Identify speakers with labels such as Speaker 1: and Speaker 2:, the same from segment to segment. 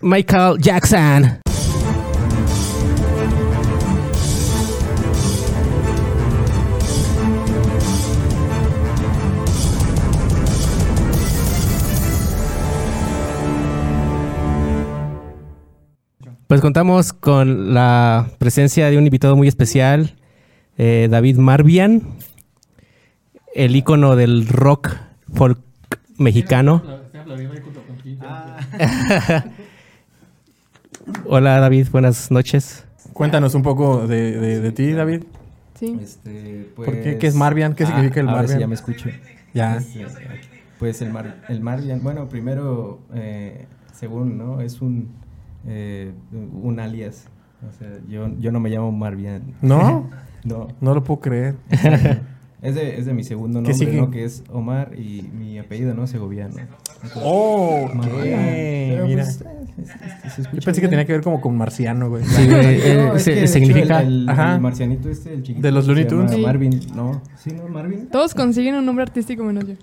Speaker 1: Michael Jackson. Pues contamos con la presencia de un invitado muy especial, eh, David Marbian, el ícono del rock folk mexicano. Hola David, buenas noches.
Speaker 2: Cuéntanos un poco de, de- de ti, David.
Speaker 3: Sí.
Speaker 4: Este, pues...
Speaker 2: ¿Por qué? ¿Qué es Marvian? ¿Qué significa el
Speaker 4: ahora sí
Speaker 2: Marvian?
Speaker 4: ya me escucho.
Speaker 2: Ya.
Speaker 4: Este, Pues el, mar, el Marvian, bueno, primero, eh, según, ¿no? Es un, eh, un alias. O sea, yo, yo no me llamo Marvian.
Speaker 2: ¿No?
Speaker 4: No.
Speaker 2: No lo puedo creer.
Speaker 4: Es de, es de mi segundo
Speaker 2: ¿Qué
Speaker 4: nombre,
Speaker 2: sigue?
Speaker 4: ¿no? Que es Omar y mi apellido, ¿no? Segoviano.
Speaker 2: ¡Oh! ok,
Speaker 4: Pero,
Speaker 2: Mira.
Speaker 4: pues, eh, es- es- es- se
Speaker 2: Yo
Speaker 4: escucha
Speaker 2: pensé que
Speaker 4: bien.
Speaker 2: tenía que ver como con marciano, güey.
Speaker 1: Sí, güey, eh,
Speaker 4: No, es
Speaker 1: se-
Speaker 4: que, de hecho,
Speaker 1: significa...
Speaker 4: El, el-
Speaker 2: Ajá.
Speaker 4: el marcianito este, el chiquito.
Speaker 2: De los
Speaker 4: se
Speaker 2: Looney
Speaker 4: llama
Speaker 2: Tunes.
Speaker 3: Sí.
Speaker 4: Marvin, no. Sí, no, Marvin.
Speaker 3: Todos consiguen un nombre artístico menos yo.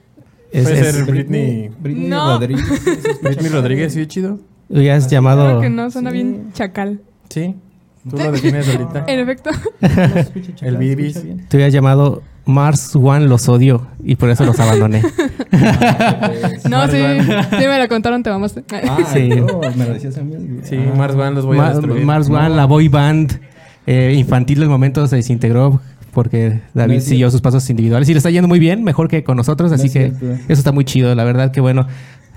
Speaker 1: es-
Speaker 2: puede
Speaker 1: es-
Speaker 2: ser- Britney-
Speaker 4: Britney
Speaker 3: No.
Speaker 4: Rodríguez. Uh, sí, se escucha
Speaker 2: Britney
Speaker 4: padre.
Speaker 2: Rodríguez, sí, chido.
Speaker 1: ya es
Speaker 3: Claro
Speaker 1: llamado...
Speaker 3: que no, suena
Speaker 4: Sí.
Speaker 3: bien chacal.
Speaker 2: Sí. Tú lo defines ahorita.
Speaker 3: En efecto,
Speaker 4: No se escucha, chacal,
Speaker 2: El
Speaker 4: se
Speaker 2: Bibis.
Speaker 4: escucha bien.
Speaker 1: Te hubiera llamado Mars One los odio y por eso los abandoné.
Speaker 3: no, sí,
Speaker 2: Marwan.
Speaker 3: sí me la contaron, te mamaste.
Speaker 4: Ah,
Speaker 1: Sí.
Speaker 4: no, me lo decías a mí.
Speaker 2: Sí,
Speaker 4: Ah.
Speaker 2: Mars Van los voy a
Speaker 1: Ma-
Speaker 2: destruir.
Speaker 1: Mars One, la boy band eh, infantil del momento se desintegró porque David
Speaker 4: No es
Speaker 1: siguió sus pasos individuales y le está yendo muy bien, mejor que con nosotros,
Speaker 4: No
Speaker 1: así
Speaker 4: es
Speaker 1: que
Speaker 4: cierto.
Speaker 1: eso está muy chido, la verdad que bueno,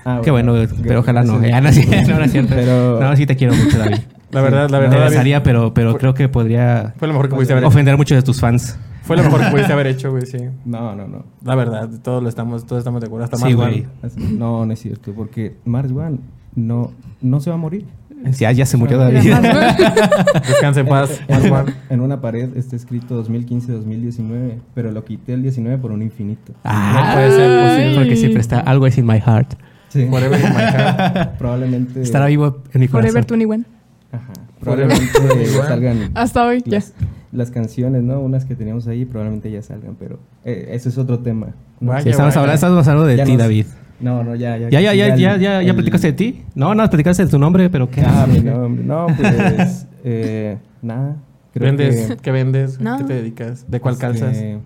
Speaker 4: Ah,
Speaker 1: qué bueno, pero ojalá no,
Speaker 2: eh,
Speaker 4: Gracias.
Speaker 1: Ah, no, sí, no, no es cierto.
Speaker 4: Pero-
Speaker 1: No, sí te quiero mucho David.
Speaker 2: La verdad, la
Speaker 1: Me
Speaker 2: verdad. David,
Speaker 1: besaría, pero, pero creo que podría
Speaker 2: Fue lo mejor que pudiste haber hecho.
Speaker 1: ofender a muchos de tus fans.
Speaker 2: Fue lo mejor que pudiste haber hecho, güey, sí.
Speaker 4: No, no, no.
Speaker 2: La verdad, todos lo estamos, todos estamos de acuerdo. Hasta
Speaker 1: Sí,
Speaker 2: Mars Van.
Speaker 1: güey.
Speaker 4: Así- No, no es cierto, porque Mars One no, no se va a morir.
Speaker 1: Ya, ya se murió
Speaker 3: Mira,
Speaker 1: David.
Speaker 3: Marwan.
Speaker 2: Descansa en paz, Mars
Speaker 4: En
Speaker 2: Van.
Speaker 4: una, en una pared está escrito 2015-2019, pero lo quité el 19 por un infinito.
Speaker 1: Ah,
Speaker 2: No puede ser posible.
Speaker 3: Ay.
Speaker 1: porque siempre está algo es in my heart.
Speaker 4: Sí.
Speaker 2: Forever in my heart.
Speaker 4: Probablemente.
Speaker 1: Estará vivo en mi corazón.
Speaker 3: Forever 21.
Speaker 4: Ajá.
Speaker 2: Forever.
Speaker 4: Probablemente
Speaker 2: Igual.
Speaker 4: salgan
Speaker 3: Hasta hoy, ya.
Speaker 4: las, las canciones, ¿no? Unas que teníamos ahí probablemente ya salgan, pero eh, ese es otro tema. ¿no?
Speaker 2: Vaya,
Speaker 1: Sí, estamos,
Speaker 2: vaya.
Speaker 1: hablando, estamos hablando de
Speaker 4: Ya
Speaker 1: ti,
Speaker 4: nos-
Speaker 1: David.
Speaker 4: No, no, ya, ya.
Speaker 1: Ya, ya, ya,
Speaker 4: el-
Speaker 1: ya, ya, ya
Speaker 4: el-
Speaker 1: platicaste de ti. No, no, platicaste de tu nombre, pero qué.
Speaker 4: Ah, mi nombre. No, pues. eh, nada. Creo
Speaker 2: ¿Vendes?
Speaker 4: que-
Speaker 2: ¿Qué vendes?
Speaker 3: No.
Speaker 2: ¿Qué te dedicas? ¿De cuál calzas?
Speaker 4: Este,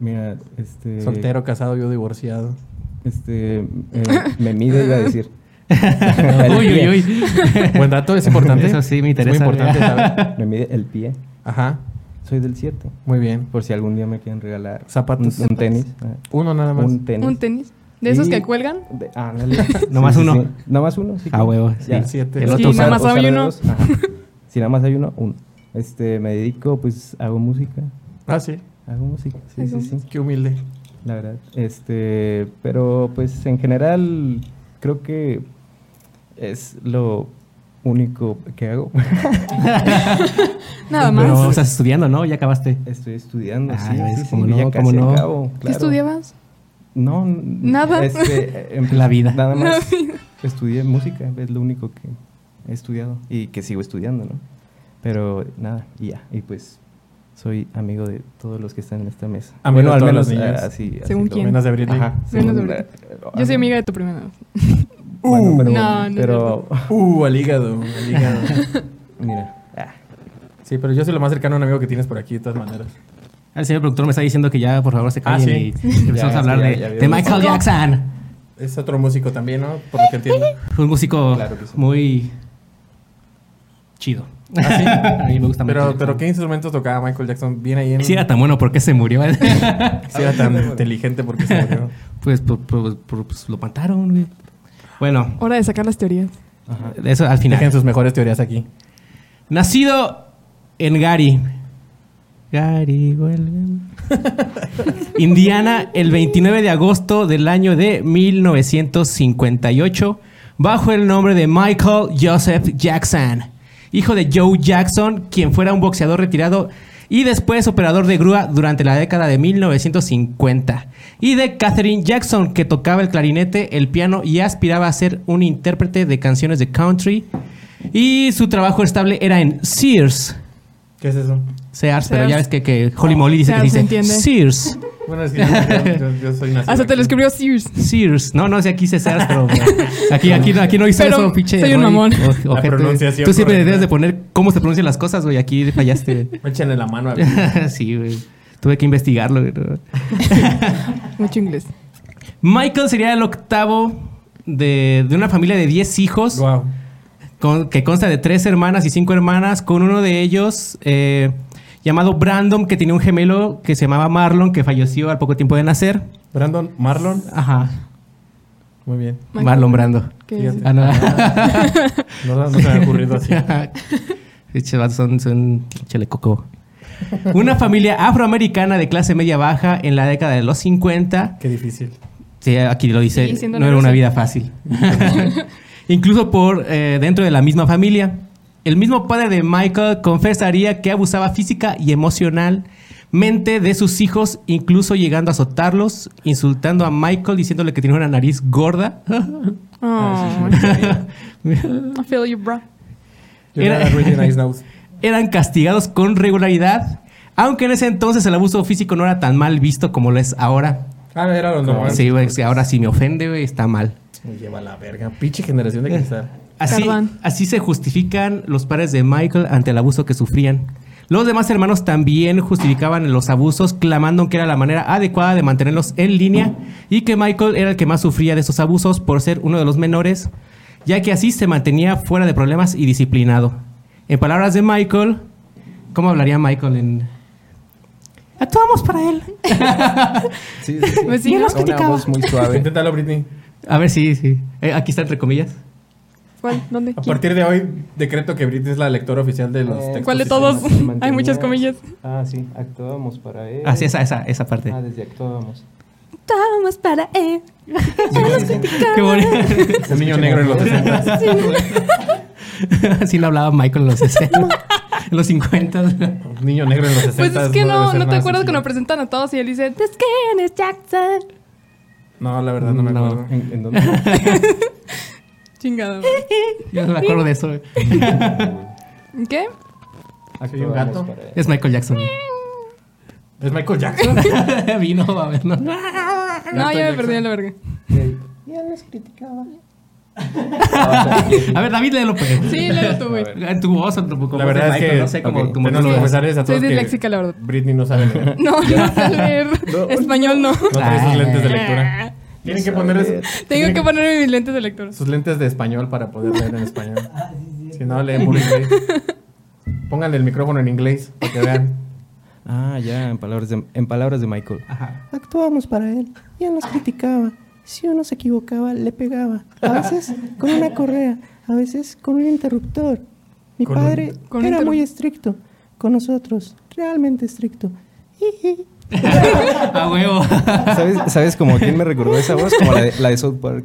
Speaker 4: mira, este.
Speaker 2: Soltero, casado, yo divorciado.
Speaker 4: Este. eh, me mido, iba a decir.
Speaker 1: uy, uy, uy.
Speaker 2: Buen dato, es importante.
Speaker 1: Eso sí me interesa. ¿eh?
Speaker 2: Es muy importante saber.
Speaker 4: Me mide el pie.
Speaker 2: Ajá,
Speaker 4: Soy del 7.
Speaker 2: muy bien.
Speaker 4: Por si algún día me quieren regalar.
Speaker 2: Zapatos.
Speaker 4: Un, un tenis. ah,
Speaker 2: Uno nada más.
Speaker 4: Un tenis.
Speaker 3: Un tenis. De esos
Speaker 4: Y-
Speaker 3: que cuelgan.
Speaker 4: de- ándale.
Speaker 1: Nomás
Speaker 4: Sí, sí,
Speaker 1: uno.
Speaker 4: sí. Nomás uno. Sí,
Speaker 1: Ah, huevo, sí.
Speaker 4: Ya.
Speaker 2: Siete.
Speaker 1: El
Speaker 3: Sí,
Speaker 1: otro
Speaker 3: nada
Speaker 1: usar-
Speaker 3: más
Speaker 4: Usar
Speaker 3: hay
Speaker 4: de
Speaker 3: uno.
Speaker 4: dos, ajá. Si nada más hay uno, uno. Este, me dedico, pues hago música.
Speaker 2: Ah, sí.
Speaker 4: Hago música, sí,
Speaker 3: Hago
Speaker 4: sí, sí,
Speaker 2: Qué humilde.
Speaker 4: la verdad. Este, pero pues en general creo que es lo único que hago.
Speaker 1: Pero
Speaker 3: Nada más.
Speaker 1: estás estudiando, ¿no? Ya acabaste.
Speaker 4: Estoy estudiando,
Speaker 1: Ah,
Speaker 4: sí,
Speaker 1: ya ves,
Speaker 4: sí, sí,
Speaker 1: cómo
Speaker 4: ya
Speaker 1: no,
Speaker 4: casi
Speaker 1: cómo no.
Speaker 4: acabo,
Speaker 3: ¿Qué
Speaker 4: claro.
Speaker 3: estudiabas?
Speaker 4: No, n-
Speaker 3: Nada.
Speaker 4: Este, en-
Speaker 1: La vida.
Speaker 4: Nada
Speaker 3: Nada.
Speaker 4: más estudié música, es lo único que he estudiado y que sigo estudiando, ¿no? Pero nada, y ya, y pues soy amigo de todos los que están en esta mesa.
Speaker 2: Amigo de todos los niños.
Speaker 4: ah, así- así
Speaker 3: Según
Speaker 4: lo-
Speaker 3: quién.
Speaker 2: Menos de Britney.
Speaker 4: Ajá,
Speaker 3: Menos de
Speaker 4: según,
Speaker 3: Britney.
Speaker 4: eh,
Speaker 3: Yo soy
Speaker 4: ah,
Speaker 3: amiga de tu primera vez.
Speaker 4: bueno, pero,
Speaker 3: No, no es
Speaker 4: pero
Speaker 2: Uh, al hígado, al hígado.
Speaker 4: mira, ah,
Speaker 2: Sí, pero yo soy lo más cercano a un amigo que tienes por aquí, de todas maneras.
Speaker 1: El señor productor me está diciendo que ya, por favor, se
Speaker 2: Ah,
Speaker 1: callen
Speaker 2: sí.
Speaker 1: y empezamos
Speaker 4: Ya,
Speaker 1: a hablar
Speaker 4: ya,
Speaker 1: de,
Speaker 4: ya vimos.
Speaker 1: de Michael Jackson.
Speaker 2: Es otro músico también, ¿no? Por lo que entiendo.
Speaker 1: Un músico
Speaker 4: Claro que sí.
Speaker 1: muy chido.
Speaker 2: Ah, sí.
Speaker 1: A mí me gusta mucho.
Speaker 2: Pero,
Speaker 1: Jackson.
Speaker 2: pero ¿qué instrumentos tocaba Michael Jackson? Bien ahí en...
Speaker 1: Si era tan bueno, ¿por qué se murió?
Speaker 2: Sí, era tan inteligente porque se murió.
Speaker 1: pues, por- por- por- pues, lo mataron, güey. Bueno,
Speaker 3: Hora de sacar las teorías.
Speaker 1: eso al final.
Speaker 2: Dejen sus mejores teorías aquí.
Speaker 1: Nacido en Gary. Gary, vuelve. Indiana, el 29 de agosto del año de 1958, bajo el nombre de Michael Joseph Jackson, hijo de Joe Jackson, quien fuera un boxeador retirado y después operador de grúa durante la década de 1950, y de Catherine Jackson, que tocaba el clarinete, el piano y aspiraba a ser un intérprete de canciones de country, y su trabajo estable era en Sears,
Speaker 2: ¿Qué es eso?
Speaker 1: Sears, pero
Speaker 3: Sears.
Speaker 1: ya ves que, que Holy Moly dice
Speaker 3: Sears, se
Speaker 1: que dice
Speaker 3: entiende.
Speaker 1: Sears.
Speaker 2: Bueno, es que yo, yo- yo soy nacido.
Speaker 3: Hasta te
Speaker 2: aquí.
Speaker 3: lo escribió Sears.
Speaker 1: Sears. No, no, si aquí dice Sears, pero bueno, aquí, aquí, no- aquí no hice
Speaker 3: Pero
Speaker 1: eso, pinche.
Speaker 3: soy un
Speaker 1: Roy.
Speaker 3: mamón.
Speaker 1: O- ojete, güey.
Speaker 2: pronunciación
Speaker 1: Tú siempre
Speaker 2: correcta.
Speaker 1: debes de poner cómo se pronuncian las cosas, güey. Aquí fallaste.
Speaker 2: Échenle la mano a ver.
Speaker 1: güey. sí, güey. Tuve que investigarlo. güey, ¿no?
Speaker 3: Mucho inglés.
Speaker 1: Michael sería el octavo de, de una familia de 10 hijos.
Speaker 2: Wow.
Speaker 1: con- que consta de tres hermanas y cinco hermanas, con uno de ellos eh, llamado Brandon, que tenía un gemelo que se llamaba Marlon, que falleció al poco tiempo de nacer.
Speaker 2: Brandon Marlon.
Speaker 1: Ajá,
Speaker 2: Muy bien.
Speaker 3: Michael.
Speaker 1: Marlon Brando.
Speaker 3: ¿Qué
Speaker 2: Fíjate.
Speaker 3: dices?
Speaker 1: Ah, no.
Speaker 2: No, no se me ha ocurrido así.
Speaker 1: Pinches vatos son, son chalecoco. Una familia afroamericana de clase media baja en la década de los 50.
Speaker 2: Qué difícil.
Speaker 1: Sí, aquí lo dice,
Speaker 3: Sí, siendo
Speaker 1: no era
Speaker 3: negro,
Speaker 1: una
Speaker 3: sí.
Speaker 1: vida fácil. Incluso por eh, dentro de la misma familia. El mismo padre de Michael confesaría que abusaba física y emocionalmente de sus hijos, incluso llegando a azotarlos, insultando a Michael, diciéndole que tenía una nariz gorda.
Speaker 3: Oh, I feel you, bro.
Speaker 2: Yo
Speaker 1: Era-
Speaker 2: era really nice nose.
Speaker 1: Eran castigados con regularidad, aunque en ese entonces el abuso físico no era tan mal visto como lo es ahora.
Speaker 2: Ah, era los normal.
Speaker 1: Sí, güey, es que ahora si me ofende, güey, está mal.
Speaker 2: Me lleva la verga. Pinche generación de cristal.
Speaker 1: Así,
Speaker 3: Carbán.
Speaker 1: así se justifican los padres de Michael ante el abuso que sufrían. Los demás hermanos también justificaban los abusos, clamando que era la manera adecuada de mantenerlos en línea y que Michael era el que más sufría de esos abusos por ser uno de los menores, ya que así se mantenía fuera de problemas y disciplinado. En palabras de Michael, ¿cómo hablaría Michael en...? Actuamos para él.
Speaker 4: Sí, sí, sí.
Speaker 3: Pues sí, ¿no?
Speaker 4: Con una voz muy suave.
Speaker 2: Inténtalo, Britney.
Speaker 1: A ver, sí, sí. Eh, aquí está entre comillas.
Speaker 3: ¿Cuál? ¿Dónde?
Speaker 2: A
Speaker 3: ¿Quién?
Speaker 2: partir de hoy, decreto que Britney es la lectora oficial de los
Speaker 4: Eh,
Speaker 2: textos.
Speaker 3: ¿Cuál de
Speaker 2: y
Speaker 3: todos?
Speaker 2: poemas.
Speaker 3: Hay muchas comillas.
Speaker 4: Ah, sí, actuábamos para él.
Speaker 1: Así, Ah, esa, esa, esa parte.
Speaker 4: Ah, desde actuábamos.
Speaker 3: Tomas para él.
Speaker 1: Qué bonito.
Speaker 2: El niño negro en los 60.
Speaker 1: Así lo hablaba Michael en los 60. en los 50.
Speaker 2: Un Niño negro en los 60.
Speaker 3: Pues es que
Speaker 2: debe
Speaker 3: no,
Speaker 2: ser
Speaker 3: no te
Speaker 2: nada
Speaker 3: acuerdas cuando
Speaker 2: sencillo.
Speaker 3: presentan a todos y él dice, The skin is Jackson.
Speaker 2: No, la verdad no me
Speaker 1: No.
Speaker 2: acuerdo.
Speaker 4: ¿En, en dónde?
Speaker 3: Chingado.
Speaker 1: Yo no me acuerdo de eso. güey.
Speaker 3: ¿Qué?
Speaker 2: Soy un gato.
Speaker 4: Actuábamos para él.
Speaker 1: Es Michael Jackson.
Speaker 2: ¿Es Michael Jackson?
Speaker 1: Vino a ver, ¿no?
Speaker 3: No,
Speaker 2: Gato
Speaker 3: ya me
Speaker 2: Jackson.
Speaker 3: perdí en la verga.
Speaker 4: Sí.
Speaker 1: A ver, David, léelo. pues.
Speaker 3: Sí, luego tú, güey.
Speaker 1: En tu voz, en tu- como
Speaker 2: La verdad
Speaker 1: Michael,
Speaker 2: pues
Speaker 1: No
Speaker 2: es que
Speaker 1: sé, como,
Speaker 4: ok,
Speaker 1: como
Speaker 2: Tenemos
Speaker 1: tú
Speaker 2: que
Speaker 1: lo ves.
Speaker 2: confesarles a
Speaker 3: Soy
Speaker 2: todos que
Speaker 3: disléxica, la verdad.
Speaker 2: Britney no sabe leer.
Speaker 3: No, no sé leer. Español no.
Speaker 2: No tiene
Speaker 1: Ah.
Speaker 2: sus lentes de lectura. Tienen que poner
Speaker 3: Tengo que ponerme mis lentes de lector.
Speaker 2: sus lentes de español para poder leer en español. Si no, leen puro inglés. Pónganle el micrófono en inglés para que vean.
Speaker 4: Ah, ya, en palabras de, en palabras de Michael.
Speaker 1: Ajá.
Speaker 5: Actuábamos para él. Ya nos criticaba. Si uno se equivocaba, le pegaba. A veces con una correa, a veces con un interruptor. Mi
Speaker 2: Con un-
Speaker 5: padre
Speaker 3: Con un
Speaker 5: era
Speaker 3: interrup-
Speaker 5: muy estricto con nosotros, realmente estricto. Jiji.
Speaker 1: A huevo.
Speaker 4: ¿Sabes, ¿Sabes como a quién me recordó esa voz? Como la de, la de South Park.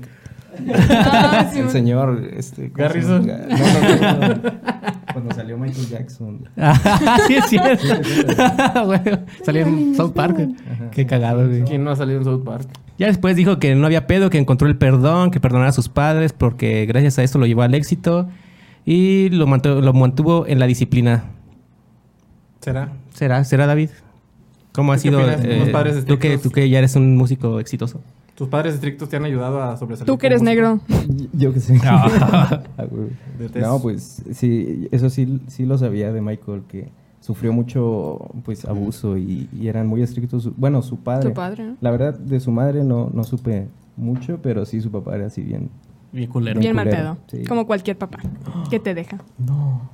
Speaker 3: Ah, sí,
Speaker 4: El
Speaker 3: man.
Speaker 4: señor. Este, ¿cómo se
Speaker 2: Garrison.
Speaker 4: llama? No, no, no, no. Cuando salió Michael Jackson.
Speaker 1: Ajá, Ah, sí, es cierto. A huevo. Salió en South Park. güey. Qué cagado, güey.
Speaker 2: ¿Quién no ha salido en South Park?
Speaker 1: Ya después dijo que no había pedo, que encontró el perdón, que perdonara a sus padres porque gracias a esto lo llevó al éxito y lo mantuvo, lo mantuvo en la disciplina.
Speaker 2: ¿Será?
Speaker 1: ¿Será, será David? ¿Cómo ha
Speaker 2: ¿Tú qué
Speaker 1: sido?
Speaker 2: opinas?
Speaker 1: eh,
Speaker 2: Unos padres
Speaker 1: tú, que,
Speaker 2: estrictos.
Speaker 1: tú que ya eres un músico exitoso.
Speaker 2: ¿Tus padres estrictos te han ayudado a sobresalir?
Speaker 3: Tú que
Speaker 2: como
Speaker 3: eres
Speaker 2: músico?
Speaker 3: negro.
Speaker 4: Yo que sé.
Speaker 1: Ah.
Speaker 4: Ah, güey.
Speaker 2: Detesto.
Speaker 4: no, pues sí, eso sí, sí lo sabía de Michael, que sufrió mucho pues abuso y, y eran muy estrictos. su- Bueno, su padre.
Speaker 3: Tu padre, ¿no?
Speaker 4: La verdad, de su madre no, no supe mucho, pero sí su papá era así bien.
Speaker 1: Bien culero.
Speaker 4: Bien
Speaker 3: Bien mal
Speaker 4: culero,
Speaker 3: pedo.
Speaker 4: sí.
Speaker 3: Como cualquier papá. Que te deja.
Speaker 4: No.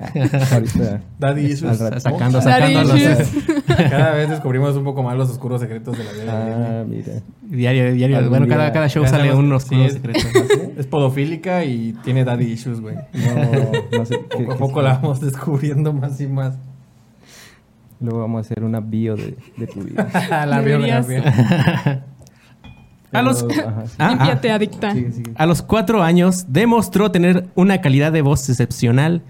Speaker 4: ah, ahorita.
Speaker 2: Daddy issues.
Speaker 4: Al rato.
Speaker 1: Sacando,
Speaker 3: Daddy
Speaker 1: sacando a los-
Speaker 3: issues.
Speaker 2: Cada vez descubrimos un poco más los oscuros secretos de la vida. de Britney.
Speaker 4: Ah, mira.
Speaker 1: Diario, diario.
Speaker 4: Algún
Speaker 1: bueno,
Speaker 4: día
Speaker 1: cada, cada show
Speaker 2: Ya
Speaker 1: sale
Speaker 2: sabemos-
Speaker 1: un oscuro
Speaker 2: sí, es-
Speaker 1: secreto.
Speaker 2: Es podofílica y tiene daddy issues, güey.
Speaker 4: No, no sé. qué-
Speaker 2: Poco a
Speaker 4: qué-
Speaker 2: poco la vamos descubriendo más y más.
Speaker 4: Luego vamos a hacer una bio de, de tu vida.
Speaker 2: la
Speaker 3: Deberías.
Speaker 2: biografía.
Speaker 1: A los,
Speaker 4: Pero, ajá, sí.
Speaker 1: Ah, ah.
Speaker 3: Límpiate, adicta.
Speaker 4: Sigue, sigue.
Speaker 1: A los cuatro años demostró tener una calidad de voz excepcional,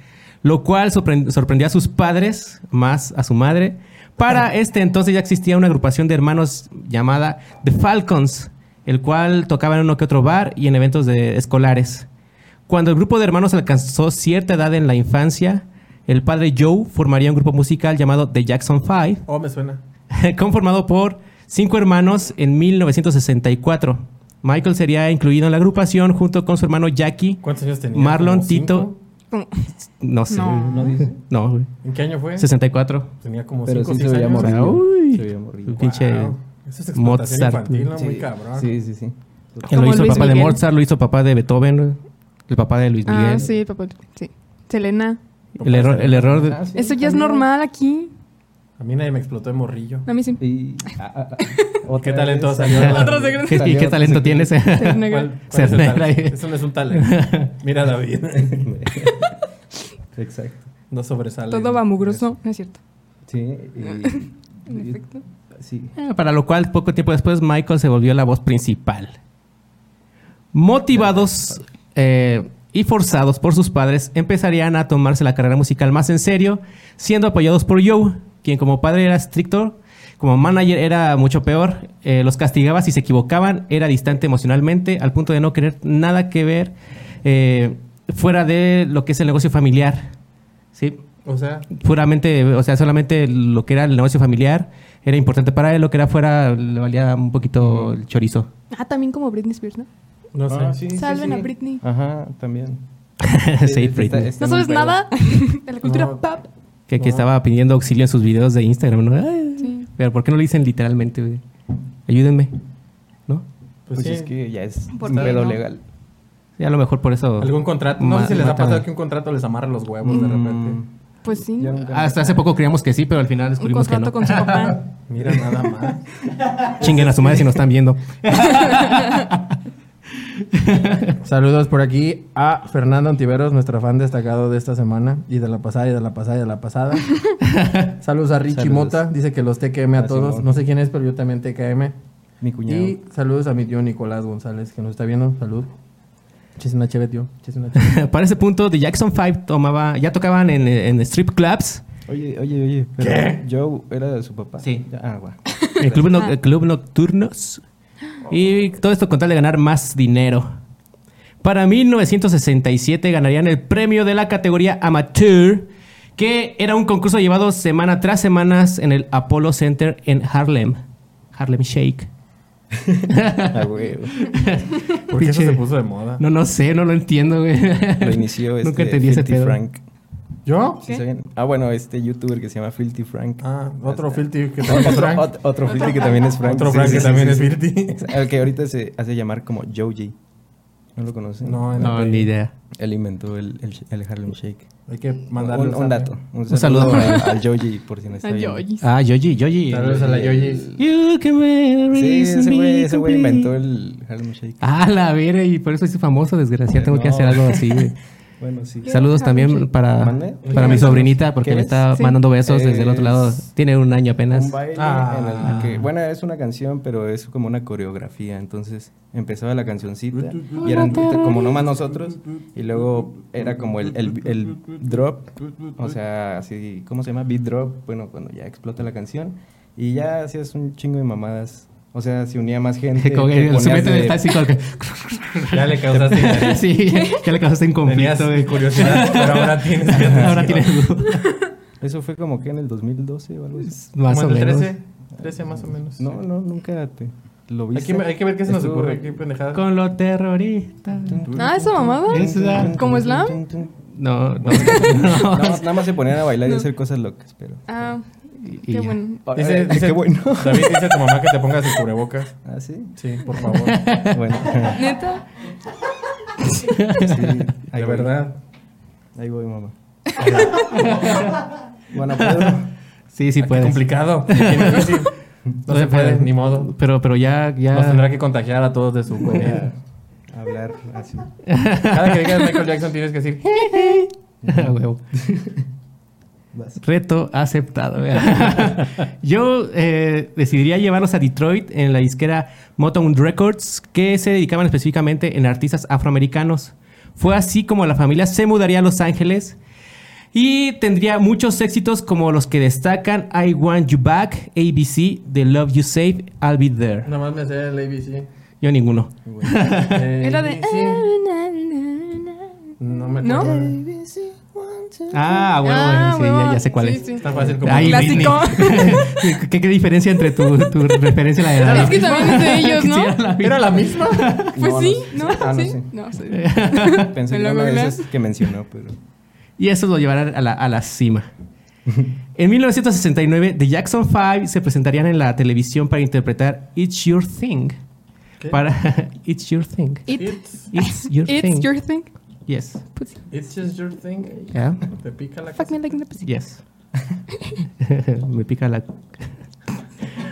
Speaker 1: lo cual sorpre- sorprendió a sus padres, más a su madre. Para este entonces ya existía una agrupación de hermanos llamada The Falcons, el cual tocaba en uno que otro bar y en eventos de escolares. Cuando el grupo de hermanos alcanzó cierta edad en la infancia, el padre Joe formaría un grupo musical llamado The Jackson Five,
Speaker 2: Oh, me suena.
Speaker 1: conformado por cinco hermanos en 1964. Michael sería incluido en la agrupación junto con su hermano Jackie.
Speaker 2: ¿Cuántos años tenía?
Speaker 1: Marlon,
Speaker 2: ¿Como cinco?
Speaker 3: Como-
Speaker 1: No sé.
Speaker 3: Mm. No.
Speaker 1: No,
Speaker 4: ¿No dice?
Speaker 1: güey.
Speaker 2: ¿En qué año fue?
Speaker 1: 64.
Speaker 2: Tenía como
Speaker 4: Pero
Speaker 2: 5
Speaker 4: sí
Speaker 2: o
Speaker 4: se
Speaker 2: 6
Speaker 4: veía
Speaker 2: años.
Speaker 1: morrillo.
Speaker 4: morrillo.
Speaker 1: Uy.
Speaker 4: Se veía morrillo.
Speaker 1: Un pinche
Speaker 2: Eso es explotación
Speaker 1: Mozart.
Speaker 2: infantil, ¿no?
Speaker 4: Sí,
Speaker 2: Muy cabrón.
Speaker 4: Sí, sí, sí.
Speaker 1: Que lo
Speaker 3: Como
Speaker 1: hizo el
Speaker 3: Luis
Speaker 1: papá de
Speaker 3: Miguel.
Speaker 1: Mozart, lo hizo el papá de Beethoven, el papá de Luis Miguel.
Speaker 3: Ah, sí, papá. Sí. Selena.
Speaker 1: El error, el error de-
Speaker 4: Ah, sí,
Speaker 3: Eso ya es
Speaker 4: también.
Speaker 3: normal aquí.
Speaker 2: A mí nadie me explotó de morrillo.
Speaker 3: A mí sí.
Speaker 4: Y, ah, ah, ah,
Speaker 2: ¿Qué
Speaker 4: otra
Speaker 2: talento
Speaker 4: vez.
Speaker 2: salió?
Speaker 3: Otro secreto.
Speaker 1: ¿Qué- ¿Y qué talento tienes?
Speaker 3: Selena
Speaker 2: ¿Cuál-
Speaker 3: Gomez.
Speaker 2: cuál es el
Speaker 1: Se
Speaker 2: talento?
Speaker 1: alegra.
Speaker 2: Eso no es un talento. Mira, David.
Speaker 4: Exacto.
Speaker 2: No sobresale.
Speaker 3: Todo va mugroso. No es cierto.
Speaker 4: Sí. y-
Speaker 3: En efecto.
Speaker 4: sí.
Speaker 1: Eh, Para lo cual, poco tiempo después, Michael se volvió la voz principal. Motivados eh, y forzados por sus padres, empezarían a tomarse la carrera musical más en serio, siendo apoyados por Joe, quien como padre era estricto, como manager era mucho peor, eh, los castigaba si se equivocaban, era distante emocionalmente, al punto de no querer nada que ver eh, fuera de lo que es el negocio familiar. ¿sí?
Speaker 2: O sea,
Speaker 1: puramente, o sea, solamente lo que era el negocio familiar era importante para él, lo que era fuera le valía un poquito el chorizo.
Speaker 3: Ah, también como Britney Spears, ¿no?
Speaker 2: no sé.
Speaker 4: Ah, sí, sí,
Speaker 3: Salven
Speaker 4: sí.
Speaker 3: a Britney.
Speaker 4: Ajá, también. Este,
Speaker 1: Sí,
Speaker 4: está-
Speaker 1: Britney.
Speaker 4: está
Speaker 3: ¿No
Speaker 4: en
Speaker 3: sabes
Speaker 4: un pedo.
Speaker 3: nada de la cultura
Speaker 2: No.
Speaker 3: pop?
Speaker 1: Que, que estaba pidiendo auxilio en sus videos de Instagram, ¿no? Ay,
Speaker 3: Sí.
Speaker 1: Pero ¿por qué no lo dicen literalmente? güey? Ayúdenme, ¿no?
Speaker 4: Pues,
Speaker 2: Pues, sí.
Speaker 4: es que ya es
Speaker 3: ¿Por
Speaker 4: un
Speaker 3: qué
Speaker 4: pedo
Speaker 3: no?
Speaker 4: legal.
Speaker 1: Sí, a lo mejor por eso.
Speaker 2: Algún contrato. No
Speaker 1: Ma-
Speaker 2: sé si les ha
Speaker 1: matan.
Speaker 2: pasado que un contrato les amarra los huevos de repente.
Speaker 3: Pues sí.
Speaker 4: Ya nunca-
Speaker 1: Ah, Hasta hace poco creíamos que sí, pero al final
Speaker 3: Un
Speaker 1: descubrimos que
Speaker 3: contrato
Speaker 1: no.
Speaker 3: con su papá.
Speaker 2: Mira, nada más.
Speaker 1: Chinguen a su madre si nos están viendo.
Speaker 2: Saludos por aquí a Fernando Antiveros, nuestro fan destacado de esta semana y de la pasada y de la pasada y de la pasada. saludos a Richie
Speaker 4: Saludos.
Speaker 2: Mota, dice que los TKM a
Speaker 4: Ah,
Speaker 2: todos.
Speaker 4: Simón.
Speaker 2: No sé quién es, pero yo también TKM.
Speaker 4: Mi cuñado.
Speaker 2: Y saludos a mi tío Nicolás González, que nos está viendo. Salud. Chis una chévere, tío. Chis una chévere.
Speaker 1: Para ese punto, The Jackson 5 tomaba, ya tocaban en, en strip clubs,
Speaker 4: Oye, oye, oye. Pero Joe era de su papá.
Speaker 1: Sí.
Speaker 4: Ya- Ah, guau.
Speaker 1: en club, no- en club nocturnos. Y todo esto con tal de ganar más dinero. Para 1967 ganarían el premio de la categoría Amateur, que era un concurso llevado semana tras semana en el Apollo Center en Harlem. Harlem Shake.
Speaker 4: Ah, huevo.
Speaker 2: ¿Por qué eso se puso de moda?
Speaker 1: No, no sé, no lo entiendo, güey.
Speaker 4: Lo inició este
Speaker 1: Nunca entendí ese
Speaker 4: Filthy
Speaker 1: pedo.
Speaker 4: Frank.
Speaker 2: ¿Yo?
Speaker 4: ¿Sí saben? Ah, bueno, este youtuber que se llama Filthy Frank.
Speaker 2: Ah, otro
Speaker 4: Hasta-
Speaker 2: filthy que también es
Speaker 4: Este. Otro,
Speaker 2: Frank.
Speaker 4: ot- otro Filthy que también es Frank.
Speaker 2: Otro
Speaker 4: Sí,
Speaker 2: Frank
Speaker 4: sí,
Speaker 2: que
Speaker 4: sí,
Speaker 2: también
Speaker 4: sí,
Speaker 2: es
Speaker 4: sí.
Speaker 2: filthy.
Speaker 4: Exa- Al que ahorita se hace llamar como Joji. ¿No lo conocen?
Speaker 2: No,
Speaker 1: No, ni idea.
Speaker 4: Él inventó el, el- el Harlem Shake.
Speaker 2: Hay que mandarle
Speaker 4: Un, un dato. Un
Speaker 1: saludo.
Speaker 4: saludo, al a, Joji, por si no está
Speaker 3: A
Speaker 4: viendo.
Speaker 3: Yoyis.
Speaker 1: Ah, Yoji, Yoji.
Speaker 2: Saludos a la Yoyis.
Speaker 1: You can make
Speaker 4: Sí, ese güey
Speaker 1: me
Speaker 4: ese güey
Speaker 1: complete.
Speaker 4: inventó el Harlem Shake.
Speaker 1: Ah, la vera, y por eso soy famoso, desgraciado. Tengo que
Speaker 4: No.
Speaker 1: hacer algo así, güey.
Speaker 4: Bueno, sí.
Speaker 1: Saludos también para,
Speaker 4: ¿Mande?
Speaker 1: para mi
Speaker 4: ¿Qué
Speaker 1: sobrinita,
Speaker 4: ves?
Speaker 1: porque
Speaker 4: ¿Qué
Speaker 1: me
Speaker 4: ves?
Speaker 1: está
Speaker 3: Sí.
Speaker 1: mandando besos desde el otro lado.
Speaker 4: Es-
Speaker 1: Tiene un año
Speaker 4: Un
Speaker 1: apenas.
Speaker 4: baile
Speaker 2: Ah.
Speaker 4: en el que, bueno, es una canción, pero es como una coreografía. Entonces empezaba la cancioncita y eran como nomás nosotros. Y luego era como el, el, el drop, o sea, así, ¿cómo se llama? Beat drop. Bueno, cuando ya explota la canción y ya hacías un chingo de mamadas. O sea, se unía más gente.
Speaker 1: Con
Speaker 4: te
Speaker 1: el
Speaker 4: ponías
Speaker 1: sobrino
Speaker 4: de-
Speaker 1: está así como
Speaker 2: Ya le
Speaker 1: que-
Speaker 2: causaste.
Speaker 1: sí, ya le causaste un
Speaker 2: Tenías
Speaker 1: conflicto, güey.
Speaker 2: curiosidad, pero ahora tienes que
Speaker 1: Ahora tiene
Speaker 4: Eso fue como que en el 2012 o algo así.
Speaker 1: más o
Speaker 2: Como en el
Speaker 1: menos.
Speaker 2: 13, 13 más o menos.
Speaker 4: No, no, nunca te lo
Speaker 2: Hay
Speaker 4: viste.
Speaker 2: que, hay que ver qué se nos
Speaker 4: Estuvo-
Speaker 2: ocurre. Qué pendejada.
Speaker 1: Con lo terrorista.
Speaker 3: Ah, esa mamada.
Speaker 1: Es la-
Speaker 3: ¿Como slam?
Speaker 1: No, no.
Speaker 4: Nada más, nada más se ponían a bailar y hacer cosas locas, pero.
Speaker 3: Ah,
Speaker 1: Y- y
Speaker 3: qué
Speaker 1: ya.
Speaker 3: bueno.
Speaker 4: Ay,
Speaker 2: Dice,
Speaker 4: ay,
Speaker 2: dice,
Speaker 4: qué bueno.
Speaker 2: David dice a tu mamá que te pongas el cubrebocas.
Speaker 4: ¿Ah, sí?
Speaker 2: Sí, por favor.
Speaker 4: Bueno.
Speaker 3: ¿Neta?
Speaker 4: sí, ahí
Speaker 2: De
Speaker 4: voy.
Speaker 2: verdad.
Speaker 4: Ahí voy, mamá. bueno, Pedro.
Speaker 1: Sí, sí
Speaker 2: Ah, qué
Speaker 1: puedes.
Speaker 2: complicado. Qué difícil. No se puede, ni modo.
Speaker 1: Pero, pero ya, ya.
Speaker 2: Nos tendrá que contagiar a todos de su
Speaker 4: Voy
Speaker 2: comida.
Speaker 4: a hablar así.
Speaker 2: Cada que digas Michael Jackson tienes que decir. "Eh".
Speaker 1: A huevo.
Speaker 4: Vas.
Speaker 1: Reto aceptado. Yo eh, decidiría llevarlos a Detroit en la disquera Motown Records, que se dedicaban específicamente en artistas afroamericanos. Fue así como la familia se mudaría a Los Ángeles y tendría muchos éxitos como los que destacan I Want You Back, ABC, The Love You Save, I'll Be There.
Speaker 2: Nada más me sé el ABC.
Speaker 1: Yo ninguno.
Speaker 2: Eh,
Speaker 3: Era de... "Eh".
Speaker 2: sí. No me acuerdo.
Speaker 3: ¿No?
Speaker 5: Baby, see, one,
Speaker 1: Ah, bueno,
Speaker 3: Ah,
Speaker 1: sí,
Speaker 3: huevo.
Speaker 1: ya, ya sé cuál
Speaker 3: Sí,
Speaker 1: es.
Speaker 3: sí.
Speaker 2: Está fácil como...
Speaker 1: Ay,
Speaker 3: Clásico.
Speaker 1: Whitney. ¿Qué, qué diferencia entre tu, tu referencia y la de Dani?
Speaker 3: Es que también es de ellos, ¿no?
Speaker 1: Sí, era la misma.
Speaker 2: ¿Era la misma?
Speaker 3: Pues
Speaker 4: No, no
Speaker 3: sí,
Speaker 4: sé.
Speaker 3: ¿no?
Speaker 4: Ah, no
Speaker 3: sí.
Speaker 4: sé.
Speaker 3: No, sí.
Speaker 4: Pensé
Speaker 3: ¿Me
Speaker 4: que
Speaker 3: lo
Speaker 4: era una de
Speaker 3: googleas?
Speaker 4: esas que mencionó, pero...
Speaker 1: Y eso lo llevará a la, a la cima. En 1969, The Jackson 5 se presentarían en la televisión para interpretar It's Your Thing.
Speaker 2: ¿Qué?
Speaker 1: Para It's Your Thing.
Speaker 3: It-
Speaker 1: It's Your Thing.
Speaker 3: It's your thing.
Speaker 1: Yes.
Speaker 3: Pussy.
Speaker 2: It's just your thing.
Speaker 1: Yeah.
Speaker 2: Te pica la
Speaker 3: Fuck me like pues in the pussy.
Speaker 1: Yes. Me pica la.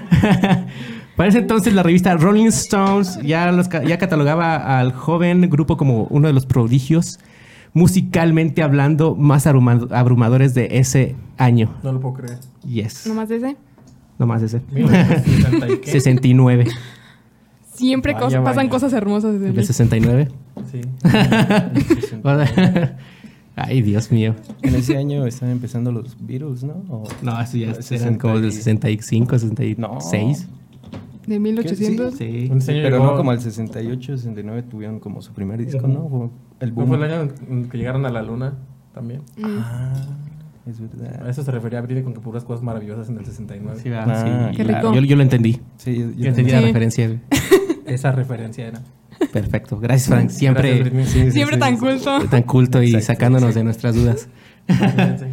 Speaker 1: Para ese entonces, la revista Rolling Stones ya, los ca- ya catalogaba al joven grupo como uno de los prodigios musicalmente hablando más abruma- abrumadores de ese año.
Speaker 2: No lo puedo creer.
Speaker 1: Yes.
Speaker 3: Nomás ese.
Speaker 1: No más ese.
Speaker 2: 1960 y qué.
Speaker 1: 69.
Speaker 3: Siempre
Speaker 2: Vaya,
Speaker 3: cosas, pasan
Speaker 2: vaya.
Speaker 3: cosas hermosas desde
Speaker 1: ¿De
Speaker 3: mí.
Speaker 1: 69?
Speaker 2: Sí.
Speaker 1: Ay, Dios mío.
Speaker 4: En ese año estaban empezando los Beatles, ¿no? O-
Speaker 1: No, eso ya eran
Speaker 4: 60
Speaker 1: como
Speaker 4: y-
Speaker 1: del 65, 66.
Speaker 4: No.
Speaker 3: De 1800.
Speaker 1: Sí.
Speaker 2: Un
Speaker 4: Sí,
Speaker 2: señor
Speaker 4: pero
Speaker 2: llegó-
Speaker 4: no, como el 68, 69 tuvieron como su primer disco, ¿no? Como El
Speaker 2: ¿No
Speaker 4: boom.
Speaker 2: fue el año en que llegaron a la luna también?
Speaker 4: Ah, es
Speaker 2: A
Speaker 4: verdad.
Speaker 2: eso se refería Britney con que puras cosas maravillosas en el 69.
Speaker 1: Sí, va,
Speaker 4: Ah,
Speaker 1: sí.
Speaker 3: qué rico.
Speaker 1: Yo, yo lo entendí.
Speaker 4: Sí, yo- yo
Speaker 1: Yo entendí la
Speaker 3: Sí.
Speaker 1: referencia. güey.
Speaker 2: Esa referencia era.
Speaker 1: Perfecto. Gracias, Frank. Siempre
Speaker 2: Gracias, Britney. Sí, sí,
Speaker 3: Siempre
Speaker 2: sí,
Speaker 3: tan
Speaker 2: sí.
Speaker 3: culto.
Speaker 1: tan culto y
Speaker 2: Exacto,
Speaker 1: sacándonos
Speaker 2: sí.
Speaker 1: de nuestras dudas.
Speaker 2: Imagínense.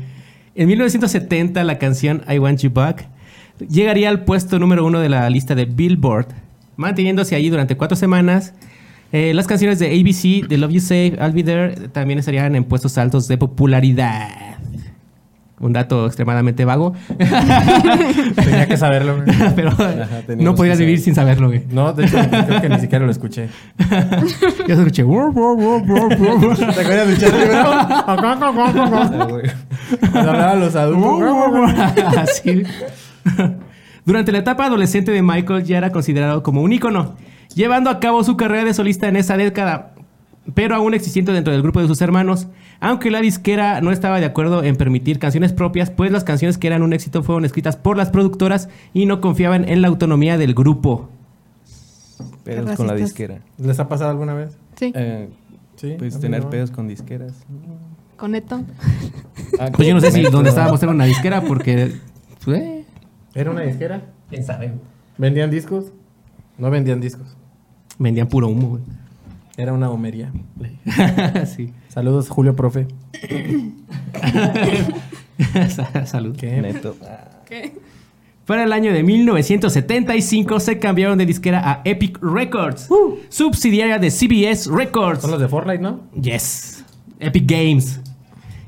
Speaker 1: En 1970, la canción I Want You Back llegaría al puesto número uno de la lista de Billboard, manteniéndose allí durante cuatro semanas. Eh, las canciones de ABC, The Love You Save, I'll Be There también estarían en puestos altos de popularidad. Un dato extremadamente vago,
Speaker 2: Tenía que saberlo. güey.
Speaker 1: pero
Speaker 4: Ajá,
Speaker 1: no
Speaker 4: teníamos
Speaker 1: podrías
Speaker 4: que
Speaker 1: vivir
Speaker 4: saber.
Speaker 1: sin saberlo, güey.
Speaker 2: No, de hecho, creo que ni siquiera lo escuché.
Speaker 1: Yo escuché. "Wor, wor, wor, wor, wor".
Speaker 2: ¿Te acuerdas de Charlie Brown?
Speaker 4: Ah, güey.
Speaker 2: Cuando hablaban los adultos.
Speaker 1: Así. Durante la etapa adolescente de Michael ya era considerado como un ícono, llevando a cabo su carrera de solista en esa década, pero aún existiendo dentro del grupo de sus hermanos, aunque la disquera no estaba de acuerdo en permitir canciones propias, pues las canciones que eran un éxito fueron escritas por las productoras y no confiaban en la autonomía del grupo.
Speaker 4: Pedos con la
Speaker 3: racistas.
Speaker 4: disquera.
Speaker 2: ¿Les ha pasado alguna vez?
Speaker 3: Sí,
Speaker 4: Eh,
Speaker 2: Sí.
Speaker 4: pues
Speaker 2: a mí
Speaker 4: tener
Speaker 2: no.
Speaker 4: pedos con disqueras.
Speaker 3: con Neto.
Speaker 4: Ah,
Speaker 1: Pues yo no sé si
Speaker 4: con
Speaker 1: donde
Speaker 4: esto.
Speaker 1: estábamos era una disquera porque... pues, eh,
Speaker 2: ¿Era una disquera? ¿Quién sabe? ¿Vendían discos? No vendían discos.
Speaker 1: vendían puro humo.
Speaker 2: Era una homería.
Speaker 1: güey. sí.
Speaker 2: Saludos, Julio Profe.
Speaker 1: Salud.
Speaker 2: ¿Qué?
Speaker 4: Neto. Ah,
Speaker 3: ¿Qué?
Speaker 1: Para el año de 1975 se cambiaron de disquera a Epic Records, subsidiaria de CBS Records.
Speaker 2: Uh. Son los de Fortnite, ¿no?
Speaker 1: Yes, Epic Games.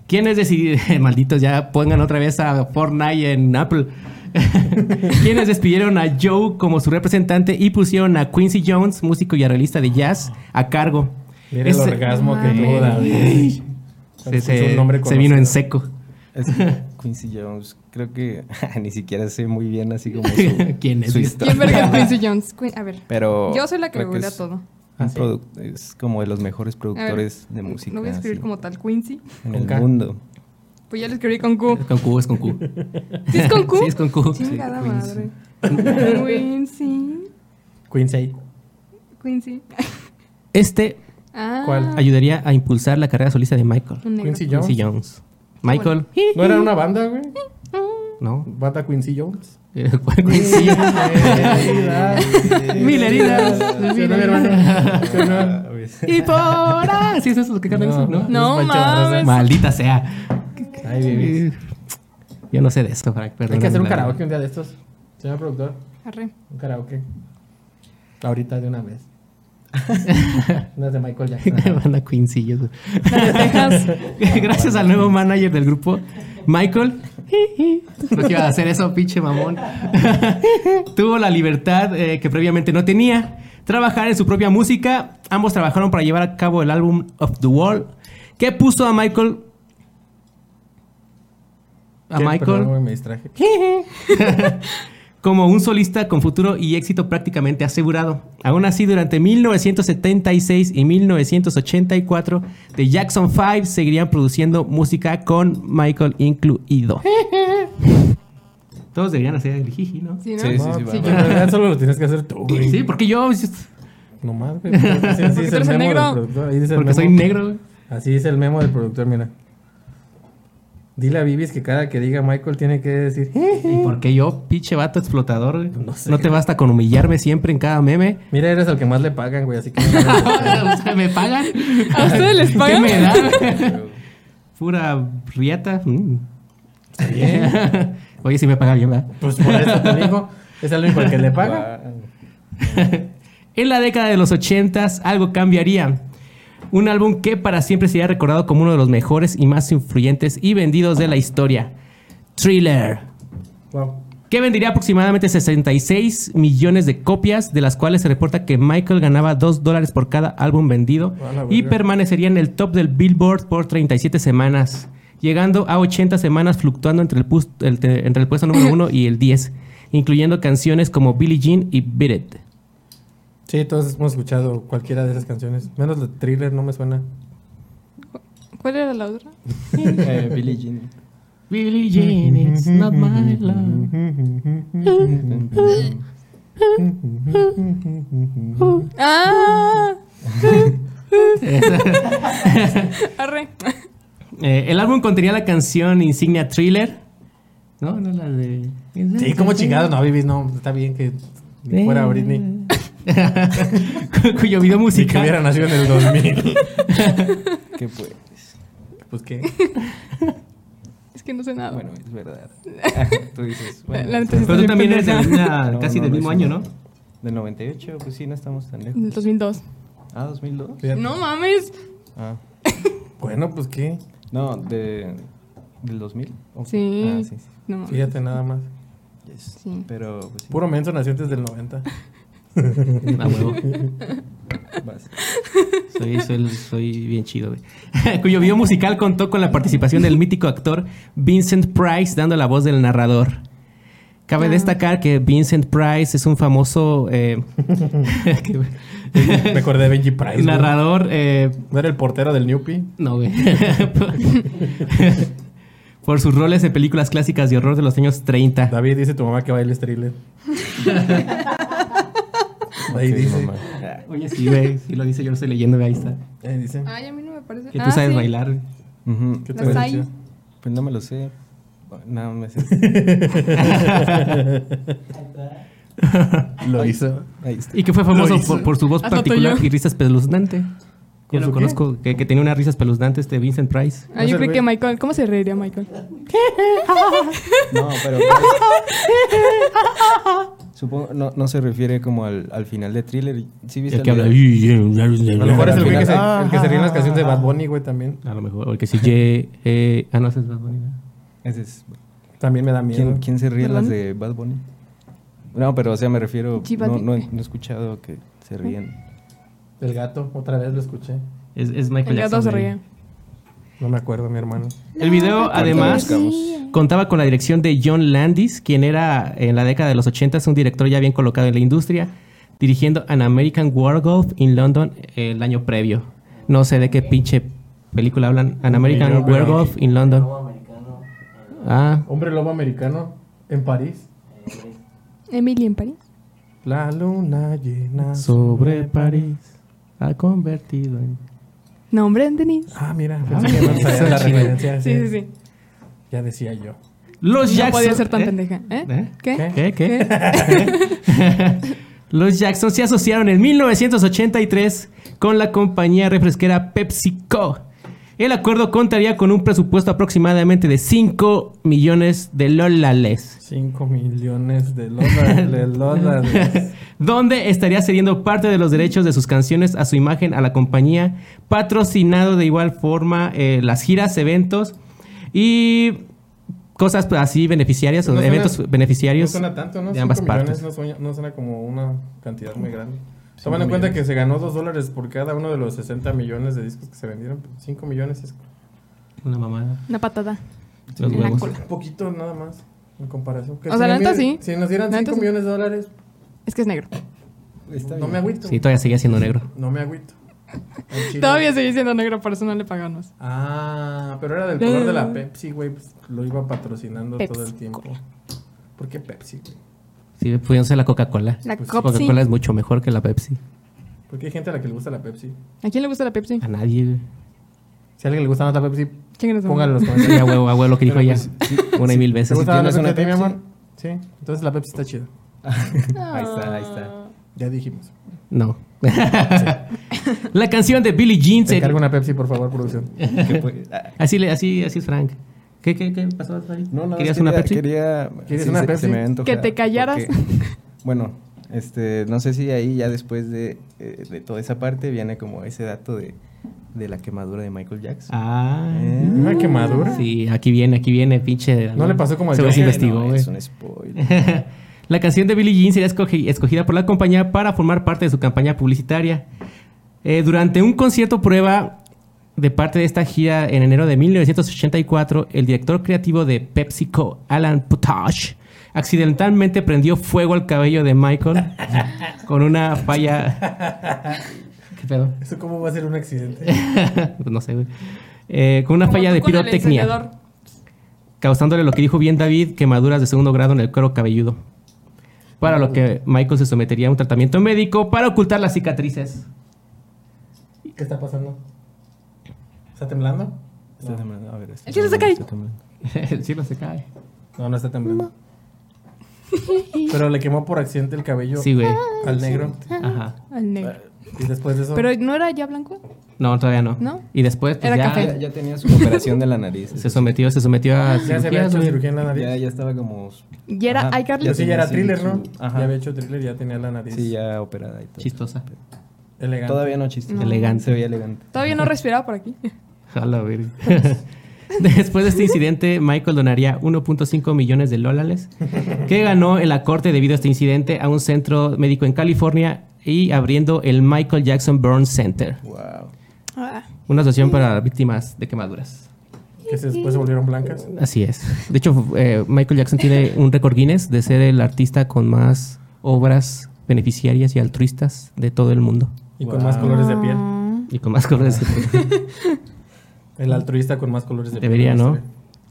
Speaker 1: ¿Quiénes decidieron, malditos, ya pongan otra vez a Fortnite en Apple? ¿Quiénes despidieron a Joe como su representante y pusieron a Quincy Jones, músico y arreglista de jazz, a cargo?
Speaker 2: Mira
Speaker 1: Ese-
Speaker 2: el orgasmo que
Speaker 3: Ay.
Speaker 2: tuvo David.
Speaker 1: Se,
Speaker 2: Escuchó un
Speaker 1: se-
Speaker 2: nombre
Speaker 1: se vino
Speaker 2: conocido.
Speaker 1: en seco.
Speaker 4: es que Quincy Jones, creo que ni siquiera sé muy bien así como su,
Speaker 1: ¿Quién es?
Speaker 4: su
Speaker 3: ¿Quién
Speaker 4: historia.
Speaker 3: verga es Quincy Jones? Queen- A ver.
Speaker 4: Pero
Speaker 3: Yo soy la que
Speaker 4: creo
Speaker 3: googlea
Speaker 4: es
Speaker 3: todo.
Speaker 4: un
Speaker 2: ¿Ah, sí?
Speaker 4: produc- Es como de los mejores productores de música.
Speaker 3: No voy a escribir
Speaker 4: así,
Speaker 3: como tal Quincy.
Speaker 4: En
Speaker 2: Con
Speaker 4: el
Speaker 2: K.
Speaker 4: mundo.
Speaker 3: Pues ya lo escribí con Q.
Speaker 1: Con Q, es con Q.
Speaker 3: ¿Sí es con Q?
Speaker 1: Sí, es con Q.
Speaker 3: Chingada
Speaker 4: Quincy.
Speaker 3: madre. Quincy.
Speaker 2: Quincy.
Speaker 3: Quincy.
Speaker 1: Este
Speaker 3: Ah.
Speaker 2: ¿Cuál?
Speaker 1: ayudaría a impulsar la carrera solista de Michael.
Speaker 3: Un negro.
Speaker 2: Quincy Jones. Ah,
Speaker 1: Quincy Jones. Michael.
Speaker 2: ¿No era una banda, güey?
Speaker 1: No. Eh,
Speaker 2: ¿Banda Quincy Jones?
Speaker 1: Quincy. Mil heridas. Mil heridas. Y por ahí. Sí, eso es lo que cantan eso, ¿no?
Speaker 3: No
Speaker 2: Es
Speaker 3: mames.
Speaker 1: Maldita sea.
Speaker 2: Ay, baby.
Speaker 1: Yo no sé de esto, Frank. Perdón.
Speaker 2: Hay que hacer un karaoke un día de estos. Señor productor,
Speaker 3: Arre.
Speaker 2: un karaoke. Ahorita de una vez. Unas de Michael Jackson.
Speaker 1: Van a Quincy. yo-
Speaker 3: La de Texas.
Speaker 1: Gracias al nuevo manager del grupo, Michael. No que iba a hacer eso, pinche mamón. Tuvo la libertad eh, que previamente no tenía. Trabajar en su propia música. Ambos trabajaron para llevar a cabo el álbum Of the Wall, que puso a Michael. A
Speaker 2: ¿Qué?
Speaker 1: Michael
Speaker 2: Perdón, güey, me distraje.
Speaker 1: como un solista con futuro y éxito prácticamente asegurado. Aún así, durante 1976 y 1984, The Jackson 5 seguirían produciendo música con Michael incluido. Todos deberían hacer el jiji, ¿no?
Speaker 3: Sí, ¿no?
Speaker 4: Sí, sí,
Speaker 2: No,
Speaker 4: sí,
Speaker 2: pues,
Speaker 4: va,
Speaker 2: en
Speaker 4: va.
Speaker 2: realidad solo lo tienes que hacer tú, güey.
Speaker 1: Sí, porque yo.
Speaker 2: No más, güey. Así, así
Speaker 3: Porque
Speaker 2: es
Speaker 3: tú
Speaker 2: el
Speaker 3: eres
Speaker 2: memo
Speaker 3: negro.
Speaker 2: del productor. Ahí dice el
Speaker 1: Porque soy
Speaker 2: memo.
Speaker 1: negro.
Speaker 2: Así dice el memo del productor, mira. Dile a Vivis que cada que diga Michael tiene que decir. "Eh".
Speaker 1: ¿Y por qué yo, pinche vato explotador? güey? No,
Speaker 2: No sé.
Speaker 1: te basta con humillarme siempre en cada meme.
Speaker 2: Mira, eres el que más le pagan, güey, así que.
Speaker 1: ¿Ustedes ¿Me pagan?
Speaker 3: ¿A ustedes les pagan?
Speaker 1: ¿Qué me dan? Pura riata. Mm. Oye, si me paga bien, ¿verdad?
Speaker 2: pues por eso te digo. Es el único al que le paga.
Speaker 1: En la década de los 80 algo cambiaría. Un álbum que para siempre sería recordado como uno de los mejores y más influyentes y vendidos de la historia. Thriller.
Speaker 2: Wow.
Speaker 1: Que vendería aproximadamente 66 millones de copias, de las cuales se reporta que Michael ganaba 2 dólares por cada álbum vendido
Speaker 2: A la
Speaker 1: y
Speaker 2: verga.
Speaker 1: permanecería en el top del Billboard por 37 semanas, llegando a 80 semanas fluctuando entre el, pus- el te- entre el puesto número 1 y el 10, incluyendo canciones como Billie Jean y Beat It.
Speaker 2: Sí, todos hemos escuchado cualquiera de esas canciones. Menos el thriller, no me suena.
Speaker 3: ¿Cuál era la otra?
Speaker 4: Eh, Billie Jean.
Speaker 1: Billie Jean, it's not my love.
Speaker 3: ¡Ah! Arre.
Speaker 1: Eh, el álbum contenía la canción insignia Thriller. No, no la de.
Speaker 2: Sí, como chingado, no, Vivis, no. Está bien que fuera Britney.
Speaker 1: Cu- Cuyo video
Speaker 2: Si que
Speaker 1: musical.
Speaker 2: hubiera nacido en el 2000.
Speaker 4: ¿Qué fue?
Speaker 2: pues qué.
Speaker 3: Es que no sé nada.
Speaker 4: Bueno, es verdad. tú dices. Bueno,
Speaker 3: Ah. La neta sí
Speaker 1: Pero tú también eres de
Speaker 3: Estoy
Speaker 1: una-
Speaker 4: No,
Speaker 1: casi
Speaker 4: no,
Speaker 1: del
Speaker 4: no
Speaker 1: mismo
Speaker 4: es
Speaker 1: año, ¿no?
Speaker 4: cierto. Del 98, pues sí, no estamos tan
Speaker 3: En
Speaker 4: lejos.
Speaker 3: el 2002.
Speaker 4: Ah, 2002.
Speaker 2: Fíjate.
Speaker 3: No mames.
Speaker 4: Ah,
Speaker 2: Bueno, pues qué.
Speaker 4: no, de, del 2000. Ok.
Speaker 3: Sí.
Speaker 4: Ah, sí, sí.
Speaker 3: No mames.
Speaker 2: Fíjate nada más.
Speaker 4: Yes.
Speaker 3: Sí.
Speaker 4: Pero, pues sí,
Speaker 2: Puro menso nació antes del 90.
Speaker 1: A Ah, huevo.
Speaker 4: vas.
Speaker 1: Soy, soy, soy bien chido, güey. Cuyo video musical contó con la participación del mítico actor Vincent Price, dando la voz del narrador. Cabe destacar que Vincent Price es un famoso eh,
Speaker 2: Me acordé de Benji Price. güey.
Speaker 1: narrador eh,
Speaker 2: ¿No era el portero del Newpie?
Speaker 1: No, güey. Por sus roles en películas clásicas de horror de los años 30.
Speaker 2: David dice tu mamá que bailes thriller. Ahí
Speaker 4: Ok,
Speaker 2: dice.
Speaker 4: mamá.
Speaker 1: Oye, sí, güey. Sí lo dice, yo lo estoy leyendo, güey, ahí está.
Speaker 2: Ahí dice.
Speaker 3: Ay, a mí no me parece.
Speaker 1: Que
Speaker 3: Ah,
Speaker 1: tú sabes
Speaker 3: sí.
Speaker 1: bailar, güey.
Speaker 4: Ujú.
Speaker 2: ¿Qué te
Speaker 3: Las hay.
Speaker 2: pareció?
Speaker 4: Pues no me lo sé. No me sé.
Speaker 2: Lo hizo.
Speaker 4: Ahí está.
Speaker 1: Y que fue famoso
Speaker 2: Lo hizo.
Speaker 1: por, por su voz
Speaker 3: Hasta
Speaker 1: particular
Speaker 3: yo.
Speaker 1: y risa espeluznante. Yo
Speaker 2: ¿Con su
Speaker 1: lo
Speaker 2: qué?
Speaker 1: conozco, que, que tenía una risa espeluznante este Vincent Price.
Speaker 3: Ah,
Speaker 2: No sé,
Speaker 3: yo creo
Speaker 2: güey.
Speaker 3: que Michael. ¿Cómo se reiría Michael?
Speaker 4: No, pero. pues, Supongo, no, no se refiere como al, al final de thriller. ¿Sí viste
Speaker 1: El que
Speaker 4: el
Speaker 1: habla.
Speaker 4: video?
Speaker 2: A lo mejor es el güey que se,
Speaker 4: Ah,
Speaker 2: el que se ríe en las canciones de Bad Bunny, güey, también.
Speaker 1: A lo mejor. O el que sí, ye- eh, ah, no, ese es Bad Bunny, ¿no?
Speaker 4: Ese es-
Speaker 2: También me da miedo.
Speaker 4: ¿Quién, quién se ríe en las
Speaker 3: ¿Perdón?
Speaker 4: de Bad Bunny? No, pero o sea, me refiero.
Speaker 3: Sí, Bad
Speaker 4: No,
Speaker 3: Bunny.
Speaker 4: no he, no he escuchado que se ríen.
Speaker 2: El gato, otra vez lo escuché.
Speaker 1: Es, es Michael
Speaker 3: El gato
Speaker 1: Jackson,
Speaker 3: se
Speaker 1: güey.
Speaker 3: ríe.
Speaker 2: No me acuerdo, mi hermano.
Speaker 1: El video, además, contaba con la dirección de John Landis, quien era en la década de los 80 un director ya bien colocado en la industria, dirigiendo An American Werewolf in London el año previo. No sé de qué pinche película hablan. An American
Speaker 2: Yo, pero-
Speaker 1: Werewolf in London. Ah,
Speaker 2: Hombre lobo americano en París.
Speaker 3: Emily en París.
Speaker 2: La luna llena.
Speaker 1: sobre París ha convertido en...
Speaker 3: Nombre de Denise.
Speaker 2: Ah, mira. Pensé que no sabía la
Speaker 1: Sí.
Speaker 2: referencia.
Speaker 3: Sí, sí, sí.
Speaker 2: Ya decía yo.
Speaker 1: Los
Speaker 3: No podía ser tan
Speaker 1: ¿Eh?
Speaker 3: pendeja. ¿Eh?
Speaker 1: ¿Eh?
Speaker 3: ¿Qué?
Speaker 1: ¿Qué? ¿Qué? Los Jackson se asociaron en 1983 con la compañía refresquera PepsiCo. El acuerdo contaría con un presupuesto aproximadamente de 5 millones de lolales,
Speaker 2: 5 millones de dólares. de dólares.
Speaker 1: donde estaría cediendo parte de los derechos de sus canciones a su imagen a la compañía, patrocinado de igual forma eh, las giras, eventos y cosas pues, así beneficiarias
Speaker 2: No
Speaker 1: o
Speaker 2: suena-
Speaker 1: eventos
Speaker 2: No
Speaker 1: beneficiarios
Speaker 2: suena tanto, ¿no?
Speaker 1: de
Speaker 2: Cinco
Speaker 1: ambas
Speaker 2: millones
Speaker 1: partes.
Speaker 2: no suena, no suena como una cantidad muy grande. Tomando en cuenta que se ganó 2 dólares por cada uno de los 60 millones de discos que se vendieron. 5 millones es
Speaker 1: Una mamada.
Speaker 3: Una patada.
Speaker 1: Los
Speaker 3: en la
Speaker 1: huevos.
Speaker 3: cola.
Speaker 2: poquito nada más en comparación. Que
Speaker 3: O sea, la neta
Speaker 2: dieran-
Speaker 3: sí.
Speaker 2: Si nos dieran
Speaker 3: La
Speaker 2: 5
Speaker 3: neta sí.
Speaker 2: millones de dólares,
Speaker 3: Es que es negro.
Speaker 4: Está
Speaker 2: no
Speaker 4: bien.
Speaker 2: me agüito.
Speaker 1: Sí, todavía seguía siendo negro.
Speaker 2: No me agüito. Al chile.
Speaker 3: Todavía sigue siendo negro, por eso no le pagamos.
Speaker 2: Ah, pero era del color de la Pepsi, güey. pues, lo iba patrocinando todo el
Speaker 3: Pepsi
Speaker 2: tiempo. ¿Por qué Pepsi, güey?
Speaker 1: Sí, pudieron ser la Coca-Cola.
Speaker 3: La
Speaker 2: Pues,
Speaker 3: Copsi.
Speaker 1: Coca-Cola es mucho mejor que la Pepsi.
Speaker 2: Porque hay gente a la que le gusta la Pepsi.
Speaker 3: ¿A quién le gusta la Pepsi?
Speaker 1: A nadie.
Speaker 2: Si a alguien le gusta más la Pepsi,
Speaker 3: Chinguen a su
Speaker 2: Pónganlo en los
Speaker 1: Sí, a
Speaker 2: comentarios.
Speaker 1: huevo, a huevo, lo que dijo
Speaker 2: Pero
Speaker 1: ella.
Speaker 2: pues, sí.
Speaker 1: Una y mil
Speaker 2: ¿Te
Speaker 1: veces.
Speaker 2: gusta la
Speaker 4: tienes una
Speaker 2: Pepsi a ti, mi
Speaker 4: Pepsi?
Speaker 2: amor? Sí. Entonces la Pepsi está chida.
Speaker 3: madre.
Speaker 4: Ahí está, ahí está.
Speaker 2: Ya dijimos.
Speaker 1: No. La canción de Billie Jean.
Speaker 2: Te
Speaker 1: se-
Speaker 2: encargo una Pepsi, por favor, producción.
Speaker 4: ¿Qué fue? Ah,
Speaker 1: Así, le, así, así es Frank. ¿Qué, qué, qué pasó, Frank?
Speaker 4: No, nada más
Speaker 1: ¿Querías una
Speaker 4: quería-
Speaker 1: Pepsi?
Speaker 4: Quería,
Speaker 2: ¿Quieres una
Speaker 4: se-
Speaker 2: Pepsi?
Speaker 4: se me había antojado,
Speaker 3: Que te callaras.
Speaker 4: porque- bueno, este, no sé si ahí ya después de, eh, de toda esa parte viene como ese dato de, de la quemadura de Michael Jackson.
Speaker 1: Ah.
Speaker 4: Eh,
Speaker 2: ¿Una quemadura?
Speaker 1: Sí, aquí viene, aquí viene, pinche.
Speaker 2: No le pasó como al
Speaker 1: Se
Speaker 2: Joker,
Speaker 1: se investigó,
Speaker 4: no,
Speaker 1: güey.
Speaker 4: es un spoiler.
Speaker 1: La canción de Billie Jean sería escogi- escogida por la compañía para formar parte de su campaña publicitaria. Eh, durante un concierto prueba de parte de esta gira en enero de 1984, el director creativo de PepsiCo, Alan Potash, accidentalmente prendió fuego al cabello de Michael con una falla. ¿Qué pedo?
Speaker 2: ¿Eso cómo va a ser un accidente?
Speaker 1: no sé, güey. Eh, con una
Speaker 3: Como
Speaker 1: falla
Speaker 3: tú
Speaker 1: de
Speaker 3: con el
Speaker 1: pirotecnia
Speaker 3: encendedor.
Speaker 1: causándole lo que dijo bien David, quemaduras de segundo grado en el cuero cabelludo. Para lo que Michael se sometería a un tratamiento médico para ocultar las cicatrices.
Speaker 2: ¿Qué está pasando? ¿Está temblando?
Speaker 4: Está temblando, Este, a ver, está
Speaker 3: El chile se
Speaker 4: temblando,
Speaker 3: cae.
Speaker 4: está temblando.
Speaker 1: El cielo se cae.
Speaker 2: No, no está temblando. Pero le quemó por accidente el cabello
Speaker 1: Sí, güey.
Speaker 2: al negro.
Speaker 1: Ajá.
Speaker 3: Al negro.
Speaker 2: Y después de eso.
Speaker 3: Pero no era ya blanco.
Speaker 1: No, todavía no.
Speaker 3: ¿No?
Speaker 1: Y después pues,
Speaker 3: Era
Speaker 1: ya
Speaker 3: café.
Speaker 4: Ya, ya tenía su operación de la nariz.
Speaker 1: se sometió, se sometió a
Speaker 2: ya se había
Speaker 1: cirugías,
Speaker 2: hecho
Speaker 1: güey.
Speaker 2: cirugía en la nariz.
Speaker 4: Ya, ya estaba como.
Speaker 3: Y era
Speaker 4: Ajá,
Speaker 3: iCarly.
Speaker 2: Yo sí, ya era
Speaker 4: Sí,
Speaker 2: thriller,
Speaker 4: sí.
Speaker 2: ¿no?
Speaker 4: Ajá.
Speaker 2: Ya había hecho thriller, ya tenía la nariz.
Speaker 4: Sí, ya operada y todo.
Speaker 1: Chistosa.
Speaker 2: Elegante.
Speaker 4: Todavía no chiste.
Speaker 1: No. Elegante.
Speaker 4: Se veía elegante.
Speaker 3: Todavía no respiraba por aquí.
Speaker 1: A la verga. Después de este incidente, Michael donaría 1.5 millones de dólares que ganó en la corte debido a este incidente a un centro médico en California y abriendo el Michael Jackson Burn Center.
Speaker 4: Wow.
Speaker 3: Ah,
Speaker 1: Una asociación para víctimas de quemaduras.
Speaker 2: Que se- después se volvieron blancas.
Speaker 1: Así es. De hecho, eh, Michael Jackson tiene un récord Guinness de ser el artista con más obras beneficiarias y altruistas de todo el mundo.
Speaker 2: Y con
Speaker 4: Wow.
Speaker 2: más colores de piel.
Speaker 3: Ah.
Speaker 1: Y con más colores.
Speaker 2: El altruista con más colores de piel.
Speaker 1: Debería, ¿no?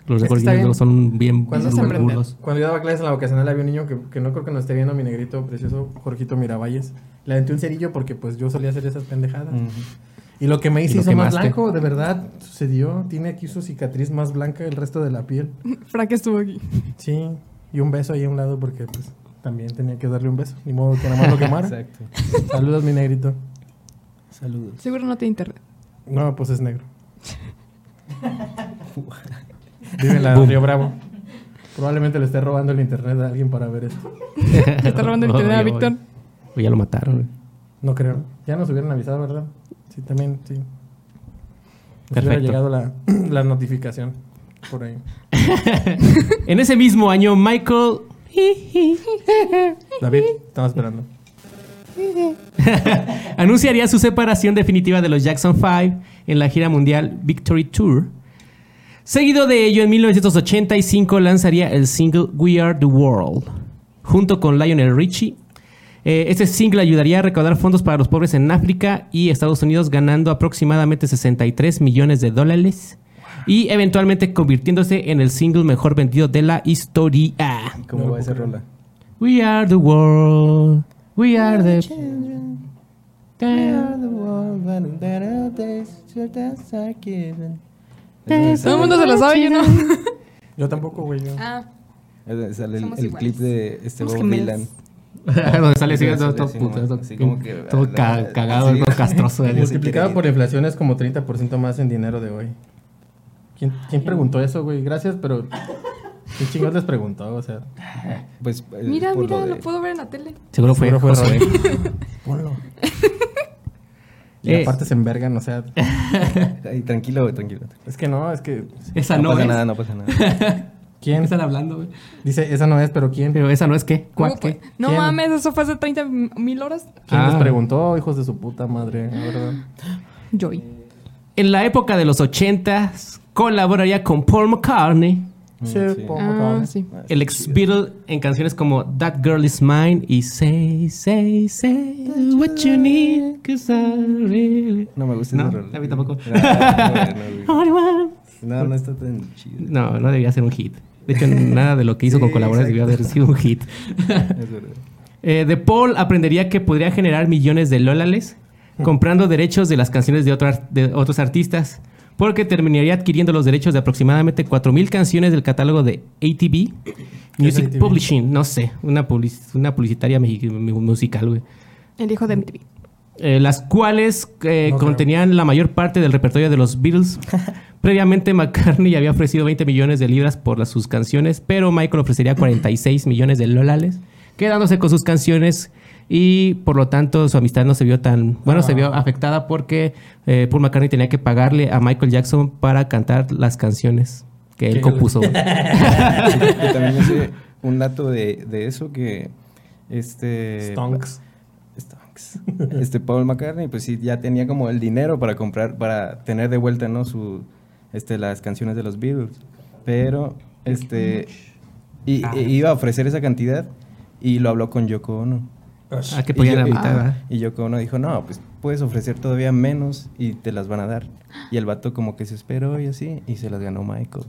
Speaker 1: Los
Speaker 2: Es que
Speaker 1: récords Guinness
Speaker 2: está bien.
Speaker 1: luego son bien
Speaker 2: ¿Cuándo
Speaker 3: se aprende?
Speaker 1: burdos.
Speaker 2: Cuando yo daba clases en la vocacional había un niño que, que no creo que nos esté viendo, mi negrito precioso, Jorgito Miravalles. Le aventé un cerillo porque pues yo solía hacer esas pendejadas. Y lo que me
Speaker 1: Y
Speaker 2: hice
Speaker 1: lo
Speaker 2: hizo más
Speaker 1: quemaste.
Speaker 2: blanco, de verdad, sucedió. Tiene aquí su cicatriz más blanca el resto de la piel.
Speaker 3: Frank estuvo aquí.
Speaker 2: Sí, y un beso ahí a un lado porque pues también tenía que darle un beso. Ni modo que nada más lo quemara.
Speaker 4: Exacto.
Speaker 2: Saludos, mi negrito.
Speaker 4: Saludos.
Speaker 3: Seguro no te internet.
Speaker 2: No, pues es negro. Dime la de Río Bravo. Probablemente le esté robando el internet a alguien para ver esto.
Speaker 3: Le está robando el internet a Víctor.
Speaker 1: O ya lo mataron. güey.
Speaker 2: No creo. Ya nos hubieran avisado, ¿verdad? Sí, también, sí. Nos hubiera
Speaker 1: Perfecto.
Speaker 2: llegado la, la notificación por ahí.
Speaker 1: En ese mismo año, Michael.
Speaker 2: David, estamos esperando.
Speaker 1: anunciaría su separación definitiva de los Jackson 5 en la gira mundial Victory Tour. Seguido de ello, en 1985 lanzaría el single We Are the World, junto con Lionel Richie. Eh, este single ayudaría a recaudar fondos para los pobres en África y Estados Unidos, ganando aproximadamente 63 millones de dólares y eventualmente convirtiéndose en el single mejor vendido de la historia.
Speaker 4: ¿Cómo
Speaker 2: No
Speaker 4: va
Speaker 2: lo
Speaker 4: esa
Speaker 2: puedo
Speaker 4: rola?
Speaker 1: We are the world. We are the. Damn.
Speaker 3: Todo el mundo se lo sabe, yo no.
Speaker 2: Yo tampoco, güey. Yo.
Speaker 3: Ah,
Speaker 4: Eh, Sale el,
Speaker 3: Somos
Speaker 4: el
Speaker 3: iguales.
Speaker 4: clip de este
Speaker 3: Somos
Speaker 4: Bob
Speaker 3: gemelas.
Speaker 4: Dylan.
Speaker 1: Donde sale así,
Speaker 4: Sí,
Speaker 1: todo,
Speaker 4: sí,
Speaker 1: todo
Speaker 4: sí,
Speaker 1: puto,
Speaker 4: no,
Speaker 1: todo-
Speaker 4: así como que-
Speaker 1: todo ca- cagado,
Speaker 4: así.
Speaker 1: todo castroso. así.
Speaker 2: Multiplicado por inflación es como 30% más en dinero de hoy. ¿Quién, quién preguntó eso, güey? Gracias, pero... ¿Qué chingados les preguntó? O sea...
Speaker 4: Pues, eh,
Speaker 3: mira,
Speaker 4: por
Speaker 3: mira,
Speaker 4: de-
Speaker 3: lo puedo ver en la tele.
Speaker 1: Seguro fue.
Speaker 2: Seguro fue
Speaker 1: Josué.
Speaker 2: Ponlo. Y
Speaker 1: Eh,
Speaker 2: aparte se envergan, o sea...
Speaker 4: Ay, tranquilo, güey, tranquilo.
Speaker 2: Es que no, es que...
Speaker 1: esa
Speaker 4: no
Speaker 1: no,
Speaker 4: pasa
Speaker 1: es.
Speaker 4: nada, no pasa nada.
Speaker 1: ¿Quién
Speaker 2: ¿Quién?
Speaker 1: están hablando, güey?
Speaker 2: Dice, esa no es, pero ¿quién?
Speaker 1: Pero esa no es qué. ¿Cuál
Speaker 3: ¿Cómo fue?
Speaker 1: qué?
Speaker 3: No
Speaker 2: ¿Quién?
Speaker 3: mames, eso fue hace 30 mil horas.
Speaker 2: ¿Quién les
Speaker 1: Ah.
Speaker 2: preguntó, hijos de su puta madre? La verdad.
Speaker 3: Joy.
Speaker 1: En la época de los 80 colaboraría con Paul McCartney,
Speaker 4: Mm, sí.
Speaker 2: po,
Speaker 3: Ah,
Speaker 2: cabrón.
Speaker 3: sí.
Speaker 4: Ah, está
Speaker 1: el ex Beatle, en canciones como That Girl Is Mine y Say, Say, Say What You Need, Cause I really.
Speaker 4: chido. No me gusta
Speaker 1: No,
Speaker 4: esa rola.
Speaker 1: a mí tampoco.
Speaker 4: No, no, güey.
Speaker 1: All I want.
Speaker 4: No, no está tan chido.
Speaker 1: No, no debía ser un hit. De hecho, nada de lo que hizo
Speaker 4: Sí,
Speaker 1: con colaboradores debió haber sido un hit.
Speaker 4: Es verdad.
Speaker 1: Eh, de Paul aprendería que podría generar millones de lolales comprando derechos de las canciones de, otro ar- de otros artistas. porque terminaría adquiriendo los derechos de aproximadamente 4.000 canciones del catálogo de ATV Music
Speaker 2: ATV?
Speaker 1: Publishing, no sé, una, public- una publicitaria mexi- musical, güey.
Speaker 3: El hijo de MTV.
Speaker 1: Eh, las cuales eh,
Speaker 2: No creo.
Speaker 1: contenían la mayor parte del repertorio de los Beatles. Previamente McCartney había ofrecido 20 millones de libras por las- sus canciones, pero Michael ofrecería 46 millones de lolales, quedándose con sus canciones y por lo tanto su amistad no se vio tan, bueno, se vio afectada porque eh, Paul McCartney tenía que pagarle a Michael Jackson para cantar las canciones que él
Speaker 2: Que él-
Speaker 1: compuso.
Speaker 4: y también hice un dato de, de eso que este
Speaker 2: Stonks.
Speaker 4: Stonks. Este Paul McCartney, pues sí, ya tenía como el dinero para comprar, para tener de vuelta, ¿no? Su, este, las canciones de los Beatles. Pero, este, y,
Speaker 1: Ah.
Speaker 4: e- iba a ofrecer esa cantidad y lo habló con Yoko Ono.
Speaker 1: Ah, que
Speaker 4: Y
Speaker 1: podían
Speaker 4: Yo-
Speaker 1: la mitad,
Speaker 4: y-
Speaker 1: ¿verdad?
Speaker 4: Y Yoko Ono dijo, no, pues puedes ofrecer todavía menos y te las van a dar. Y el vato como que se esperó y así, y se las ganó Michael.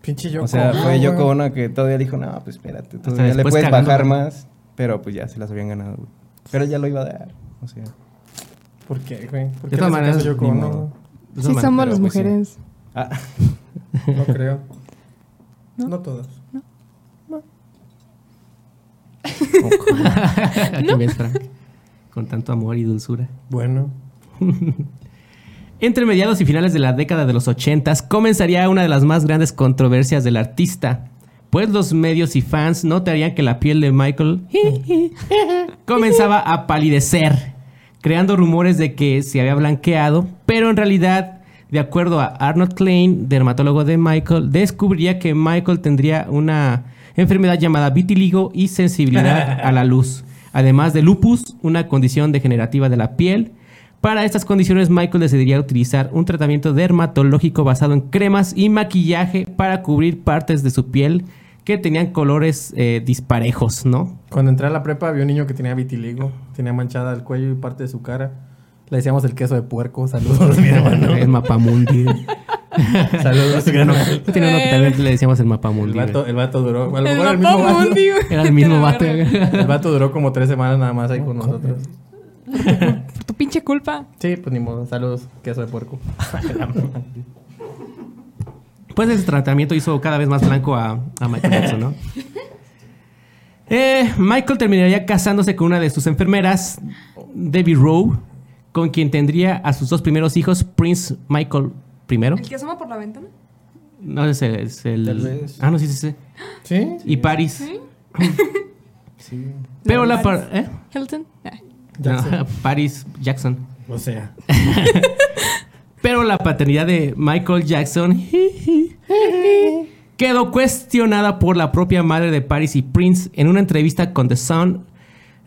Speaker 2: Pinche Yoko.
Speaker 4: o sea,
Speaker 2: Ono,
Speaker 4: fue
Speaker 2: güey.
Speaker 4: Yoko Ono que todavía dijo, no, pues espérate, todavía le
Speaker 1: después
Speaker 4: puedes
Speaker 1: cagando,
Speaker 4: bajar
Speaker 1: ¿no?
Speaker 4: más. Pero pues ya se las habían ganado, güey. Pero ya lo iba a dar, o sea...
Speaker 2: ¿Por qué, güey? ¿Por
Speaker 1: De todas
Speaker 2: qué le hace caso
Speaker 1: maneras,
Speaker 2: a Yoko
Speaker 4: ni
Speaker 2: Ono,
Speaker 4: modo.
Speaker 1: De
Speaker 3: Sí,
Speaker 1: esa
Speaker 3: somos
Speaker 4: pero
Speaker 3: las
Speaker 4: pues sí.
Speaker 3: mujeres.
Speaker 4: Ah,
Speaker 2: güey? No creo.
Speaker 3: ¿No?
Speaker 2: No todas.
Speaker 1: manera. Que ves, Frank, con tanto amor y dulzura.
Speaker 2: Bueno.
Speaker 1: Entre mediados y finales de la década de los 80 comenzaría una de las más grandes controversias del artista, pues los medios y fans notarían que la piel de Michael comenzaba a palidecer, creando rumores de que se había blanqueado, pero en realidad, de acuerdo a Arnold Klein, dermatólogo de Michael, descubriría que Michael tendría una enfermedad llamada vitiligo y sensibilidad a la luz, además de lupus, una condición degenerativa de la piel. Para estas condiciones, Michael decidiría utilizar un tratamiento dermatológico basado en cremas y maquillaje para cubrir partes de su piel que tenían colores eh, disparejos, ¿no?
Speaker 2: Cuando entré a la prepa había un niño que tenía vitiligo, tenía manchada el cuello y parte de su cara. Le decíamos el queso de puerco. Saludos, mi hermano.
Speaker 1: El mapamundi.
Speaker 2: Saludos, mi hermano.
Speaker 1: Tiene uno que también le decíamos el
Speaker 2: El
Speaker 1: mapamundi.
Speaker 2: vato, el vato duró. a lo
Speaker 3: El
Speaker 2: mejor el
Speaker 3: mapa
Speaker 2: mismo vato.
Speaker 3: mundi, güey.
Speaker 1: Era el mismo vato.
Speaker 2: El vato duró como tres semanas nada más ahí con nosotros.
Speaker 3: Por tu pinche culpa.
Speaker 2: Sí, pues ni modo. Saludos, queso de puerco.
Speaker 1: Pues ese tratamiento hizo cada vez más blanco a, a Michael Jackson, ¿no? Eh, Michael terminaría casándose con una de sus enfermeras, Debbie Rowe, con quien tendría a sus dos primeros hijos, Prince Michael I.
Speaker 3: ¿El que asoma por la ventana?
Speaker 1: No es el. es el-
Speaker 4: Tal vez.
Speaker 1: Ah, no, sí, sí, sí.
Speaker 2: ¿Sí?
Speaker 1: Y Paris.
Speaker 4: sí.
Speaker 1: Pero la.
Speaker 3: Paris.
Speaker 1: par- ¿eh?
Speaker 3: Hilton. Ah.
Speaker 1: No, Paris Jackson.
Speaker 2: O sea.
Speaker 1: Pero la paternidad de Michael Jackson quedó cuestionada por la propia madre de Paris y Prince en una entrevista con The Sun.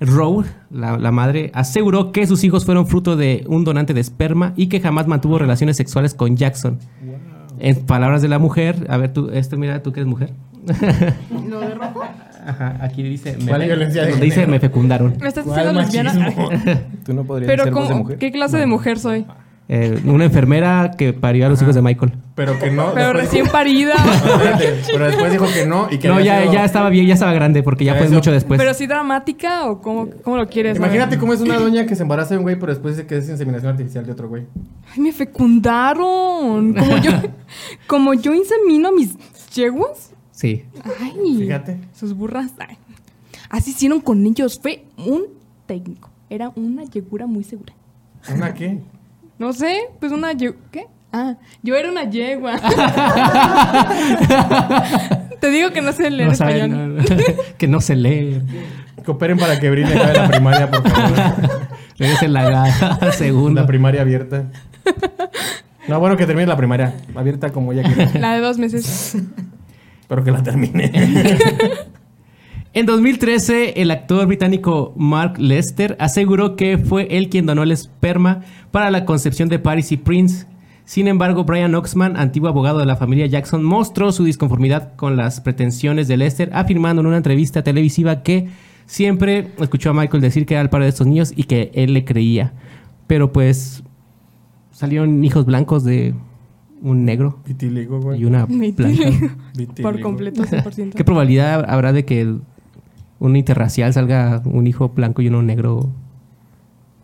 Speaker 1: Rowe, la, la madre, aseguró que sus hijos fueron fruto de un donante de esperma y que jamás mantuvo relaciones sexuales con Jackson. En palabras de la mujer, a ver, tú, este, mira, tú que eres mujer. ¿Lo de Ajá, aquí dice.
Speaker 2: ¿Cuál violencia de
Speaker 1: donde dice
Speaker 2: género?
Speaker 1: me fecundaron.
Speaker 3: ¿Me estás
Speaker 2: ¿Cuál
Speaker 3: diciendo lesbiana?
Speaker 2: machismo?
Speaker 4: Tú no podrías
Speaker 3: Pero
Speaker 4: ser voz de
Speaker 3: ¿cómo-
Speaker 4: mujer.
Speaker 3: ¿qué clase de mujer soy?
Speaker 1: Eh, una enfermera que parió a los hijos de Michael.
Speaker 2: Pero que no.
Speaker 3: Pero
Speaker 2: después
Speaker 3: recién
Speaker 2: dijo-
Speaker 3: parida.
Speaker 2: Espérate, Pero después dijo que no y que
Speaker 1: No,
Speaker 2: había
Speaker 1: ya,
Speaker 2: sido-
Speaker 1: ya estaba bien, ya estaba grande porque ya
Speaker 2: Ya
Speaker 1: fue
Speaker 2: eso-
Speaker 1: mucho después.
Speaker 3: ¿Pero así dramática o cómo, cómo lo quieres? A ver.
Speaker 2: Imagínate cómo es una doña que se embaraza de un güey, pero después dice que es inseminación artificial de otro güey.
Speaker 3: Ay, me fecundaron. Como yo, como yo insemino a mis yeguas.
Speaker 1: Sí.
Speaker 3: Ay.
Speaker 2: Fíjate.
Speaker 3: Sus burras. Ay. Así hicieron con ellos. Fue un técnico. Era una yegura muy segura.
Speaker 2: ¿Una qué?
Speaker 3: No sé, pues una yegua. ¿Qué? Ah, yo era una yegua. Te digo que no sé leer
Speaker 1: No sabe,
Speaker 3: español.
Speaker 1: no, no. que no se lee.
Speaker 2: Cooperen para que brille acabe la primaria, por favor.
Speaker 1: Regresen la gada segunda.
Speaker 2: La primaria abierta. No, bueno, que termine la primaria. Abierta como ella quiera.
Speaker 3: La de dos meses.
Speaker 2: Pero que la termine.
Speaker 1: En 2013, el actor británico Mark Lester aseguró que fue él quien donó el esperma para la concepción de Paris y Prince. Sin embargo, Brian Oxman, antiguo abogado de la familia Jackson, mostró su disconformidad con las pretensiones de Lester, afirmando en una entrevista televisiva que siempre escuchó a Michael decir que era el padre de estos niños y que él le creía. Pero pues salieron hijos blancos de un negro
Speaker 2: Vitiligo, güey.
Speaker 1: y una
Speaker 3: Me
Speaker 1: blanca.
Speaker 2: Vitiligo.
Speaker 3: Por completo, 100%.
Speaker 1: ¿Qué probabilidad habrá de que un interracial salga un hijo blanco y uno negro?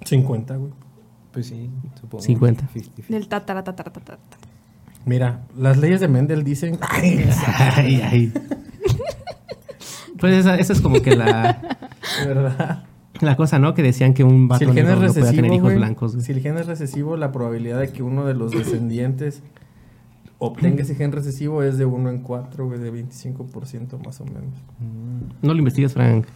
Speaker 2: 50, güey.
Speaker 4: Pues sí, supongo.
Speaker 1: 50.
Speaker 4: 50, 50.
Speaker 3: Del tatara, tatara, tatara, tatara.
Speaker 2: Mira, las leyes de Mendel dicen.
Speaker 1: Ay, ay. Pues esa, esa es como que la,
Speaker 2: De ¿Verdad?
Speaker 1: la cosa, ¿no? Que decían que un vato
Speaker 2: Si el gen
Speaker 1: negro
Speaker 2: es
Speaker 1: no podía tener
Speaker 2: recesivo,
Speaker 1: hijos
Speaker 2: güey,
Speaker 1: blancos. güey.
Speaker 2: si el gen es recesivo, la probabilidad de que uno de los descendientes obtenga ese gen recesivo es de 1 en 4, güey, de 25% más o menos.
Speaker 1: No lo investigas, Frank.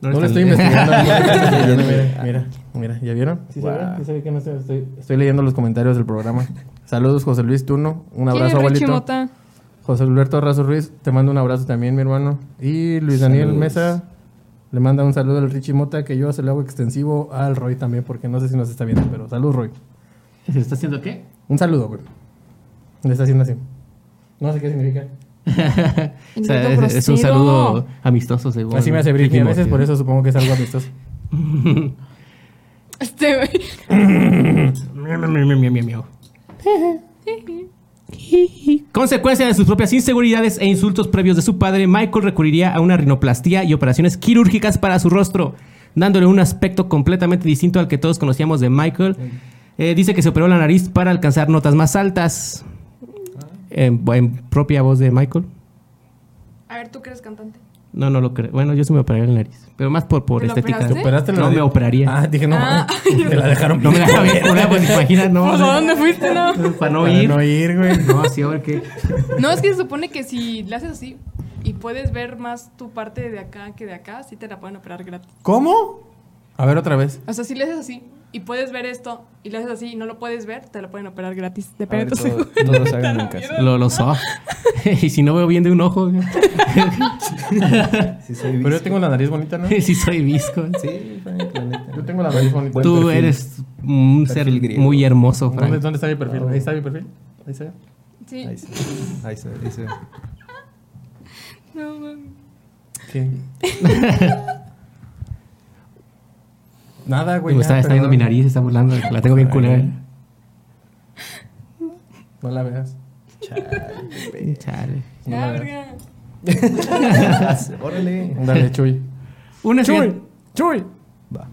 Speaker 2: No,
Speaker 1: eres
Speaker 2: lo
Speaker 1: tan-
Speaker 2: estoy investigando. no lo estoy investigando, mira, mira, mira, ¿ya vieron? ¿Sí se
Speaker 4: Wow.
Speaker 2: ve? ¿Sí se ve que no estoy, estoy- estoy leyendo los comentarios del programa. Saludos, José Luis Tuno. Un abrazo,
Speaker 3: Richie
Speaker 2: abuelito.
Speaker 3: Mota?
Speaker 2: José Alberto Razo Ruiz, te mando un abrazo también, mi hermano. Y Luis Daniel
Speaker 4: Saludos.
Speaker 2: Mesa le manda un saludo al Richie Mota, que yo se lo hago extensivo al Roy también, porque no sé si nos está viendo, pero salud, Roy.
Speaker 1: ¿Se está haciendo qué?
Speaker 2: Un saludo, güey. Le está haciendo así. No sé qué significa.
Speaker 1: O sea,
Speaker 3: Insulto
Speaker 1: es, es un
Speaker 3: grosero.
Speaker 1: saludo amistoso, según.
Speaker 2: Así me hace
Speaker 1: Ricky
Speaker 2: Britney a veces,
Speaker 1: Morty.
Speaker 2: por eso supongo que es algo amistoso.
Speaker 3: ¿Eh? Este güey.
Speaker 1: Miau, miau, miau, miau, miau, miau. Consecuencia de sus propias inseguridades e insultos previos de su padre, Michael recurriría a una rinoplastía y operaciones quirúrgicas para su rostro, dándole un aspecto completamente distinto al que todos conocíamos de Michael. Eh, dice que se operó la nariz para alcanzar notas más altas.
Speaker 2: Ah.
Speaker 1: En, en propia voz de Michael.
Speaker 3: A ver, tú que eres cantante.
Speaker 1: No, no lo creo. Bueno, yo sí me operaría la nariz, pero más por, por
Speaker 3: ¿Te lo
Speaker 1: estética.
Speaker 3: operaste? ¿Te
Speaker 2: ¿Operaste la
Speaker 1: No
Speaker 2: de-
Speaker 1: me operaría.
Speaker 2: Ah, dije, no,
Speaker 3: Ah.
Speaker 2: mames, te la dejaron.
Speaker 1: No me dejaron bien, culera, pues imagina, no.
Speaker 3: Pues, ¿a dónde fuiste, no?
Speaker 1: Para no
Speaker 2: Para
Speaker 1: ir.
Speaker 2: no ir, güey.
Speaker 1: No, sí, ahora que.
Speaker 3: No, es que se supone que si le haces así y puedes ver más tu parte de acá que de acá, sí te la pueden operar gratis.
Speaker 2: ¿Cómo? A ver otra vez.
Speaker 3: O sea, si le haces así y puedes ver esto y le haces así y no lo puedes ver, te la pueden operar gratis.
Speaker 4: A ver,
Speaker 3: Depende de tu
Speaker 4: todo-
Speaker 3: seguro.
Speaker 4: todos hagan en casa.
Speaker 1: Lo, lo so. y si no veo bien de un ojo,
Speaker 4: Sí, soy
Speaker 2: Pero yo
Speaker 4: visco.
Speaker 2: tengo la nariz bonita, ¿no?
Speaker 1: si soy visco.
Speaker 4: Sí, Frank, la neta.
Speaker 2: Yo tengo la nariz bonita.
Speaker 4: Buen
Speaker 1: Tú
Speaker 4: perfil.
Speaker 1: eres un
Speaker 4: Perfil
Speaker 1: ser
Speaker 4: griego.
Speaker 1: muy hermoso,
Speaker 2: ¿Dónde,
Speaker 1: Frank.
Speaker 2: ¿Dónde está mi perfil? Ahí está mi perfil. Ahí se ve.
Speaker 3: Sí.
Speaker 4: Ahí está. Ahí está. Ahí está.
Speaker 3: No, mami.
Speaker 2: ¿Qué? Nada, güey.
Speaker 1: Me
Speaker 2: ya,
Speaker 1: está, está viendo
Speaker 2: perdón.
Speaker 1: mi nariz, está burlando. La tengo bien culera.
Speaker 2: No la veas.
Speaker 1: Chale.
Speaker 2: No
Speaker 3: Ya,
Speaker 2: la veas.
Speaker 3: verga.
Speaker 4: Órale.
Speaker 2: Dale, Chuy.
Speaker 1: Una
Speaker 2: Chuy,
Speaker 1: estudiante,
Speaker 2: Chuy.
Speaker 4: Va.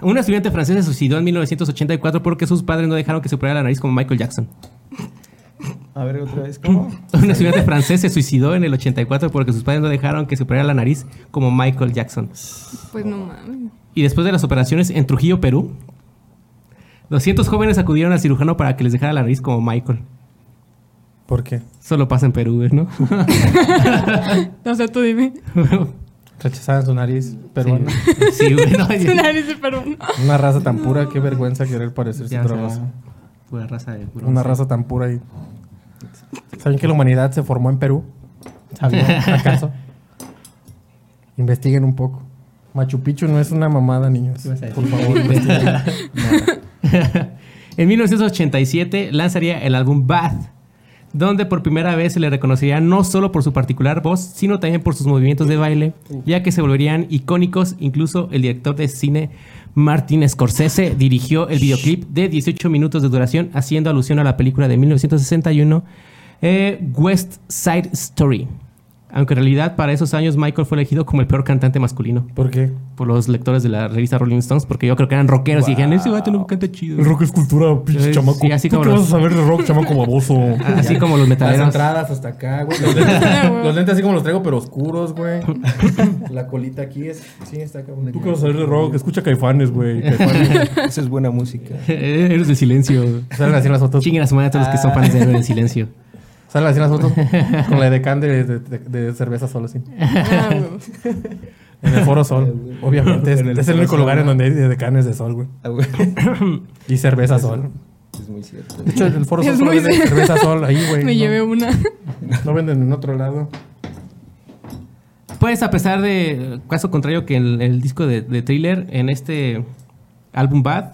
Speaker 1: una estudiante francesa se suicidó en 1984 porque sus padres no dejaron que se operara la nariz como Michael Jackson.
Speaker 4: A ver, otra vez, ¿cómo?
Speaker 1: Una estudiante francés se suicidó en el 84 porque sus padres no dejaron que se operara la nariz como Michael Jackson.
Speaker 3: Pues no mames.
Speaker 1: Y después de las operaciones en Trujillo, Perú, 200 jóvenes acudieron al cirujano para que les dejara la nariz como Michael.
Speaker 2: ¿Por qué?
Speaker 1: Solo pasa en Perú, güey, ¿no?
Speaker 3: No sé, tú dime.
Speaker 2: Rechazaban su nariz peruana.
Speaker 1: Sí, güey. no,
Speaker 3: Es una nariz de peruano.
Speaker 2: Una raza tan pura, qué vergüenza querer parecerse a
Speaker 1: ya,
Speaker 2: otra
Speaker 1: o sea,
Speaker 2: raza.
Speaker 1: pura raza de bronce.
Speaker 2: Una raza tan pura y. ¿Saben que la humanidad se formó en Perú? ¿Sabían acaso? Investiguen un poco. Machu Picchu no es una mamada, niños.
Speaker 1: ¿Qué vas a decir?
Speaker 2: Por favor, investiguen.
Speaker 1: En 1987 lanzaría el álbum Bath, donde por primera vez se le reconocería no solo por su particular voz, sino también por sus movimientos de baile, ya que se volverían icónicos. Incluso el director de cine Martin Scorsese dirigió el videoclip de 18 minutos de duración, haciendo alusión a la película de 1961, eh, West Side Story. Aunque en realidad para esos años Michael fue elegido como el peor cantante masculino
Speaker 2: ¿Por qué?
Speaker 1: por los lectores de la revista Rolling Stones, porque yo creo que eran rockeros y dijeron, ese vato no canta chido.
Speaker 6: Rock es cultura, pinche
Speaker 1: Sí,
Speaker 6: chamaco.
Speaker 1: sí, así
Speaker 6: ¿Tú
Speaker 1: como
Speaker 6: qué
Speaker 1: los-
Speaker 6: vas a saber de rock, chamaco baboso?
Speaker 1: Así como los
Speaker 2: Las
Speaker 1: metaleros.
Speaker 2: entradas hasta acá, güey. Los lentes, los lentes así como los traigo, pero oscuros, güey. La colita aquí es. Sí, está acá.
Speaker 6: ¿Tú qué vas a saber de rock? Escucha caifanes, güey.
Speaker 4: Eso es buena música.
Speaker 1: Eh, Eres del silencio.
Speaker 2: Salen así las fotos.
Speaker 1: Chinguen a su madre a todos los que son fans de Héroes del silencio.
Speaker 2: Salen así las fotos con la de can de, de- de- de cerveza solo, sí.
Speaker 3: Ah, güey.
Speaker 2: En el Foro Sol. Obviamente. Es,
Speaker 4: En el
Speaker 2: es el
Speaker 4: Foro
Speaker 2: único
Speaker 4: Sol,
Speaker 2: lugar en
Speaker 4: ¿no?
Speaker 2: donde hay de decanes de sol, güey.
Speaker 4: Ah, güey.
Speaker 2: Y cerveza sol.
Speaker 4: Es muy cierto.
Speaker 2: De hecho, el Foro
Speaker 3: Es
Speaker 2: Sol solo
Speaker 3: muy
Speaker 2: vende
Speaker 3: cierto.
Speaker 2: cerveza sol ahí, güey.
Speaker 3: Me
Speaker 2: no,
Speaker 3: llevé una.
Speaker 2: no venden en otro lado.
Speaker 1: Pues a pesar de caso contrario que en el disco de, de Thriller, en este álbum Bad,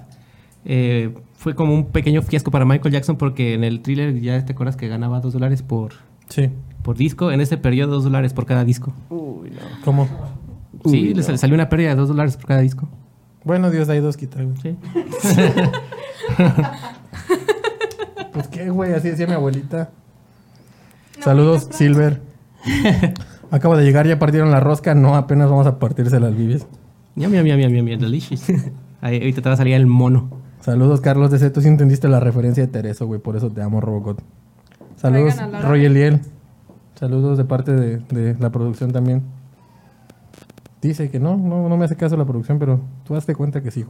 Speaker 1: eh, fue como un pequeño fiasco para Michael Jackson porque en el Thriller ya te acuerdas que ganaba dos dólares por,
Speaker 2: Sí.
Speaker 1: por disco. En este periodo dos dólares por cada disco.
Speaker 2: ¿Cómo?
Speaker 1: sí, le sal- salió una pérdida de dos dólares por cada disco.
Speaker 2: Bueno, Dios, hay dos quita, güey.
Speaker 1: Sí.
Speaker 2: Pues qué, güey, así decía mi abuelita. Saludos, Silver. Acabo de llegar, ya partieron la rosca. No, apenas vamos a partirse las vives.
Speaker 1: Mira, mira, mira, mira, mira, delicious. Ahí, ahorita te va a salir el mono.
Speaker 2: Saludos, Carlos DC. Tú sí entendiste la referencia de Tereso, güey. Por eso te amo, Robocop. Saludos,
Speaker 7: Traigan a Laura.
Speaker 2: Roy Eliel. Saludos de parte de, de la producción también. Dice que no, no, no me hace caso la producción, pero tú hazte cuenta que sí.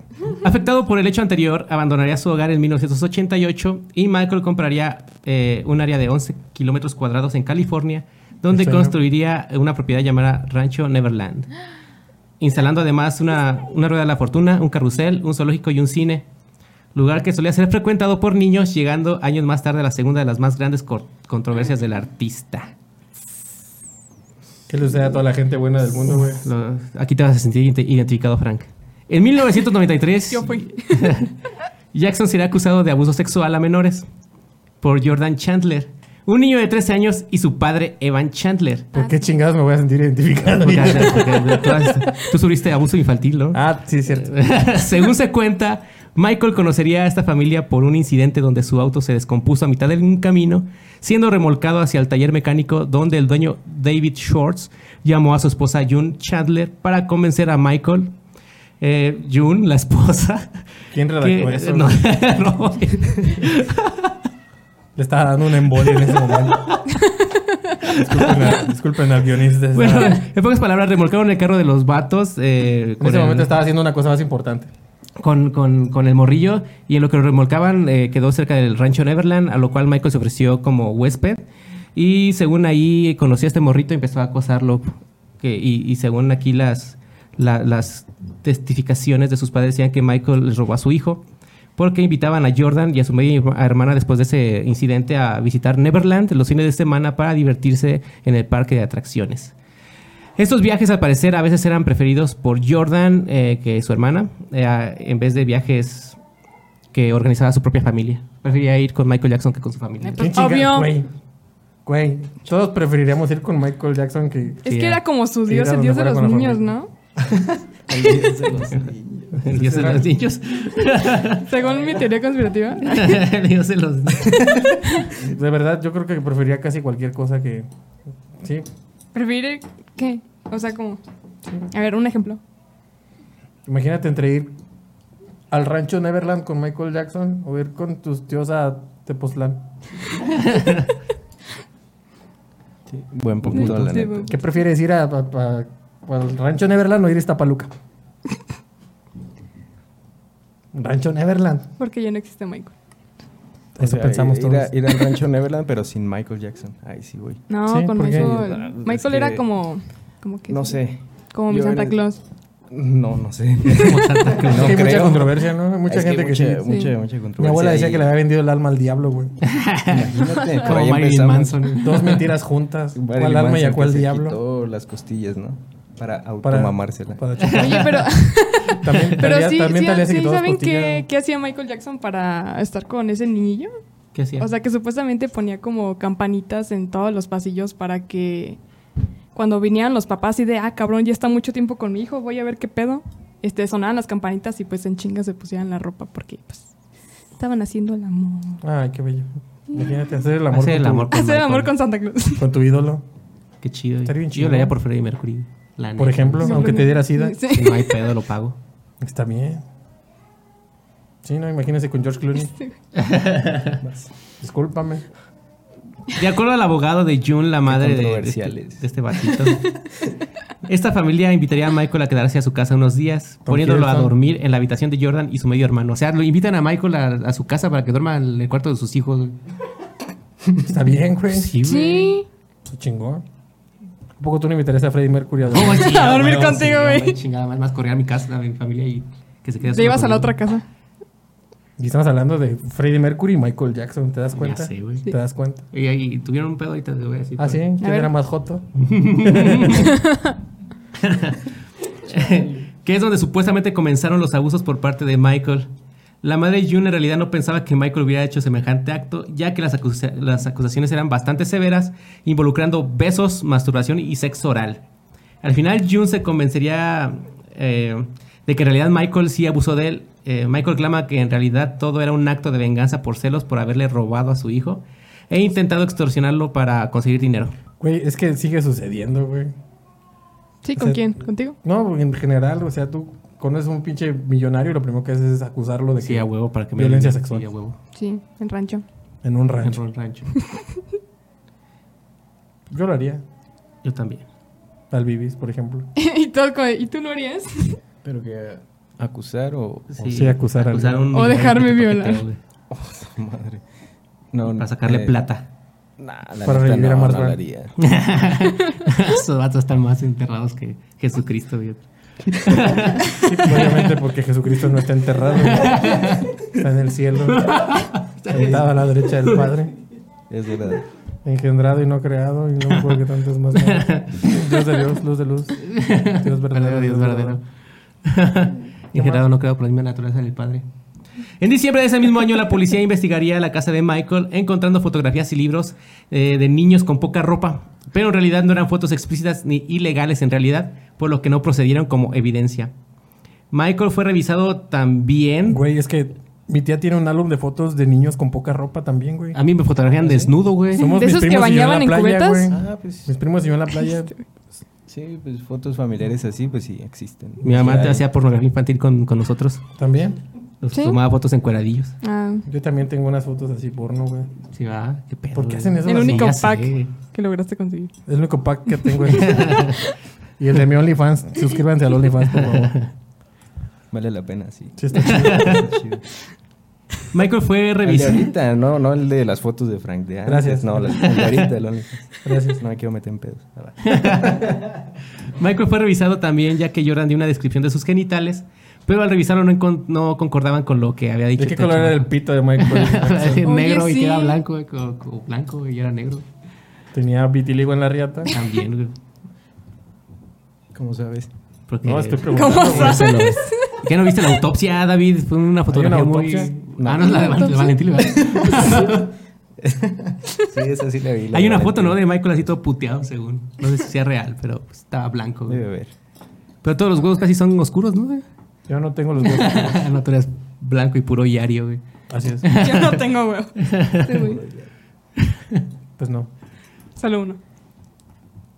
Speaker 1: Afectado por el hecho anterior, abandonaría su hogar en 1988 y Michael compraría eh, un área de 11 kilómetros cuadrados en California, donde
Speaker 2: El sueño.
Speaker 1: construiría una propiedad llamada Rancho Neverland, instalando además una, una rueda de la fortuna, un carrusel, un zoológico y un cine, lugar que solía ser frecuentado por niños, llegando años más tarde a la segunda de las más grandes cor- controversias del artista.
Speaker 2: Que le sea a toda la gente buena del mundo, güey.
Speaker 1: Lo- aquí te vas a sentir ident- identificado, Frank. En 1993,
Speaker 3: Yo fui.
Speaker 1: Jackson será acusado de abuso sexual a menores por Jordan Chandler, un niño de 13 años y su padre Evan Chandler.
Speaker 2: ¿Por qué chingados me voy a sentir identificado?
Speaker 1: Porque- porque tú, has- tú sufriste abuso infantil, ¿no?
Speaker 2: ah, sí, es cierto.
Speaker 1: Según se cuenta, Michael conocería a esta familia por un incidente donde su auto se descompuso a mitad de un camino, siendo remolcado hacia el taller mecánico donde el dueño David Schwartz llamó a su esposa June Chandler para convencer a Michael. eh, June, la esposa.
Speaker 2: ¿Quién redactó
Speaker 1: que- eh,
Speaker 2: eso?
Speaker 1: no,
Speaker 2: güey?
Speaker 1: no,
Speaker 2: Le estaba dando un embolio en ese momento. disculpen, a- disculpen al guionista. estaba-
Speaker 1: Bueno, en pocas palabras, remolcaron el carro de los vatos eh,
Speaker 2: en
Speaker 1: con,
Speaker 2: ese
Speaker 1: el,
Speaker 2: momento estaba haciendo una cosa más importante.
Speaker 1: con- con- con el morrillo y en lo que lo remolcaban eh, quedó cerca del rancho Neverland, a lo cual Michael se ofreció como huésped y según ahí conocía a este morrito y empezó a acosarlo que, y, y según aquí las, la- las testificaciones de sus padres decían que Michael les robó a su hijo porque invitaban a Jordan y a su media her- hermana después de ese incidente a visitar Neverland los fines de semana para divertirse en el parque de atracciones. Estos viajes, al parecer, a veces eran preferidos por Jordan eh, que su hermana, eh, en vez de viajes que organizaba su propia familia. Prefería ir con Michael Jackson que con su familia.
Speaker 3: Pues,
Speaker 2: ¿Quién chinga-
Speaker 3: obvio.
Speaker 2: Güey, güey, todos preferiríamos ir con Michael Jackson que...
Speaker 3: Es
Speaker 1: Sí,
Speaker 3: que
Speaker 1: era-
Speaker 3: era como su
Speaker 2: sí,
Speaker 3: dios,
Speaker 2: era
Speaker 3: el
Speaker 2: donde
Speaker 3: dios de
Speaker 2: fuera
Speaker 3: los
Speaker 2: con la
Speaker 3: niños,
Speaker 2: familia.
Speaker 3: ¿no?
Speaker 1: El dios de los niños.
Speaker 3: Según mi teoría conspirativa.
Speaker 1: El dios de los niños.
Speaker 2: De verdad, yo creo que preferiría casi cualquier cosa que... Sí,
Speaker 3: Prefiere qué? O sea, como. A ver, un ejemplo.
Speaker 2: imagínate entre ir al rancho Neverland con Michael Jackson o ir con tus tíos a Tepoztlán.
Speaker 4: Buen punto, la
Speaker 3: Sí,
Speaker 4: neta.
Speaker 3: güey.
Speaker 2: ¿Qué prefieres, ir a, a- a- al rancho Neverland o ir a Iztapaluca? rancho Neverland.
Speaker 3: Porque ya no existe Michael.
Speaker 4: O
Speaker 2: Eso
Speaker 4: sea,
Speaker 2: pensamos
Speaker 4: ir
Speaker 2: todos.
Speaker 4: a- ir al rancho Neverland, pero sin Michael Jackson. Ahí sí, güey.
Speaker 3: No,
Speaker 2: Sí,
Speaker 3: con
Speaker 2: porque-
Speaker 4: Ah,
Speaker 3: Michael.
Speaker 4: es
Speaker 3: Michael era
Speaker 4: que-
Speaker 3: como. como que
Speaker 4: No sé.
Speaker 3: Como mi
Speaker 4: Yo
Speaker 3: Santa
Speaker 4: era-
Speaker 3: Claus.
Speaker 4: No, no sé.
Speaker 1: Como Santa Claus.
Speaker 2: Es que hay mucha
Speaker 4: creo.
Speaker 2: controversia, ¿no? Hay mucha
Speaker 4: Es que
Speaker 2: gente que,
Speaker 4: mucha,
Speaker 2: sí.
Speaker 4: Mucha,
Speaker 3: Sí.
Speaker 4: mucha controversia.
Speaker 2: Mi abuela decía
Speaker 4: ahí.
Speaker 2: que le había vendido el alma al diablo, güey.
Speaker 4: Imagínate, por
Speaker 1: Como
Speaker 4: ahí
Speaker 1: Marilyn
Speaker 4: empezamos.
Speaker 1: Manson.
Speaker 2: Dos mentiras juntas.
Speaker 4: Marilyn
Speaker 2: ¿Cuál alma y
Speaker 4: Manson
Speaker 2: a
Speaker 4: que
Speaker 2: cuál
Speaker 4: se
Speaker 2: diablo?
Speaker 4: quitó las costillas, ¿no? Para
Speaker 2: Para
Speaker 4: automamársela.
Speaker 2: Para chupar.
Speaker 3: Oye, pero.
Speaker 2: También,
Speaker 3: pero
Speaker 2: Thalía-
Speaker 3: sí,
Speaker 2: también
Speaker 3: sí,
Speaker 2: Thalía se
Speaker 3: sí,
Speaker 2: quitó dos
Speaker 3: ¿saben qué,
Speaker 2: costillas.
Speaker 3: qué hacía Michael Jackson para estar con ese niñillo?
Speaker 1: ¿Qué hacía?
Speaker 3: O sea, que supuestamente ponía como campanitas en todos los pasillos para que cuando vinieran los papás y de, ah, cabrón, ya está mucho tiempo con mi hijo, voy a ver qué pedo. Este, sonaban las campanitas y pues en chingas se pusieran la ropa porque pues estaban haciendo el amor.
Speaker 2: Ay, qué bello. Imagínate hacer el amor,
Speaker 1: Hacer el
Speaker 2: con,
Speaker 1: amor con
Speaker 3: Hacer el amor
Speaker 1: Michael.
Speaker 3: con Santa Claus.
Speaker 2: Tu, con tu ídolo.
Speaker 1: Qué chido. eh.
Speaker 2: Estaría bien
Speaker 1: Yo
Speaker 2: chido.
Speaker 1: le haría por Freddie Mercury. la
Speaker 2: Por
Speaker 1: neta.
Speaker 2: ejemplo,
Speaker 3: Sí,
Speaker 2: aunque te diera sida.
Speaker 3: Sí.
Speaker 1: Si no hay pedo, lo pago.
Speaker 2: Está bien. Sí, no, imagínese con George Clooney. Discúlpame.
Speaker 1: De acuerdo al abogado de June, la madre de, de este,
Speaker 4: controversiales.
Speaker 1: de este batito, esta familia invitaría a Michael a quedarse a su casa unos días,
Speaker 2: Tom
Speaker 1: poniéndolo a
Speaker 2: Hiddleston.
Speaker 1: dormir en la habitación de Jordan y su medio hermano. O sea, lo invitan a Michael a, a su casa para que duerma en el cuarto de sus hijos.
Speaker 2: Está bien, güey.
Speaker 1: Sí, güey.
Speaker 3: Sí.
Speaker 2: Su chingón. ¿A poco tú no invitarías a Freddy Mercury a dormir?
Speaker 1: Oh, sí,
Speaker 3: A dormir
Speaker 1: huevo,
Speaker 3: contigo,
Speaker 1: sí, no,
Speaker 3: güey.
Speaker 1: Chingada, más, más correr a mi casa, a mi familia y que se quede
Speaker 3: Te
Speaker 1: solo
Speaker 3: ibas a la
Speaker 1: conmigo.
Speaker 3: otra casa.
Speaker 2: Y estamos hablando de Freddie Mercury y Michael Jackson, ¿te das
Speaker 1: Ya
Speaker 2: cuenta?
Speaker 1: sé, güey.
Speaker 2: ¿Te das cuenta?
Speaker 1: Y, ahí tuvieron un pedo ahorita, te voy a decir.
Speaker 2: Ah, sí, ¿quién
Speaker 3: ver.
Speaker 2: era más joto?
Speaker 1: que es donde supuestamente comenzaron los abusos por parte de Michael. La madre de June en realidad no pensaba que Michael hubiera hecho semejante acto, ya que las, acusa- las acusaciones eran bastante severas, involucrando besos, masturbación y sexo oral. Al final June se convencería eh, de que en realidad Michael sí abusó de él. Eh, Michael clama que en realidad todo era un acto de venganza por celos por haberle robado a su hijo e intentado extorsionarlo para conseguir dinero.
Speaker 2: Güey, es que sigue sucediendo, güey.
Speaker 3: Sí,
Speaker 2: O
Speaker 3: ¿con
Speaker 2: sea,
Speaker 3: quién? ¿Contigo?
Speaker 2: No, en general, o sea, tú conoces a un pinche millonario, lo primero que haces es acusarlo de
Speaker 1: Sí,
Speaker 2: que
Speaker 1: a huevo, para que me
Speaker 2: Violencia
Speaker 1: Sí,
Speaker 2: sexual.
Speaker 1: a huevo.
Speaker 3: Sí, en rancho.
Speaker 2: en un rancho.
Speaker 1: En un rancho.
Speaker 2: Yo lo haría.
Speaker 1: Yo también.
Speaker 2: Al Bibis, por ejemplo.
Speaker 3: y, todo, co- ¿Y tú lo harías?
Speaker 4: Pero que acusar o... o-
Speaker 2: sí, acusar a
Speaker 1: a
Speaker 2: alguien.
Speaker 1: un
Speaker 3: O
Speaker 1: nivel
Speaker 3: dejarme
Speaker 1: de
Speaker 3: violar.
Speaker 1: coqueteo, güey,
Speaker 4: oh, su madre. No,
Speaker 1: Para sacarle
Speaker 4: eh,
Speaker 1: plata.
Speaker 4: nah, la
Speaker 2: Para
Speaker 4: neta,
Speaker 2: revivir a
Speaker 4: no,
Speaker 2: Mark
Speaker 4: no lo
Speaker 2: Wahlberg.
Speaker 4: haría.
Speaker 1: Esos vatos están más enterrados que Jesucristo. güey.
Speaker 2: Sí, pues, obviamente porque Jesucristo no está enterrado. güey. Está en el cielo. Sentado a la derecha del Padre.
Speaker 4: Es verdad.
Speaker 2: Engendrado y no creado. Y no porque tanto es más. menos. Dios de Dios, luz de luz. Dios
Speaker 1: Verdadero,
Speaker 2: verdadero.
Speaker 1: Dios verdadero.
Speaker 2: ¿Qué
Speaker 1: Gerardo no creo por la misma naturaleza del padre. En diciembre de ese mismo año, la policía investigaría la casa de Michael, encontrando fotografías y libros eh, de niños con poca ropa, pero en realidad no eran fotos explícitas ni ilegales en realidad, por lo que no procedieron como evidencia. Michael fue revisado también.
Speaker 2: Güey, es que mi tía tiene un álbum de fotos de niños con poca ropa también, güey.
Speaker 1: A mí me fotografían desnudo, güey.
Speaker 2: Somos
Speaker 3: ¿De
Speaker 2: mis
Speaker 3: esos que
Speaker 2: primos y yo en la
Speaker 3: bañaban en
Speaker 2: playa,
Speaker 3: cubetas?
Speaker 2: güey.
Speaker 4: Ah, pues
Speaker 2: Mis primos y yo en la playa.
Speaker 4: sí, pues fotos familiares así, pues sí, existen.
Speaker 1: Mi mamá
Speaker 4: Sí,
Speaker 1: te
Speaker 4: hay.
Speaker 1: hacía pornografía infantil con, con nosotros.
Speaker 2: También.
Speaker 1: Nos
Speaker 3: ¿Sí?
Speaker 1: tomaba fotos en cueradillos.
Speaker 3: Ah,
Speaker 2: Yo también tengo unas fotos así porno, güey.
Speaker 1: Sí, va, qué pedo.
Speaker 2: ¿Por qué
Speaker 1: güey.
Speaker 2: hacen eso?
Speaker 3: el
Speaker 2: las
Speaker 3: único
Speaker 1: niñas,
Speaker 3: pack
Speaker 1: sí.
Speaker 3: que lograste conseguir.
Speaker 2: Es el único pack que tengo. y el de mi OnlyFans. Suscríbanse al OnlyFans, por favor.
Speaker 4: Vale la pena, sí.
Speaker 2: Sí, está chido.
Speaker 4: Está chido.
Speaker 1: Michael fue
Speaker 4: El de
Speaker 1: revisado.
Speaker 4: ahorita, no, no el de las fotos de Frank de antes.
Speaker 2: Gracias.
Speaker 4: No, la- el de ahorita, el OnlyFans.
Speaker 2: Gracias.
Speaker 4: No me quiero meter en pedos. Ah, va.
Speaker 1: Michael fue revisado también, ya que Jordan dio una descripción de sus genitales, pero al revisarlo no, encon- no concordaban con lo que había dicho.
Speaker 2: ¿De qué
Speaker 1: este
Speaker 2: color era el
Speaker 1: chamaco.
Speaker 2: pito de Michael? Jackson?
Speaker 3: Oye,
Speaker 1: negro y
Speaker 3: sí.
Speaker 1: que era blanco, güey, co- co- blanco güey, y era negro.
Speaker 2: Tenía vitiligo en la riata.
Speaker 1: También, güey.
Speaker 4: ¿Cómo sabes?
Speaker 1: Porque,
Speaker 6: No, estoy preguntando.
Speaker 3: ¿Cómo sabes?
Speaker 1: ¿Qué no viste la autopsia, David? Fue una fotografía
Speaker 2: una
Speaker 1: muy.
Speaker 2: autopsia?
Speaker 1: Ah, no, es la de, Val- de Valentín. ¿verdad?
Speaker 4: Sí, esa sí la vi. la
Speaker 1: Hay una
Speaker 4: verdad,
Speaker 1: foto,
Speaker 4: sí.
Speaker 1: ¿no? De Michael así todo puteado, según. No sé si sea real, pero pues, estaba blanco, güey.
Speaker 4: Debe haber.
Speaker 1: Pero todos los huevos casi son oscuros, ¿no? güey?
Speaker 2: Yo no tengo los huevos.
Speaker 1: no, tú eres blanco y puro diario, güey.
Speaker 2: Así es.
Speaker 3: Yo no tengo huevo. Sí, güey.
Speaker 2: Pues no.
Speaker 3: Solo uno.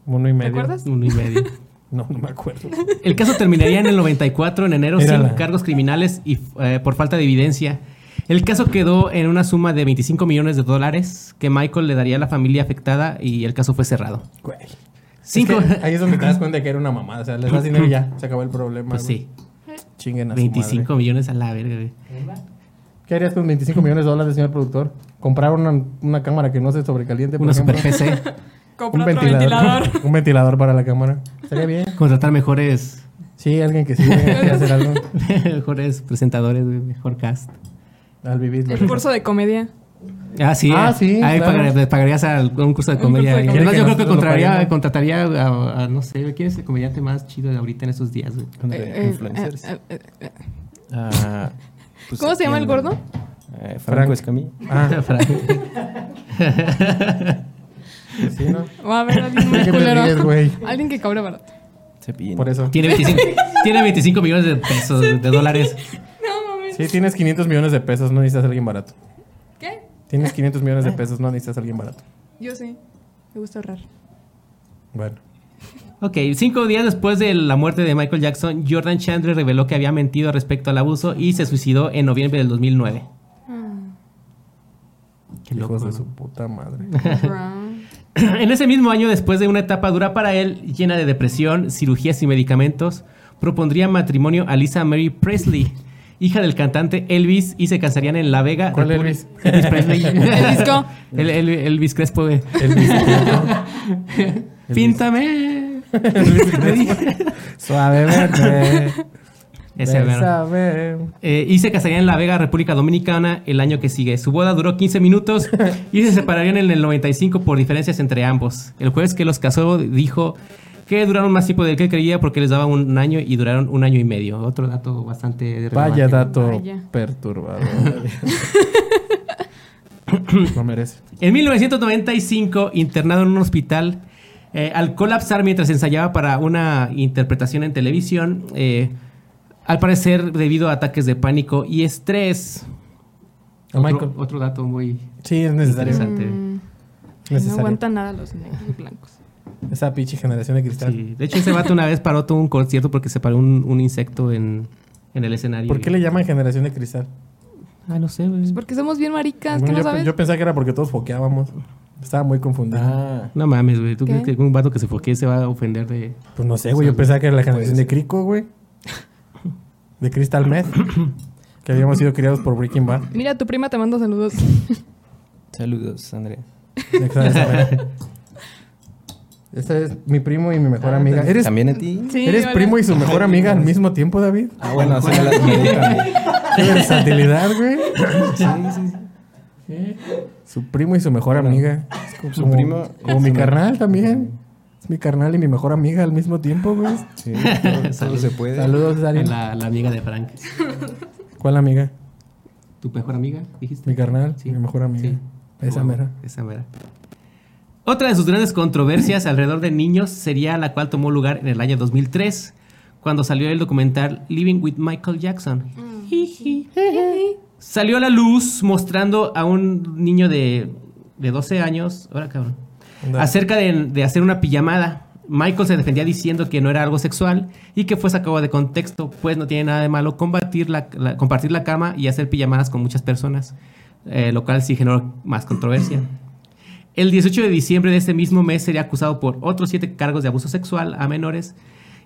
Speaker 2: Uno y
Speaker 3: ¿Te
Speaker 2: medio.
Speaker 3: acuerdas?
Speaker 1: Uno y medio.
Speaker 2: No, no me acuerdo.
Speaker 1: El caso terminaría en el 94, en enero,
Speaker 2: Era
Speaker 1: sin
Speaker 2: la-
Speaker 1: cargos criminales y eh, por falta de evidencia. El caso quedó en una suma de 25 millones de dólares que Michael le daría a la familia afectada y el caso fue cerrado.
Speaker 2: Güey.
Speaker 1: Cinco.
Speaker 2: Es que ahí es donde te das cuenta que era una mamada. O sea, les das dinero y ya. Se acabó el problema.
Speaker 1: Pues
Speaker 2: güey.
Speaker 1: sí,
Speaker 2: Chinguen a su
Speaker 1: 25
Speaker 2: madre.
Speaker 1: millones a la verga. güey.
Speaker 2: ¿Qué harías con 25 millones de dólares, señor productor? Comprar una, una cámara que no se sobrecaliente, por
Speaker 1: Una
Speaker 2: ejemplo.
Speaker 1: super PC.
Speaker 3: Compra otro ventilador.
Speaker 2: un ventilador para la cámara. Estaría bien.
Speaker 1: Contratar mejores,
Speaker 2: Sí, alguien que sí venga aquí a hacer algo.
Speaker 1: mejores presentadores, güey, mejor cast.
Speaker 2: Al vivir.
Speaker 3: El curso de comedia.
Speaker 1: Ah, sí.
Speaker 2: Ah,
Speaker 1: eh.
Speaker 2: sí,
Speaker 1: Ahí
Speaker 2: claro.
Speaker 1: pagar- les pagarías a un curso de
Speaker 3: Un curso
Speaker 1: comedia.
Speaker 3: de
Speaker 1: güey.
Speaker 3: comedia.
Speaker 1: Además, yo
Speaker 2: Que
Speaker 1: creo que
Speaker 2: nosotros lo
Speaker 1: contrataría,
Speaker 2: paguemos.
Speaker 1: contrataría a, a- no sé, güey, ¿quién es el comediante más chido de ahorita en estos días, güey?
Speaker 4: Con
Speaker 3: Eh, eh,
Speaker 4: influencers.
Speaker 3: eh, eh, eh,
Speaker 4: Ah, pues
Speaker 3: ¿Cómo se llama el
Speaker 4: aquí
Speaker 3: gordo?
Speaker 4: Eh,
Speaker 2: Frank.
Speaker 4: Franco Escamilla.
Speaker 2: Ah,
Speaker 1: Frank.
Speaker 2: sí, ¿no?
Speaker 3: Va a haber alguien
Speaker 2: ¿Por
Speaker 3: muy
Speaker 2: qué te
Speaker 3: culero.
Speaker 2: ríes, güey?
Speaker 3: Alguien que cobre barato.
Speaker 4: Cepillín.
Speaker 2: Por eso.
Speaker 1: Tiene 25, tiene 25 millones de pesos, de dólares.
Speaker 3: No mames.
Speaker 2: Sí, tienes 500 millones de pesos, no necesitas a alguien barato.
Speaker 3: ¿Qué?
Speaker 2: Tienes 500 millones de pesos, no necesitas a alguien barato.
Speaker 3: Yo sí. Me gusta ahorrar.
Speaker 2: Bueno.
Speaker 1: Ok, cinco días después de la muerte de Michael Jackson, Jordan Chandler reveló que había mentido respecto al abuso y se suicidó en noviembre del 2009. Qué loco,
Speaker 2: Hijos de
Speaker 1: ¿no?
Speaker 2: su puta madre.
Speaker 1: En ese mismo año, después de una etapa dura para él, llena de depresión, cirugías y medicamentos, propondría matrimonio a Lisa Mary Presley, hija del cantante Elvis, y se casarían en La Vega.
Speaker 2: ¿Cuál
Speaker 1: República-
Speaker 2: Elvis?
Speaker 1: Elvis Presley.
Speaker 3: El disco.
Speaker 1: El- el- Elvis Crespo. güey.
Speaker 2: El bicicleta.
Speaker 1: Píntame.
Speaker 2: Suavemente.
Speaker 1: Ese mero.
Speaker 2: Bésame.
Speaker 1: Eh, y se casarían en La Vega, República Dominicana, el año que sigue. Su boda duró 15 minutos y se separarían en el 95 por diferencias entre ambos. El juez que los casó dijo que duraron más tiempo del que creía porque les daban un año y duraron un año y medio. Otro dato bastante relevante.
Speaker 2: Vaya dato
Speaker 3: Vaya.
Speaker 2: perturbador. no merece.
Speaker 1: En 1995, internado en un hospital, eh, al colapsar mientras ensayaba para una interpretación en televisión, eh, al parecer debido a ataques de pánico y estrés.
Speaker 2: A Oh, Michael.
Speaker 1: Otro, otro dato muy
Speaker 2: Sí, es necesario.
Speaker 1: interesante.
Speaker 3: Mm, No
Speaker 2: Necesario.
Speaker 3: aguantan nada los negros y blancos.
Speaker 2: Esa pinche generación de cristal.
Speaker 1: Sí. De hecho, ese vato una vez paró todo un concierto porque se paró un, un insecto en, en el escenario.
Speaker 2: ¿Por qué le llaman generación de cristal?
Speaker 1: Ah, no sé, güey.
Speaker 3: Pues Porque somos bien maricas,
Speaker 2: Bueno,
Speaker 3: ¿qué no
Speaker 2: yo,
Speaker 3: sabes?
Speaker 2: yo pensaba que era porque todos foqueábamos. Estaba muy confundido.
Speaker 4: Ah,
Speaker 1: No mames, güey. ¿Tú
Speaker 3: ¿Qué?
Speaker 1: crees que un vato que se foquee se va a ofender de...?
Speaker 2: Pues no sé, güey. Yo pensaba que era la generación de Crico, güey. De Crystal Meth. que habíamos sido criados por Breaking Bad.
Speaker 3: Mira, tu prima te manda saludos.
Speaker 4: saludos, Andrea.
Speaker 2: Este es mi primo y mi mejor amiga.
Speaker 4: ¿Eres
Speaker 2: ¿Eres,
Speaker 4: también a ti?
Speaker 3: Sí,
Speaker 2: Ah, eres
Speaker 3: hola.
Speaker 2: primo y su mejor amiga al mismo tiempo, David?
Speaker 4: Ah, bueno, sí, la sí,
Speaker 2: ¡Qué versatilidad, güey!
Speaker 4: sí, sí.
Speaker 2: Su primo y su mejor amiga. Es como-
Speaker 4: Su
Speaker 2: como-
Speaker 4: primo-
Speaker 2: Como mi carnal también. Es mi carnal y mi mejor amiga al mismo tiempo, güey.
Speaker 4: Sí, todo, todo
Speaker 1: Salud.
Speaker 4: se puede.
Speaker 2: Saludos, Dari.
Speaker 1: La, la amiga de Frank.
Speaker 2: ¿Cuál amiga?
Speaker 1: ¿Tu mejor amiga, dijiste?
Speaker 2: Mi carnal,
Speaker 1: Sí.
Speaker 2: mi mejor amiga.
Speaker 1: Sí.
Speaker 2: Esa
Speaker 1: Wow,
Speaker 2: mera.
Speaker 1: Esa mera. Otra de sus grandes controversias alrededor de niños sería la cual tomó lugar en el año 2003, cuando salió el documental Living with Michael Jackson. Jiji. salió a la luz mostrando a un niño de, de 12 años, ahora cabrón,
Speaker 2: Anda.
Speaker 1: acerca de, de hacer una pijamada. Michael se defendía diciendo que no era algo sexual y que fue sacado de contexto, pues no tiene nada de malo combatir la- la- compartir la cama y hacer pijamadas con muchas personas, eh, lo cual sí generó más controversia. El 18 de diciembre de ese mismo mes sería acusado por otros siete cargos de abuso sexual a menores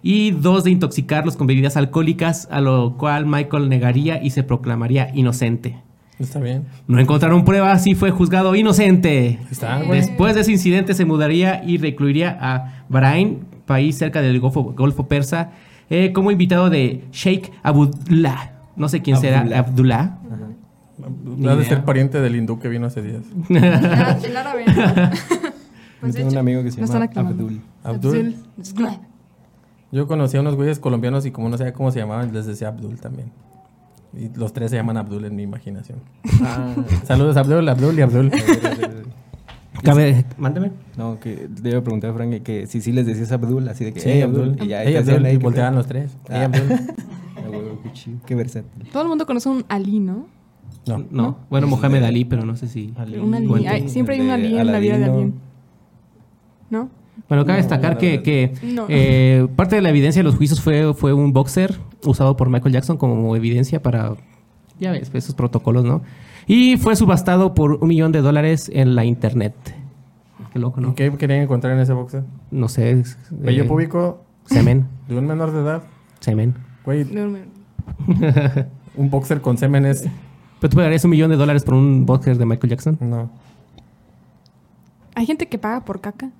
Speaker 1: y dos de intoxicarlos con bebidas alcohólicas, a lo cual Michael negaría y se proclamaría inocente.
Speaker 2: Está bien.
Speaker 1: No encontraron pruebas y fue juzgado inocente.
Speaker 3: Ah,
Speaker 2: Está, güey.
Speaker 1: Después de ese incidente se mudaría y recluiría a Bahrein, país cerca del Golfo, Golfo Persa, eh, como invitado de Sheikh Abdullah. No sé quién será Abdullah.
Speaker 2: Ha de
Speaker 1: idea.
Speaker 2: ser pariente del hindú que vino hace días.
Speaker 7: Ah, el árabe.
Speaker 4: Yo
Speaker 7: Pues de
Speaker 4: tengo un
Speaker 7: hecho,
Speaker 4: amigo que se
Speaker 3: lo
Speaker 4: llama
Speaker 3: están aclamando.
Speaker 4: Abdul.
Speaker 2: Abdul.
Speaker 7: es gla-
Speaker 2: Yo conocí a unos güeyes colombianos y como no sabía cómo se llamaban, les decía Abdul también. Y los tres se llaman Abdul en mi imaginación. Saludos Abdul, Abdul y Abdul.
Speaker 1: Cabe, mándame.
Speaker 4: No, que le iba a preguntar a Frank que si sí les decías Abdul, así de que,
Speaker 2: Sí,
Speaker 4: "Hey,
Speaker 2: Abdul.
Speaker 4: Y ya,
Speaker 2: Ey,
Speaker 4: te hacían
Speaker 2: Abdul.
Speaker 4: ahí
Speaker 2: Y
Speaker 4: que-
Speaker 2: volteaban los tres. Ey, Abdul.
Speaker 4: Ah, huevo, qué chido, qué versátil.
Speaker 3: Todo el mundo conoce un Ali, ¿no?
Speaker 1: No. Bueno, Mohamed Ali, pero no sé si.
Speaker 3: Un Ali.
Speaker 1: Cuento.
Speaker 3: Ay, siempre hay un
Speaker 4: El de
Speaker 3: Ali en la vida de
Speaker 4: Aladino.
Speaker 3: alguien. ¿No?
Speaker 1: Bueno, cabe destacar que, que,
Speaker 3: No.
Speaker 1: eh, parte de la evidencia de los juicios fue, fue un boxer usado por Michael Jackson como evidencia para, ya ves, pues, esos protocolos, ¿no? Y fue subastado por un millón de dólares en la internet. Qué loco,
Speaker 2: ¿Y
Speaker 1: ¿no?
Speaker 2: qué querían encontrar en ese boxer?
Speaker 1: No sé. es-
Speaker 2: Bello
Speaker 1: eh,
Speaker 2: público
Speaker 1: Semen.
Speaker 2: de un menor de edad.
Speaker 1: Semen.
Speaker 2: Güey,
Speaker 3: No, no.
Speaker 2: un boxer con semen es...
Speaker 1: ¿Pero tú pagarías un millón de dólares por un boxer de Michael Jackson?
Speaker 2: No.
Speaker 3: Hay gente que paga por caca.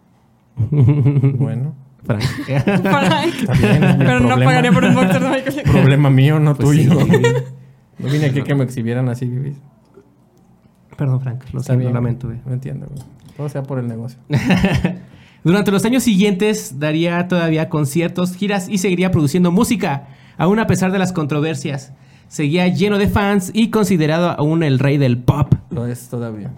Speaker 2: Bueno.
Speaker 1: Frank.
Speaker 3: Para-
Speaker 2: bien, es mi
Speaker 3: Pero no
Speaker 2: problema.
Speaker 3: pagaría por un boxer de Michael Jackson.
Speaker 2: Problema mío, no
Speaker 1: Pues sí.
Speaker 2: tuyo. No vine aquí que me exhibieran así, vivís.
Speaker 1: Perdón, Frank. Lo siento,
Speaker 2: bien,
Speaker 1: lamento, eh.
Speaker 2: güey.
Speaker 1: güey.
Speaker 2: No entiendo, güey. Todo sea por el negocio.
Speaker 1: Durante los años siguientes daría todavía conciertos, giras y seguiría produciendo música, aún a pesar de las controversias. Seguía lleno de fans y considerado aún el rey del pop.
Speaker 2: Lo es todavía.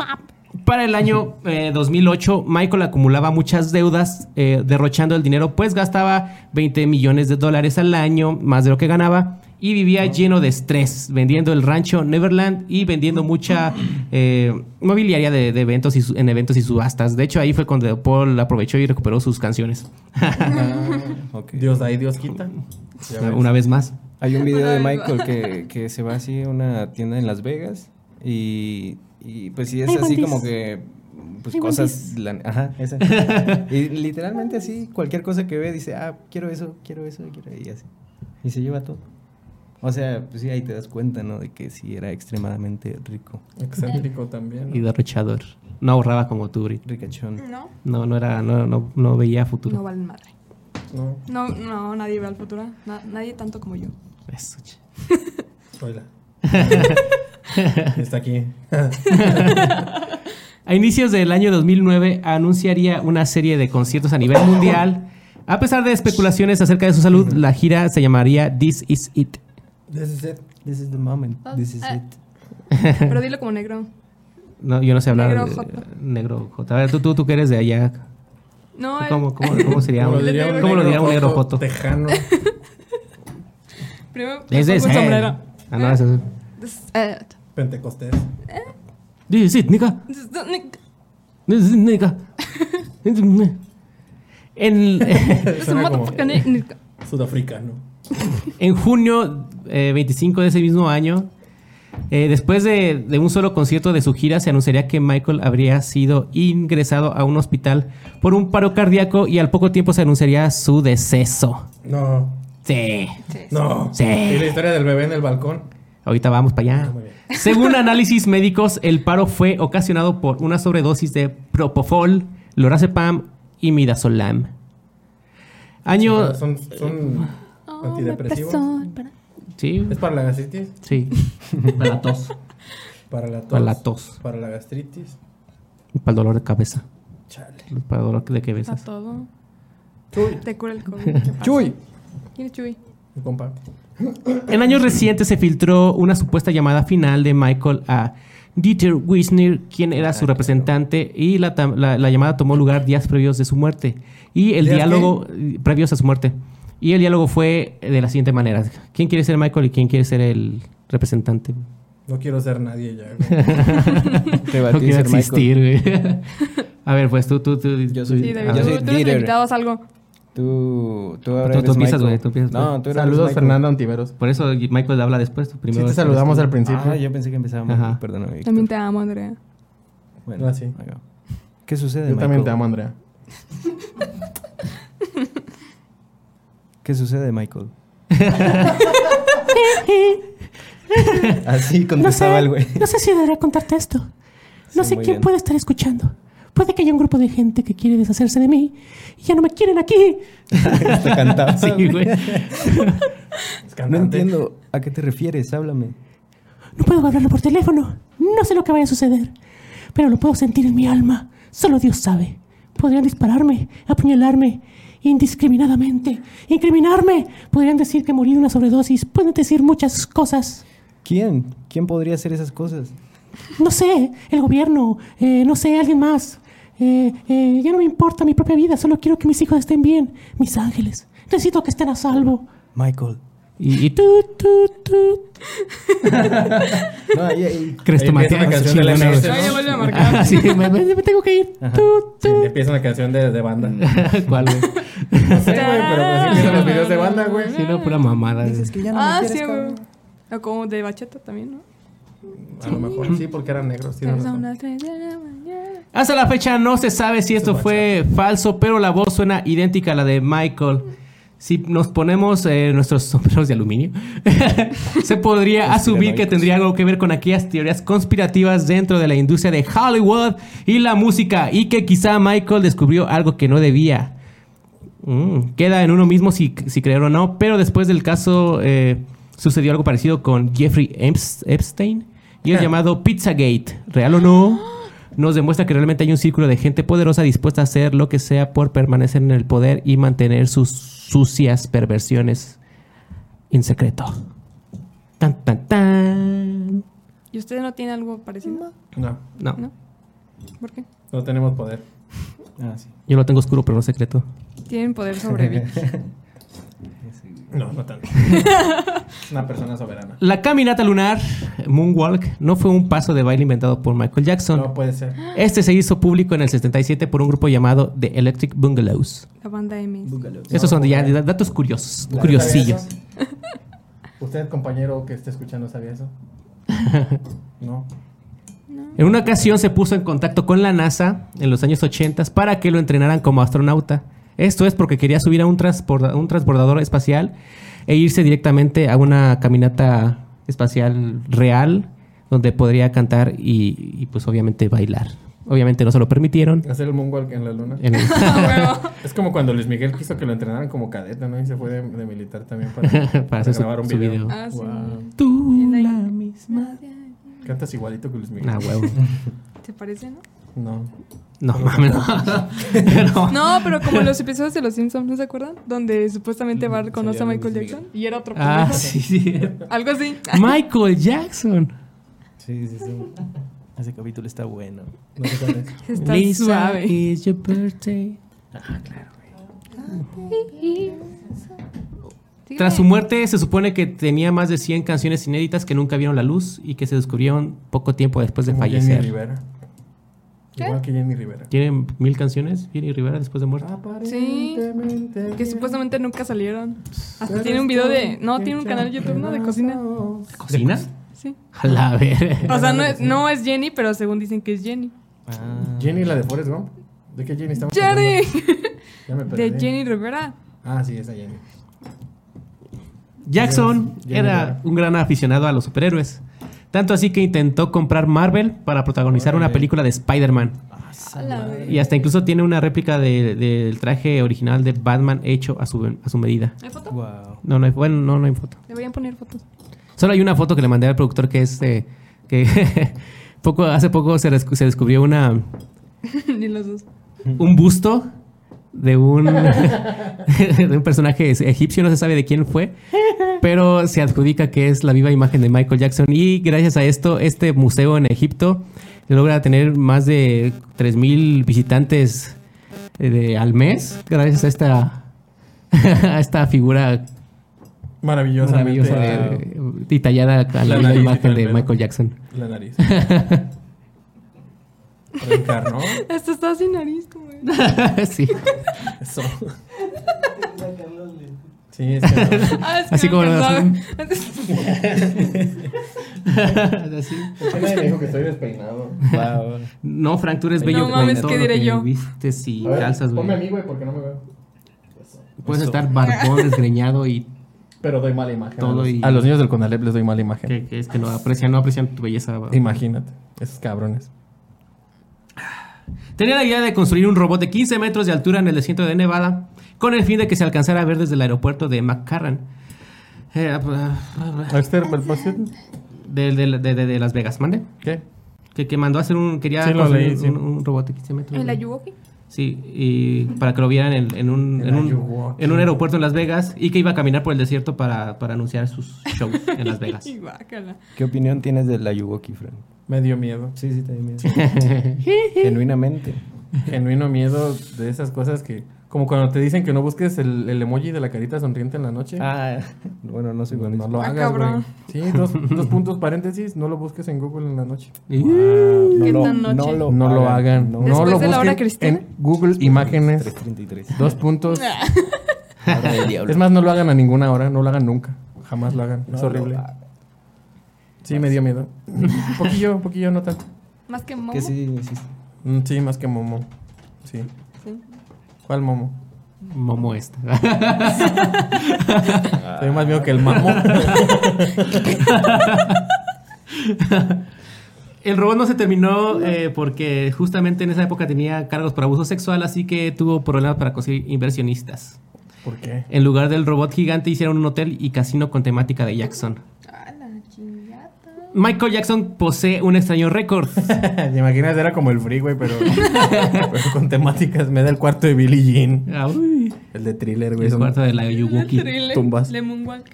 Speaker 1: Para el año eh, 2008, Michael acumulaba muchas deudas, eh, derrochando el dinero, pues gastaba 20 millones de dólares al año, más de lo que ganaba, y vivía lleno de estrés, vendiendo el rancho Neverland y vendiendo mucha eh, mobiliaria de, de eventos y su- en eventos y subastas. De hecho, ahí fue cuando Paul aprovechó y recuperó sus canciones.
Speaker 4: Ok.
Speaker 2: Dios ahí, Dios quita. Ya ves.
Speaker 1: Una vez más.
Speaker 4: Hay un video de Michael que, que se va así a una tienda en Las Vegas y, y pues sí es
Speaker 7: Hay
Speaker 4: así
Speaker 7: guantes.
Speaker 4: como que pues
Speaker 7: Hay
Speaker 4: cosas la- ajá, esa. y literalmente así cualquier cosa que ve dice, "Ah, quiero eso, quiero eso, quiero y así." Y se lleva todo. O sea, pues sí ahí te das cuenta, ¿no? De que sí era extremadamente rico,
Speaker 2: Excéntrico también. ¿no?
Speaker 1: Y derrochador. No ahorraba como tú, Brit.
Speaker 4: ricachón.
Speaker 7: No,
Speaker 1: No, no era, no, no, no veía futuro.
Speaker 3: No valen madre.
Speaker 2: No,
Speaker 7: no, no, nadie ve al futuro. Na- nadie tanto como yo.
Speaker 1: Eso, ch-
Speaker 2: Hola. Está aquí.
Speaker 1: A inicios del año 2009 anunciaría una serie de conciertos a nivel mundial. A pesar de especulaciones acerca de su salud, la gira se llamaría This Is It.
Speaker 2: This is it.
Speaker 4: This is the moment. This is
Speaker 7: Ah.
Speaker 4: it.
Speaker 3: Pero dilo como negro.
Speaker 1: No, yo no sé hablar
Speaker 3: Negro
Speaker 1: eh,
Speaker 3: J.
Speaker 1: negro J. A ver, tú, tú, tú que eres de allá.
Speaker 3: No, el-
Speaker 1: ¿Cómo, cómo, cómo sería? un- ¿Cómo lo diría un negro Joto?
Speaker 2: Tejano.
Speaker 3: primero me
Speaker 1: Es de
Speaker 3: pongo un
Speaker 1: ese.
Speaker 3: sombrero.
Speaker 1: Ah, no, eso es-
Speaker 7: This is it.
Speaker 2: Pentecostés.
Speaker 1: This Is It, nigga.
Speaker 7: This is the-
Speaker 1: This Is It, nigga. En,
Speaker 3: Es un
Speaker 2: Suena como-
Speaker 3: motherfucker, ni- ni-
Speaker 2: Sudafricano.
Speaker 1: en junio eh, 25 de ese mismo año, eh, después de, de un solo concierto de su gira, se anunciaría que Michael habría sido ingresado a un hospital por un paro cardíaco y al poco tiempo se anunciaría su deceso.
Speaker 2: No.
Speaker 1: Sí.
Speaker 7: Sí.
Speaker 2: No.
Speaker 1: Sí.
Speaker 2: ¿Y la historia del bebé en el balcón?
Speaker 1: Ahorita vamos
Speaker 4: Ah.
Speaker 1: para allá.
Speaker 2: Muy bien.
Speaker 1: Según análisis médicos, el paro fue ocasionado por una sobredosis de propofol, lorazepam y midazolam. Año...
Speaker 2: Son, son
Speaker 5: Oh,
Speaker 2: antidepresivos.
Speaker 1: Sí,
Speaker 2: ¿Es para la gastritis?
Speaker 1: sí. Para la tos.
Speaker 2: Para la tos.
Speaker 1: Para la tos.
Speaker 2: Para la gastritis.
Speaker 1: Y para el dolor de cabeza.
Speaker 2: Chale.
Speaker 1: Para el dolor de cabeza.
Speaker 3: a todo.
Speaker 2: Chuy.
Speaker 7: Te cura el COVID.
Speaker 2: Chuy.
Speaker 3: ¿Quién es Chuy?
Speaker 2: Mi compa.
Speaker 1: En años recientes se filtró una supuesta llamada final de Michael a Dieter Wisner, quien era su representante, y la, tam- la- la llamada tomó lugar días previos de su muerte. Y el
Speaker 2: ¿Días
Speaker 1: diálogo, eh, previos a su muerte. Y el diálogo fue de la siguiente manera. ¿Quién quiere ser Michael y quién quiere ser el representante?
Speaker 2: No quiero ser nadie ya. güey.
Speaker 4: Te va
Speaker 1: No
Speaker 4: a ti
Speaker 1: quiero
Speaker 4: ser Michael.
Speaker 1: existir, güey. A ver, pues tú, tú, tú.
Speaker 4: Yo soy-
Speaker 3: Sí, David,
Speaker 4: Ah,
Speaker 3: tú,
Speaker 4: yo soy
Speaker 3: tú eres el
Speaker 4: Dieter.
Speaker 3: invitado, haz algo.
Speaker 4: Tú, tú ahora
Speaker 1: Tú- tú
Speaker 4: eres
Speaker 1: empiezas,
Speaker 4: Michael.
Speaker 1: güey, tú empiezas, güey.
Speaker 4: No, Ah, tú eres
Speaker 2: Saludos,
Speaker 4: Michael.
Speaker 2: Fernando Antiveros.
Speaker 1: Por eso Michael habla después. Tú
Speaker 2: Sí,
Speaker 1: primero
Speaker 2: te saludamos al
Speaker 4: Ah,
Speaker 2: principio.
Speaker 4: yo pensé que
Speaker 1: Ajá.
Speaker 4: empezábamos. Perdóname. Víctor.
Speaker 3: También te amo, Andrea.
Speaker 4: Bueno,
Speaker 2: Ah, sí.
Speaker 4: ahí va. ¿Qué sucede,
Speaker 2: Yo también
Speaker 4: Michael?
Speaker 2: te amo, Andrea.
Speaker 4: ¿Qué sucede, Michael?
Speaker 5: Eh,
Speaker 4: Así Ah, contestaba el güey.
Speaker 5: No sé si debería contarte esto. No
Speaker 4: Sí,
Speaker 5: sé
Speaker 4: muy
Speaker 5: quién
Speaker 4: bien.
Speaker 5: puede estar escuchando. Puede que haya un grupo de gente que quiere deshacerse de mí y ya no me quieren aquí.
Speaker 2: Este
Speaker 4: Hasta cantaba.
Speaker 1: Sí, güey.
Speaker 2: Es
Speaker 4: No
Speaker 2: cantante.
Speaker 4: entiendo a qué te refieres, háblame.
Speaker 5: No puedo hablarlo por teléfono. No sé lo que vaya a suceder. Pero lo puedo sentir en mi alma. Solo Dios sabe. Podrían dispararme, apuñalarme, indiscriminadamente, incriminarme. Podrían decir que morí de una sobredosis. Pueden decir muchas cosas.
Speaker 4: ¿Quién? ¿Quién podría hacer esas cosas?
Speaker 5: No sé, el gobierno, eh, no sé, alguien más. Eh, eh, ya no me importa mi propia vida, solo quiero que mis hijos estén bien, mis ángeles. Necesito que estén a salvo.
Speaker 4: Michael.
Speaker 1: Y, y tú.
Speaker 5: Tut, tut, tut.
Speaker 4: No, ahí,
Speaker 2: empieza
Speaker 4: ahí.
Speaker 2: la
Speaker 1: Crestomateado,
Speaker 2: canción de la
Speaker 1: chingona,
Speaker 2: MS,
Speaker 1: güey.
Speaker 3: Ay, ya vuelve a marcar.
Speaker 1: Ah, sí, me-
Speaker 5: Me, me tengo que ir. Tut, tut.
Speaker 2: Empieza una canción de, de banda. No
Speaker 1: ¿Cuál, güey?
Speaker 2: sé, güey, pero así empiezan los videos de banda, güey.
Speaker 1: Sí, no, pura mamada. güey.
Speaker 7: Ah, sí, güey. O como de bacheta también, ¿no?
Speaker 2: A lo mejor sí, porque eran negros. Sí, no
Speaker 7: Son
Speaker 2: razón.
Speaker 7: las tres de la mañana.
Speaker 1: Hasta la fecha no se sabe si esto fue falso, pero la voz suena idéntica a la de Michael. Si nos ponemos eh, nuestros sombreros de aluminio, se podría asumir que tendría algo que ver con aquellas teorías conspirativas dentro de la industria de Hollywood y la música, y que quizá Michael descubrió algo que no debía. Mm, queda en uno mismo si, si creer o no, pero después del caso eh, sucedió algo parecido con Jeffrey Eps- Epstein y
Speaker 2: Ah.
Speaker 1: el llamado Pizzagate. ¿Real o no? Nos demuestra que realmente hay un círculo de gente poderosa dispuesta a hacer lo que sea por permanecer en el poder y mantener sus sucias perversiones en secreto. Tan, tan, tan.
Speaker 7: ¿Y ustedes no tienen algo parecido?
Speaker 2: No,
Speaker 1: No,
Speaker 7: No. ¿Por qué?
Speaker 2: no tenemos poder.
Speaker 4: Ah, sí.
Speaker 1: yo lo tengo oscuro, pero no secreto.
Speaker 7: Tienen poder sobre mí.
Speaker 2: No, no tanto. una persona soberana.
Speaker 1: La caminata lunar, Moonwalk, no fue un paso de baile inventado por Michael Jackson.
Speaker 2: No puede ser.
Speaker 1: Este se hizo público en el 77 por un grupo llamado The Electric Bungalows.
Speaker 7: La banda M.
Speaker 1: Estos son ya da- datos curiosos, curiosillos.
Speaker 2: ¿Sabía eso? ¿Usted, compañero que esté escuchando, sabía eso? No.
Speaker 1: En una ocasión se puso en contacto con la NASA en los años 80 para que lo entrenaran como astronauta. Esto es porque quería subir a un, transporta- un transbordador espacial e irse directamente a una caminata espacial real donde podría cantar y, y, pues obviamente bailar. Obviamente no se lo permitieron.
Speaker 2: Hacer el moonwalk en la luna.
Speaker 1: En el-
Speaker 2: Es como cuando Luis Miguel quiso que lo entrenaran como cadete, ¿no? Y se fue de, de militar también para,
Speaker 1: para hacer su,
Speaker 2: grabar un
Speaker 1: su
Speaker 2: video.
Speaker 1: video.
Speaker 7: Ah, sí.
Speaker 2: Wow.
Speaker 1: Tú
Speaker 7: la-
Speaker 1: la misma.
Speaker 2: Cantas igualito que Luis Miguel.
Speaker 1: Ah, huevo.
Speaker 7: ¿Te parece, no?
Speaker 2: No.
Speaker 1: No mames, no. No.
Speaker 7: No, pero como los episodios de Los Simpsons, ¿no se acuerdan? Donde supuestamente
Speaker 1: Mm,
Speaker 7: Bart conoce a Michael Jackson y era otro
Speaker 1: Ah,
Speaker 7: pendejo.
Speaker 1: sí, sí.
Speaker 7: Algo así.
Speaker 1: Michael Jackson.
Speaker 4: Sí, sí, sí. Ese capítulo está bueno.
Speaker 2: No sé cuál es.
Speaker 7: Está
Speaker 1: Lisa,
Speaker 7: suave.
Speaker 1: it's your birthday. Tras su muerte, se supone que tenía más de 100 canciones inéditas que nunca vieron la luz y que se descubrieron poco tiempo después Pues de
Speaker 2: Como Jenny
Speaker 1: fallecer.
Speaker 2: Rivera. Igual que Jenny Rivera.
Speaker 1: ¿Tienen mil canciones? Jenny Rivera después de muerta.
Speaker 7: Sí, que supuestamente nunca salieron. Hasta
Speaker 2: Pero
Speaker 7: tiene un video de.
Speaker 2: estoy
Speaker 7: No, tiene un canal de YouTube, ¿no? De cocina.
Speaker 2: Ah,
Speaker 1: ¿Cocina?
Speaker 7: Sí.
Speaker 1: A la ver.
Speaker 7: O sea, no es, no es Jenny, pero según dicen que es Jenny.
Speaker 4: Ah,
Speaker 2: Jenny, la de Forrest Gump. ¿De qué Jenny estamos
Speaker 7: ¡Jenny!
Speaker 2: hablando?
Speaker 1: Ah,
Speaker 2: Ya me
Speaker 7: De
Speaker 2: perdí.
Speaker 7: Jenny Rivera.
Speaker 2: Ah, sí, esa Jenny.
Speaker 1: Jackson
Speaker 2: Jenny
Speaker 1: era
Speaker 2: Rivera.
Speaker 1: un gran aficionado a los superhéroes. Tanto así que intentó comprar Marvel para protagonizar una película de Spider-Man. Y hasta incluso tiene una réplica de- del traje original de Batman hecho a su, a su medida.
Speaker 7: ¿Hay foto?
Speaker 4: Wow.
Speaker 1: No, no hay, bueno, no, no hay foto.
Speaker 7: Le voy a poner fotos.
Speaker 1: Solo hay una foto que le mandé al productor que es eh, que poco, hace poco se, des- se descubrió una,
Speaker 7: Ni los dos.
Speaker 1: un busto de un, de un personaje egipcio, no se sabe de quién fue, pero se adjudica que es la viva imagen de Michael Jackson y gracias a esto este museo en Egipto logra tener más de 3.000 visitantes eh, de- al mes gracias a esta, a esta figura
Speaker 2: Maravillosa.
Speaker 1: maravillosa de- y tallada a la
Speaker 2: La
Speaker 1: viva
Speaker 2: nariz y todo
Speaker 1: imagen
Speaker 2: el
Speaker 1: de
Speaker 2: pelo.
Speaker 1: Michael Jackson.
Speaker 2: La nariz. Reencarnó.
Speaker 7: Hasta está sin nariz, como.
Speaker 1: Sí.
Speaker 2: Eso. Sí, es que no.
Speaker 7: Ah, es que
Speaker 1: Así
Speaker 7: me
Speaker 1: como lo
Speaker 7: acordaba.
Speaker 1: hacen.
Speaker 2: Nadie me dijo que estoy despeinado.
Speaker 4: Wow.
Speaker 1: No, Frank, tú eres bello.
Speaker 7: No
Speaker 1: con
Speaker 7: mames,
Speaker 1: todo
Speaker 7: ¿qué
Speaker 1: lo
Speaker 7: diré
Speaker 1: que
Speaker 7: yo?
Speaker 1: Vistes y
Speaker 2: A ver,
Speaker 1: calzas,
Speaker 2: Ponme a
Speaker 1: güey.
Speaker 2: mí, güey, porque no me veo.
Speaker 1: Puedes estar barbón, desgreñado y
Speaker 2: Pero doy mala imagen.
Speaker 1: Todo
Speaker 2: a, los,
Speaker 1: y-
Speaker 2: a los niños del Conalep les doy mala imagen.
Speaker 1: que, que es que no aprecian, no aprecian tu belleza. güey.
Speaker 2: Imagínate, esos cabrones.
Speaker 1: Tenía la idea de construir un robot de 15 metros de altura en el desierto de Nevada con el fin de que se alcanzara a ver desde el aeropuerto de McCarran. Eh, bla, bla, bla,
Speaker 2: Esther, ¿me pasó?
Speaker 1: de, de- de- de- de Las Vegas, ¿mande?
Speaker 2: ¿Qué?
Speaker 1: Que, que mandó a hacer un. Quería
Speaker 2: Sí, lo
Speaker 1: construir
Speaker 2: leí, sí.
Speaker 1: un, un robot de 15 metros.
Speaker 7: ¿En la
Speaker 1: güey.
Speaker 7: Yuwoki?
Speaker 1: Sí, y para que lo vieran en, en un,
Speaker 2: El
Speaker 1: en, un,
Speaker 2: Ayuwoki.
Speaker 1: en un aeropuerto en Las Vegas y que iba a caminar por el desierto para, para anunciar sus shows en Las Vegas.
Speaker 7: Y guácala.
Speaker 4: ¿Qué opinión tienes del Ayuwoki, Fran?
Speaker 2: Me dio miedo.
Speaker 4: Sí, sí, también. Genuinamente.
Speaker 2: Genuino miedo de esas cosas que. Como cuando te dicen que no busques el, el emoji de la carita sonriente en la noche.
Speaker 4: Ah, bueno, no sé
Speaker 2: No,
Speaker 4: cuál
Speaker 2: no
Speaker 4: es.
Speaker 2: lo
Speaker 7: Ah,
Speaker 2: hagas, güey.
Speaker 7: cabrón.
Speaker 2: Sí, dos, dos puntos paréntesis, no lo busques en Google en la noche.
Speaker 4: No
Speaker 7: ¿Qué
Speaker 4: lo,
Speaker 7: tan noche?
Speaker 4: no lo
Speaker 2: No lo hagan. No,
Speaker 7: Después
Speaker 2: lo
Speaker 7: de la hora
Speaker 2: busquen
Speaker 7: cristiana.
Speaker 2: en Google Imágenes.
Speaker 4: 333.
Speaker 2: Dos puntos.
Speaker 4: Hora del diablo.
Speaker 2: Es más, no lo hagan a ninguna hora, no lo hagan nunca. Jamás lo hagan. es horrible. Sí, me dio miedo. un poquillo, un poquillo, no tanto.
Speaker 7: Más que Momo.
Speaker 4: Que sí, sí.
Speaker 2: Mm, Sí, más que Momo. Sí.
Speaker 7: Sí.
Speaker 2: ¿Cuál Momo?
Speaker 1: Momo este. esta.
Speaker 2: Soy más miedo que el Mamo.
Speaker 1: El robot no se terminó eh, porque justamente en esa época tenía cargos por abuso sexual, así que tuvo problemas para conseguir inversionistas.
Speaker 2: ¿Por qué?
Speaker 1: En lugar del robot gigante hicieron un hotel y casino con temática de Jackson.
Speaker 7: A la chingada.
Speaker 1: Michael Jackson posee un extraño récord.
Speaker 2: ¿Te imaginas? Era como el Free, güey, pero, pero con temáticas. Me da el cuarto de Billie Jean.
Speaker 1: Ah, uy.
Speaker 2: El de Thriller, güey.
Speaker 1: El
Speaker 2: son-
Speaker 1: cuarto de la Yuwoki.
Speaker 7: Thriller,
Speaker 2: tumbas.
Speaker 7: Lemon Walk.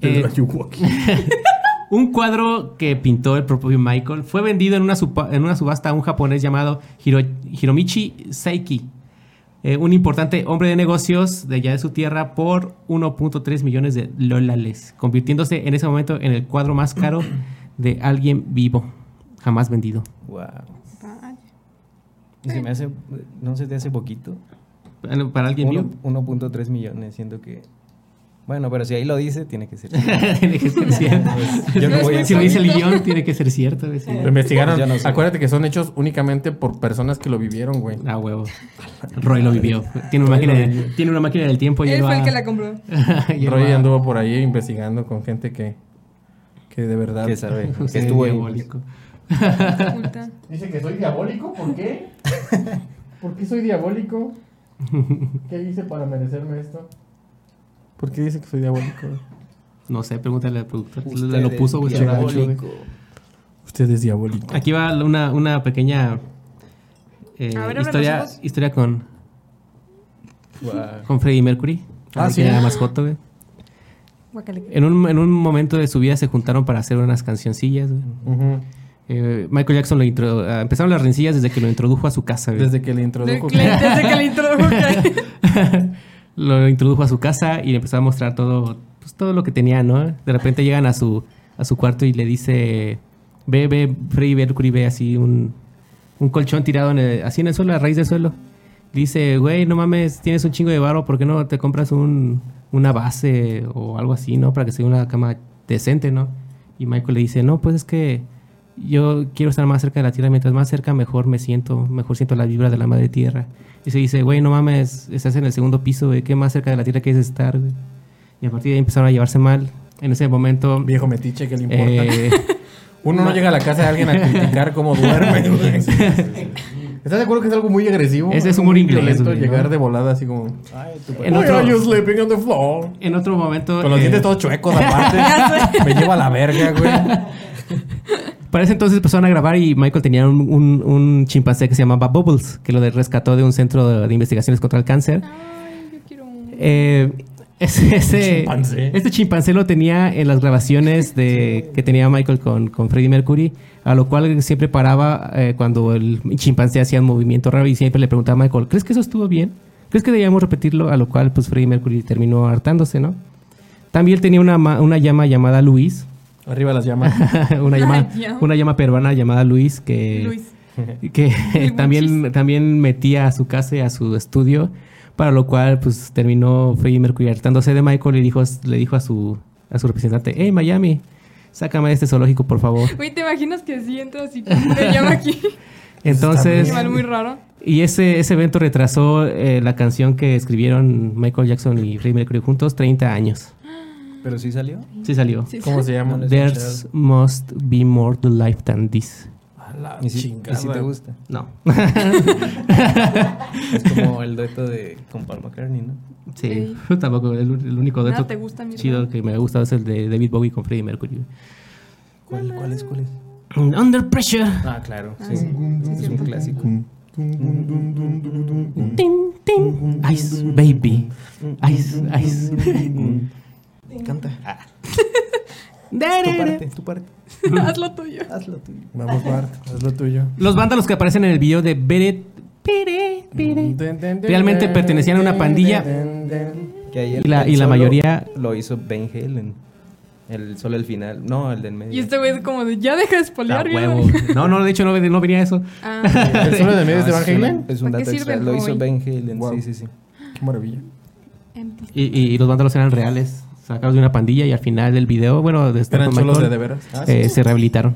Speaker 1: Eh,
Speaker 2: El de Yuwoki.
Speaker 1: Un cuadro que pintó el propio Michael fue vendido en una, supa- en una subasta a un japonés llamado Hiro- Hiromichi Saiki, eh, un importante hombre de negocios de allá de su tierra, por 1.3 millones de dólares, convirtiéndose en ese momento en el cuadro más caro de alguien vivo, jamás vendido.
Speaker 4: Wow. Se me hace, no se te hace poquito.
Speaker 1: Bueno, Para alguien
Speaker 4: Uno-
Speaker 1: vivo.
Speaker 4: 1.3 millones, siento que. Bueno, pero si ahí lo dice, tiene que ser.
Speaker 1: tiene que ser cierto.
Speaker 4: Pues, Yo no voy a
Speaker 1: si lo dice el
Speaker 4: saber.
Speaker 1: guión, tiene que ser cierto. güey, sí.
Speaker 2: Lo investigaron.
Speaker 4: Ya no sé.
Speaker 2: Acuérdate que son hechos únicamente por personas que lo vivieron, güey.
Speaker 1: Ah, huevo. Roy lo vivió. Tiene una máquina, de- tiene una máquina del tiempo. y
Speaker 7: Él
Speaker 1: él
Speaker 7: fue
Speaker 1: Pues va-
Speaker 7: el que la compró.
Speaker 1: y él
Speaker 2: Roy
Speaker 1: va-
Speaker 2: anduvo por ahí investigando con gente que, que de verdad.
Speaker 4: Que sabe. Que
Speaker 1: Sí,
Speaker 4: estuvo ahí.
Speaker 1: diabólico.
Speaker 7: Oculta.
Speaker 2: Dice que soy diabólico, ¿por qué? ¿Por qué soy diabólico? ¿Qué hice para merecerme esto? ¿Por qué dice que soy diabólico?
Speaker 1: No sé, pregúntale al productor.
Speaker 4: Usted
Speaker 1: Le lo puso, güey.
Speaker 4: es
Speaker 1: se lo gancho, güey.
Speaker 4: diabólico.
Speaker 2: Usted es diabólico.
Speaker 1: Aquí va una, una pequeña eh,
Speaker 7: A ver, abre
Speaker 1: historia,
Speaker 7: los ojos.
Speaker 1: historia con,
Speaker 4: Guau.
Speaker 1: con Freddie Mercury.
Speaker 2: Ah,
Speaker 1: Ah,
Speaker 2: ¿sí?
Speaker 1: Era más joto, güey.
Speaker 7: Guácala.
Speaker 1: En un, en un momento de su vida se juntaron para hacer unas cancioncillas, güey.
Speaker 2: Ujú.
Speaker 1: Eh, Michael Jackson lo intro- ah, empezaron las rencillas desde que lo introdujo a su casa, güey.
Speaker 2: Desde que le
Speaker 7: De
Speaker 2: introdujo.
Speaker 7: Clint, desde que le introdujo. que-
Speaker 1: lo introdujo a su casa y le empezó a mostrar todo, pues, todo lo que tenía, ¿no? De repente llegan a su, a su cuarto y le dice, ve, ve, Freddie Mercury ve así un, un colchón tirado en el- así en el suelo, a raíz del suelo. Dice, güey, no mames, tienes un chingo de barro, ¿por qué no te compras un, una base o algo así, no? Para que sea una cama decente, ¿no? Y Michael le dice, no, pues es que yo quiero estar más cerca de la tierra, mientras más cerca mejor me siento, mejor siento la vibra de la madre tierra. Y se dice, güey, no mames, estás en el segundo piso, güey, ¿qué más cerca de la tierra quieres estar, güey? Y a partir de ahí empezaron a llevarse mal. En ese momento...
Speaker 2: Viejo metiche, que le importa?
Speaker 1: eh,
Speaker 2: Uno no llega a la casa de alguien a criticar cómo duerme, güey. ¿Estás de acuerdo que es algo muy agresivo?
Speaker 1: Ese es
Speaker 2: Algo
Speaker 1: humor
Speaker 2: muy
Speaker 1: inglés,
Speaker 2: violento
Speaker 1: güey, ¿no?
Speaker 2: llegar de volada así como...
Speaker 1: en, otro,
Speaker 2: sleeping on the floor?
Speaker 1: en otro momento...
Speaker 2: Con los
Speaker 1: eh,
Speaker 2: dientes todos chuecos aparte. Me lleva a la verga, güey.
Speaker 1: Para ese entonces empezaron a grabar y Michael tenía un, un- un chimpancé que se llamaba Bubbles, que lo de- rescató de un centro de, de investigaciones contra el cáncer.
Speaker 7: Ay, yo quiero un...
Speaker 1: Eh, ese, ese-
Speaker 6: chimpancé.
Speaker 1: Este chimpancé lo tenía en las grabaciones de, que tenía Michael con, con Freddie Mercury, a lo cual siempre paraba eh, cuando el chimpancé hacía un movimiento raro y siempre le preguntaba a Michael, ¿crees que eso estuvo bien? ¿Crees que debíamos repetirlo? A lo cual pues Freddie Mercury terminó hartándose, ¿no? También tenía una, ma- una llama llamada Luis,
Speaker 2: Arriba las llamas.
Speaker 1: una, llama,
Speaker 7: Ay, ya.
Speaker 1: una llama peruana llamada Luis que,
Speaker 7: Luis.
Speaker 1: que
Speaker 7: Luis
Speaker 1: también, también metía a su casa y a su estudio, para lo cual pues terminó Freddie Mercury hartándose de Michael y dijo, le dijo a su, a su representante, hey Miami, sácame de este zoológico por favor.
Speaker 7: Güey, ¿te imaginas que si entras y te llama aquí?
Speaker 1: Entonces,
Speaker 7: Animal muy raro.
Speaker 1: y ese, ese evento retrasó eh, la canción que escribieron Michael Jackson y Freddie Mercury juntos 30 años.
Speaker 4: ¿Pero sí salió?
Speaker 1: Sí salió.
Speaker 7: Sí,
Speaker 2: ¿Cómo se llama?
Speaker 1: There's must be more to life than this.
Speaker 2: A la
Speaker 4: ¿Y si,
Speaker 2: chingada.
Speaker 4: y si te gusta?
Speaker 1: No.
Speaker 4: Es como el dueto de con Paul McCartney, ¿no?
Speaker 1: Sí,
Speaker 7: Ey.
Speaker 1: tampoco. El, el único
Speaker 7: Nada
Speaker 1: dato
Speaker 7: te gusta, mierda.
Speaker 1: chido que me ha gustado es el de David Bowie con Freddie Mercury. Mm,
Speaker 4: ¿Cuál, cuál es? ¿Cuál es?
Speaker 1: Under pressure.
Speaker 4: Ah, claro. Sí, es un clásico.
Speaker 5: Tin, tin.
Speaker 1: Ice baby. Ice, ice.
Speaker 4: Canta. Ah, tu
Speaker 1: Derere.
Speaker 4: parte, tu parte.
Speaker 7: Haz lo tuyo.
Speaker 4: Hazlo tuyo.
Speaker 2: Vamos, Bart. Haz lo tuyo.
Speaker 1: Los vándalos que aparecen en el video de Beret Realmente pertenecían a una pandilla.
Speaker 4: Que ahí el-
Speaker 1: Y la-
Speaker 4: el
Speaker 1: y la
Speaker 4: solo
Speaker 1: mayoría-
Speaker 4: Lo hizo Ben Halen. El solo el final. No, el del medio.
Speaker 7: Y este güey es como de, ya deja de
Speaker 1: Ah,
Speaker 7: spoilear,
Speaker 1: huevo.
Speaker 7: güey.
Speaker 1: No, no, de hecho no, no venía eso.
Speaker 7: Ah,
Speaker 2: ¿El solo de
Speaker 4: No,
Speaker 2: medios de Van
Speaker 4: es un-
Speaker 2: Halen?
Speaker 4: Es un
Speaker 7: ¿Para qué
Speaker 4: dato
Speaker 7: sirve
Speaker 4: extra.
Speaker 7: el
Speaker 4: Lo hizo
Speaker 7: joven?
Speaker 4: Ben Halen.
Speaker 2: Wow.
Speaker 4: Sí, sí, sí.
Speaker 2: Qué maravilla.
Speaker 7: empty.
Speaker 1: Y, y- y los vándalos eran reales. Sacados de una pandilla y al final del video, bueno, desde
Speaker 2: Eran cholos de de veras. Ah,
Speaker 1: eh, se rehabilitaron.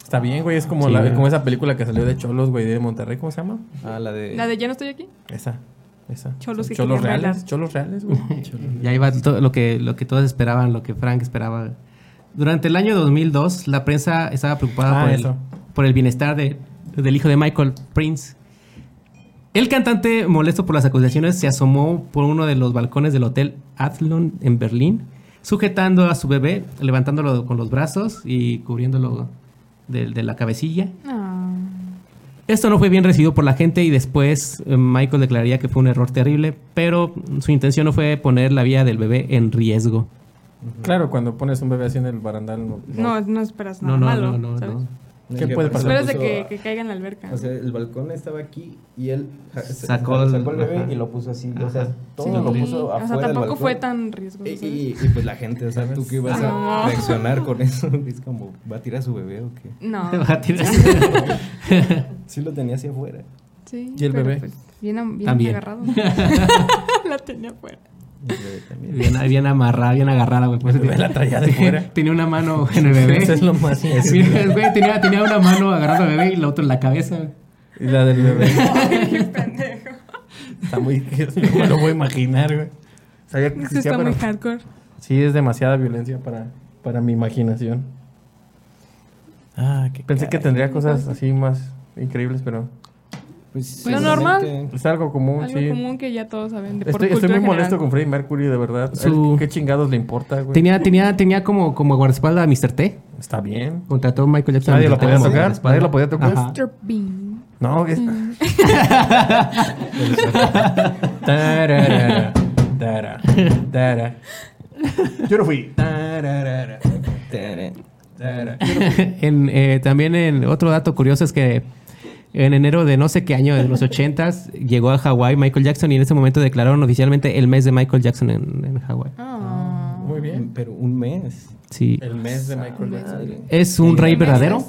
Speaker 2: Está bien, güey. Es como,
Speaker 1: Sí,
Speaker 2: la-
Speaker 1: güey.
Speaker 2: como esa película que salió de cholos, güey, de Monterrey. ¿Cómo se llama?
Speaker 4: Ah, la de.
Speaker 7: La de ya no estoy aquí.
Speaker 2: Esa. Esa.
Speaker 7: Cholos que
Speaker 2: cholos
Speaker 7: querían
Speaker 2: reales.
Speaker 7: bailar.
Speaker 2: Cholos reales, güey.
Speaker 1: Ya iba to- lo que, lo que todos esperaban, lo que Frank esperaba. Durante el año 2002, la prensa estaba preocupada
Speaker 2: Ah,
Speaker 1: por, el,
Speaker 2: eso.
Speaker 1: por el bienestar de- del hijo de Michael, Prince. El cantante, molesto por las acusaciones, se asomó por uno de los balcones del hotel Athlon en Berlín, sujetando a su bebé, levantándolo con los brazos y cubriéndolo de- de la cabecilla. Esto no fue bien recibido por la gente y después eh, Michael declararía que fue un error terrible, pero su intención no fue poner la vida del bebé en riesgo.
Speaker 2: Claro, cuando pones un bebé así en el barandal. No,
Speaker 7: No, no esperas nada
Speaker 1: No, no,
Speaker 7: Ah, malo.
Speaker 1: no, no,
Speaker 7: ¿sabes?
Speaker 1: no.
Speaker 2: ¿Qué puede pasar?
Speaker 7: Esperas de
Speaker 4: Pues Puso
Speaker 7: que,
Speaker 4: a-
Speaker 7: que caiga en la alberca.
Speaker 4: O sea, el balcón estaba aquí y él ja- se-
Speaker 1: Sacó el-
Speaker 4: sacó el bebé
Speaker 1: ajá.
Speaker 4: y lo puso así. O
Speaker 1: Ajá.
Speaker 4: sea, todo
Speaker 7: Sí.
Speaker 4: lo puso afuera.
Speaker 7: O sea,
Speaker 4: del
Speaker 7: tampoco
Speaker 4: balcón.
Speaker 7: fue tan riesgoso.
Speaker 4: Y,
Speaker 7: ¿sabes?
Speaker 4: y- y pues la gente, o sea, tú que ibas
Speaker 7: No.
Speaker 4: a reaccionar con eso, es como, ¿va a tirar a su bebé o qué?
Speaker 7: No.
Speaker 4: Sí lo tenía hacia afuera.
Speaker 7: Sí,
Speaker 2: ¿Y el
Speaker 7: pero,
Speaker 2: bebé?
Speaker 7: pues, bien bien
Speaker 1: También.
Speaker 7: agarrado. la tenía fuera.
Speaker 4: El bebé también.
Speaker 1: bien, bien amarrada, bien agarrada, güey. por eso
Speaker 2: bebé la traía de fuera.
Speaker 1: Tenía una mano en el bebé.
Speaker 2: Eso es lo más.
Speaker 1: Sí, güey, tenía, tenía una mano agarrando al bebé y la otra en la cabeza. güey.
Speaker 2: Y la del bebé.
Speaker 7: Ay, pendejo.
Speaker 2: Está muy. No me lo voy a imaginar, güey. Sabía que
Speaker 7: Eso
Speaker 2: existía,
Speaker 7: está muy
Speaker 2: pero.
Speaker 7: hardcore.
Speaker 2: Sí, es demasiada violencia para, para mi imaginación.
Speaker 4: Ah, qué
Speaker 2: Pensé que
Speaker 4: caray.
Speaker 2: tendría cosas así más increíbles, pero.
Speaker 4: Pues,
Speaker 7: Lo
Speaker 4: seguramente-
Speaker 7: normal.
Speaker 2: Es algo común,
Speaker 7: Algo
Speaker 2: sí.
Speaker 7: común que ya todos saben. de por
Speaker 2: Estoy, estoy
Speaker 7: cultura
Speaker 2: muy molesto
Speaker 7: general.
Speaker 2: con Freddie Mercury, de verdad.
Speaker 1: Su-
Speaker 2: ¿Qué chingados le importa, güey?
Speaker 1: Tenía, tenía, tenía como, como guardaespaldas a Mr. T.
Speaker 2: Está bien.
Speaker 1: Contrató a Michael Jackson. a Mr.
Speaker 2: Nadie lo
Speaker 1: T
Speaker 2: podía
Speaker 1: como
Speaker 2: tocar.
Speaker 1: guardaespaldas.
Speaker 2: Nadie lo podía tocar.
Speaker 1: Ajá.
Speaker 7: Mr. Bean.
Speaker 2: No, es.
Speaker 7: Mm.
Speaker 2: Yo no fui. Tararara,
Speaker 4: Tere.
Speaker 2: tarara.
Speaker 1: En, eh, también en otro dato curioso es que en enero de no sé qué año, de los 80s, llegó a Hawái Michael Jackson y en ese momento declararon oficialmente el mes de Michael Jackson en, en Hawái.
Speaker 7: Ah.
Speaker 2: Muy bien.
Speaker 4: Pero un mes.
Speaker 1: Sí.
Speaker 2: El mes de Michael Jackson.
Speaker 4: Madre.
Speaker 1: ¿Es un rey verdadero?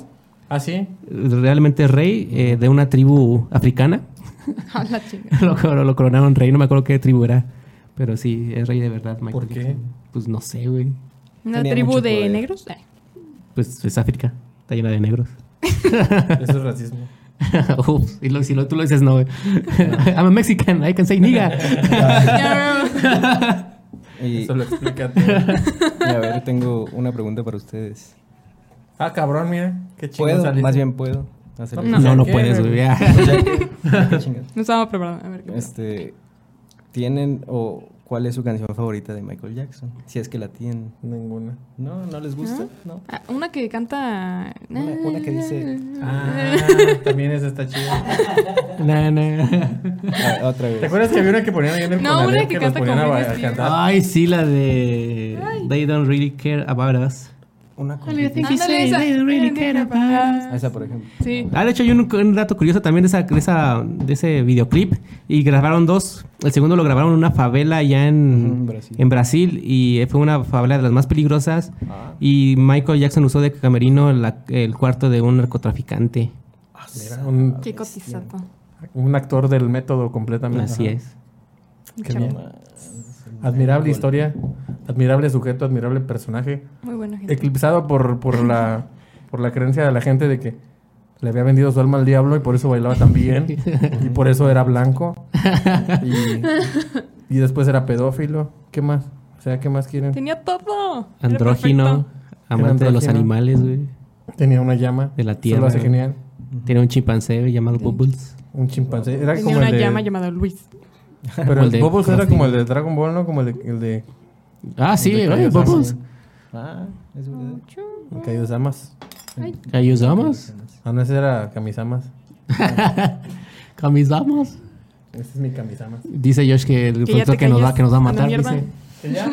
Speaker 2: ¿Ah, sí?
Speaker 1: Realmente es rey eh, de una tribu africana.
Speaker 7: A la chinga.
Speaker 1: lo, cor- lo coronaron rey, no me acuerdo qué tribu era. Pero sí, es rey de verdad, Michael
Speaker 2: ¿Por qué?
Speaker 1: Jackson. Pues no sé, güey.
Speaker 7: ¿Una
Speaker 4: Tenía
Speaker 7: tribu
Speaker 4: mucho
Speaker 7: de
Speaker 4: poder.
Speaker 7: negros? Ay.
Speaker 1: Pues es África. Está llena de negros.
Speaker 2: Eso es racismo.
Speaker 1: Ups, y lo, si lo- tú lo dices, no, güey.
Speaker 2: Ah.
Speaker 1: I'm a Mexican, I can say nigga.
Speaker 4: Y,
Speaker 2: Eso lo explica todo.
Speaker 4: y a ver, tengo una pregunta para ustedes.
Speaker 2: Ah, cabrón, mira. Qué chido.
Speaker 4: ¿Puedo? Más bien puedo. hacer-
Speaker 2: No.
Speaker 1: No, no
Speaker 2: ¿Qué,
Speaker 1: puedes,
Speaker 2: güey?
Speaker 1: güey. ya.
Speaker 4: Qué chingada.
Speaker 7: No estaba preparada. A ver qué pasa.
Speaker 4: Este, ¿tienen o cuál es su canción favorita de Michael Jackson? Si es que la tienen.
Speaker 2: Ninguna.
Speaker 4: ¿No? ¿No les gusta? No.
Speaker 7: Ah, una que canta.
Speaker 4: Una- una que dice-
Speaker 2: Ah, también esa está chida.
Speaker 1: Na, na.
Speaker 4: Ah, otra vez.
Speaker 2: ¿Te acuerdas que había una que ponían ahí en el
Speaker 7: No,
Speaker 2: Conalep
Speaker 7: una que
Speaker 2: los
Speaker 7: canta
Speaker 2: ponían
Speaker 7: con
Speaker 2: a Ah,
Speaker 7: Britney
Speaker 2: ba- a
Speaker 7: Spears.
Speaker 2: cantar?
Speaker 1: Ay, sí, la de They don't really care about us.
Speaker 4: Una con-
Speaker 7: Ándale, esa.
Speaker 1: They don't really care about us.
Speaker 4: Ah, Esa, por ejemplo.
Speaker 7: Sí.
Speaker 1: Ah, de hecho, hay un, un dato curioso también de, esa, de, esa- de ese videoclip. Y grabaron dos. El segundo lo grabaron en una favela allá en,
Speaker 2: Mm,
Speaker 4: Ujú, en Brasil.
Speaker 1: en Brasil. Y fue una favela de las más peligrosas.
Speaker 2: Ah.
Speaker 1: Y Michael Jackson usó de camerino la- el cuarto de un narcotraficante.
Speaker 2: Era un,
Speaker 7: Qué cotizado.
Speaker 2: un actor del método completamente.
Speaker 1: Así
Speaker 2: Ajá.
Speaker 1: es.
Speaker 2: Qué bien. Admirable historia. Admirable sujeto, admirable personaje.
Speaker 7: Muy buena gente.
Speaker 2: Eclipsado por, por, la, por la creencia de la gente de que le había vendido su alma al diablo y por eso bailaba tan bien. y por eso era blanco. Y, y después era pedófilo. ¿Qué más? O sea, ¿qué más quieren?
Speaker 7: Tenía todo. Era
Speaker 1: Andrógino.
Speaker 7: perfecto.
Speaker 1: Amante de los
Speaker 2: andrógino.
Speaker 1: animales, güey.
Speaker 2: Tenía una llama.
Speaker 1: De la
Speaker 2: Eso
Speaker 1: tierra.
Speaker 2: lo hace genial.
Speaker 1: Tiene un chimpancé güey, llamado Bubbles.
Speaker 2: Un chimpancé. Era
Speaker 7: Tenía
Speaker 2: como
Speaker 7: una
Speaker 2: el de,
Speaker 7: llama llamada Luis.
Speaker 1: como
Speaker 2: Pero
Speaker 1: el de
Speaker 2: el Bobos era
Speaker 1: Crocodile.
Speaker 2: como el de Dragon Ball, ¿no? Como el de, el de
Speaker 1: Ah, sí,
Speaker 2: de
Speaker 1: oye,
Speaker 2: Kaiosama.
Speaker 1: Bubbles.
Speaker 4: Ah, es verdad.
Speaker 2: Kaidosamas.
Speaker 1: Cayusamos.
Speaker 2: Ah, no, ese era Kamisamas.
Speaker 1: Camisamos.
Speaker 2: Ese es mi Kamisamas.
Speaker 1: Dice Josh que el
Speaker 7: Que ya
Speaker 1: productor
Speaker 7: te
Speaker 1: que nos, va,
Speaker 7: calles,
Speaker 1: que nos va a
Speaker 7: a la
Speaker 1: matar.
Speaker 7: mierda.
Speaker 1: Dice.
Speaker 2: ¿Ya?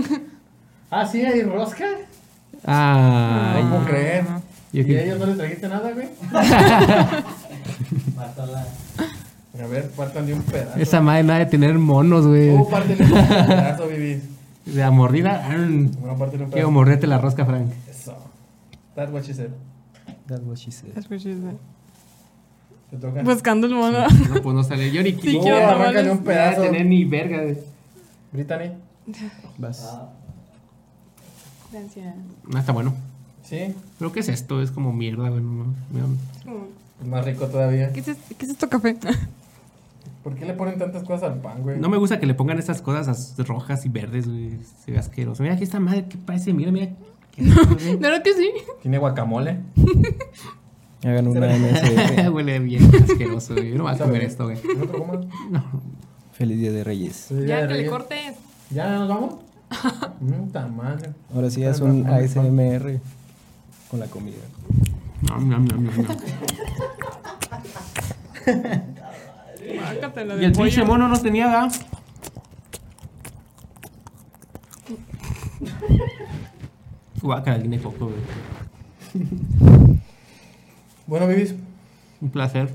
Speaker 2: ah, sí, hay rosca.
Speaker 1: Ay,
Speaker 2: ¿Cómo creer?
Speaker 1: Yo
Speaker 2: ¿Y
Speaker 1: que-
Speaker 2: a ellos no les trajiste nada, güey? Pártala. A ver, pártale un pedazo.
Speaker 1: Esa madre nada de tener monos, güey.
Speaker 2: Uh, pártale un pedazo, Vivi.
Speaker 1: De a mordida. mm.
Speaker 2: Bueno, pártale
Speaker 1: Quiero
Speaker 2: un pedazo.
Speaker 1: morderte la rosca, Frank.
Speaker 2: Eso. That's what she said.
Speaker 4: That's what she said.
Speaker 7: That's what she said.
Speaker 2: Te toca.
Speaker 7: Buscando el mono.
Speaker 1: No, pues no sale. Yo ni
Speaker 7: Pues, Sí,
Speaker 2: Tú,
Speaker 7: quiero
Speaker 2: arráncale
Speaker 7: tamales.
Speaker 2: un pedazo.
Speaker 1: ni verga, güey.
Speaker 2: Brittany.
Speaker 4: Vas.
Speaker 1: Ah.
Speaker 7: Gracias.
Speaker 1: No está bueno.
Speaker 2: Sí.
Speaker 1: Creo que es esto, es como mierda, güey. no mames. Mira,
Speaker 2: Más rico todavía.
Speaker 7: ¿Qué es, este- qué es esto café?
Speaker 2: ¿Por qué le ponen tantas cosas al pan, güey?
Speaker 1: No me gusta que le pongan estas cosas as- rojas y verdes, güey. Se ve asqueroso. Mira, aquí esta madre, ¿qué parece? Mira, mira. Qué asco, güey.
Speaker 7: ¿No era que sí?
Speaker 2: ¿Tiene guacamole?
Speaker 4: Hagan una MSF.
Speaker 1: Huele bien asqueroso, güey. Yo no voy a
Speaker 2: Sabe.
Speaker 1: comer esto, güey.
Speaker 2: ¿No te comas?
Speaker 4: Feliz Día de Reyes.
Speaker 2: Sí,
Speaker 7: Ya, que le
Speaker 2: Reyes.
Speaker 7: cortes.
Speaker 2: ¿Ya nos vamos? Puta madre.
Speaker 4: Ahora sí es un ASMR con la comida.
Speaker 1: Nom, nom, nom, nom, nom.
Speaker 7: Bácatelo
Speaker 1: Y
Speaker 7: de
Speaker 1: el pinche mono no tenía, ¿verdad? Guácala, tiene coco, güey.
Speaker 2: Bueno, Vivis.
Speaker 1: Un placer.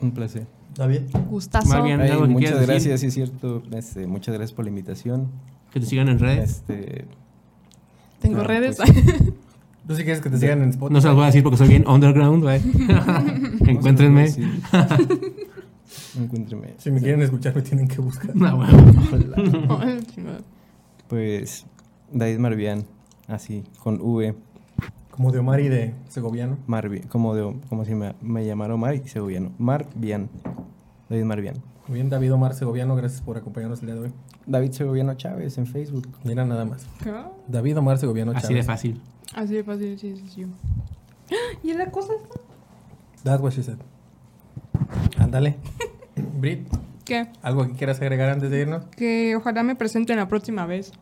Speaker 4: Un placer.
Speaker 2: Está bien.
Speaker 7: gustazo.
Speaker 1: Más bien,
Speaker 4: Ay,
Speaker 1: algo que
Speaker 4: muchas
Speaker 1: quieras decir.
Speaker 4: gracias, sí es cierto. Este, muchas gracias por la invitación.
Speaker 1: Que te sigan en redes.
Speaker 4: Este,
Speaker 7: Tengo
Speaker 2: Ah,
Speaker 4: No,
Speaker 7: redes.
Speaker 4: pues,
Speaker 2: ¿Tú sí quieres que te sigan en
Speaker 1: No
Speaker 2: Spotify?
Speaker 1: se los voy a decir porque soy bien underground, güey. Encuéntrenme.
Speaker 4: Sí. Encuéntrenme.
Speaker 2: Si me quieren escuchar, me tienen que buscar.
Speaker 1: No, güey.
Speaker 7: Ay, chingada.
Speaker 4: Pues David Marvián, así, con V,
Speaker 2: Como de Omar y de Segoviano.
Speaker 4: Marvi, como, de, como si me, me llamara Omar y segoviano. Marvián, David Marvián.
Speaker 2: Muy bien, David Omar Segoviano, gracias por acompañarnos el día de hoy.
Speaker 4: David Segoviano Chávez en Facebook.
Speaker 2: Mira nada más.
Speaker 7: ¿Qué?
Speaker 2: David Omar Segoviano
Speaker 1: Así de
Speaker 2: Chávez.
Speaker 1: fácil.
Speaker 7: Así de fácil, sí, sí, sí. ¿Y la cosa esta?
Speaker 2: That's what she said. Ándale. Brit,
Speaker 7: ¿Qué?
Speaker 2: ¿algo que quieras agregar antes de irnos?
Speaker 7: Que ojalá me presenten la próxima vez.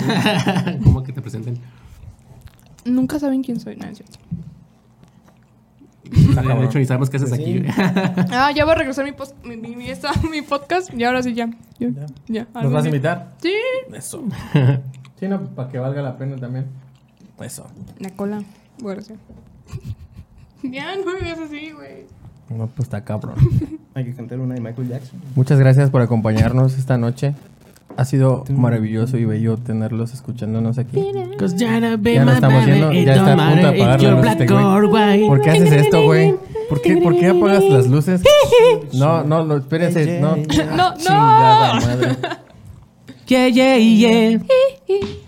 Speaker 1: ¿Cómo que te presenten?
Speaker 7: Nunca saben quién soy, no es cierto.
Speaker 1: De hecho, ni sabemos qué haces
Speaker 2: Pues
Speaker 1: aquí,
Speaker 2: sí.
Speaker 1: güey.
Speaker 7: Ah, ya va a regresar mi, pos- mi, mi- mi- esta- mi podcast. Y ahora sí, ya. Ya.
Speaker 2: Ya.
Speaker 7: ya,
Speaker 2: ¿Nos
Speaker 7: algún
Speaker 2: vas a
Speaker 7: día.
Speaker 2: invitar?
Speaker 7: Sí.
Speaker 2: Eso. Sí, no, pues, para que valga la pena también. Eso.
Speaker 7: La cola. Bueno, sí. Ya, no me veas así, güey.
Speaker 2: No, pues está cabrón.
Speaker 4: Hay que cantar una de Michael Jackson.
Speaker 2: Muchas gracias por acompañarnos esta noche. Ha sido maravilloso y bello tenerlos escuchándonos aquí.
Speaker 1: Cause ya no ve eh,
Speaker 2: Ya no
Speaker 1: my
Speaker 2: estamos
Speaker 1: baby,
Speaker 2: yendo,
Speaker 1: it
Speaker 2: ya está
Speaker 1: don't
Speaker 2: a punto de
Speaker 1: matter if
Speaker 2: apagar la
Speaker 1: you're
Speaker 2: luz
Speaker 1: black
Speaker 2: este güey.
Speaker 1: or white.
Speaker 2: ¿Por qué haces esto, güey? ¿Por qué, ¿Por qué apagas las luces? No, no, no, espérense. No,
Speaker 7: No, no.
Speaker 2: Chingada madre.
Speaker 1: Yeah, yeah, yeah.
Speaker 7: Sí.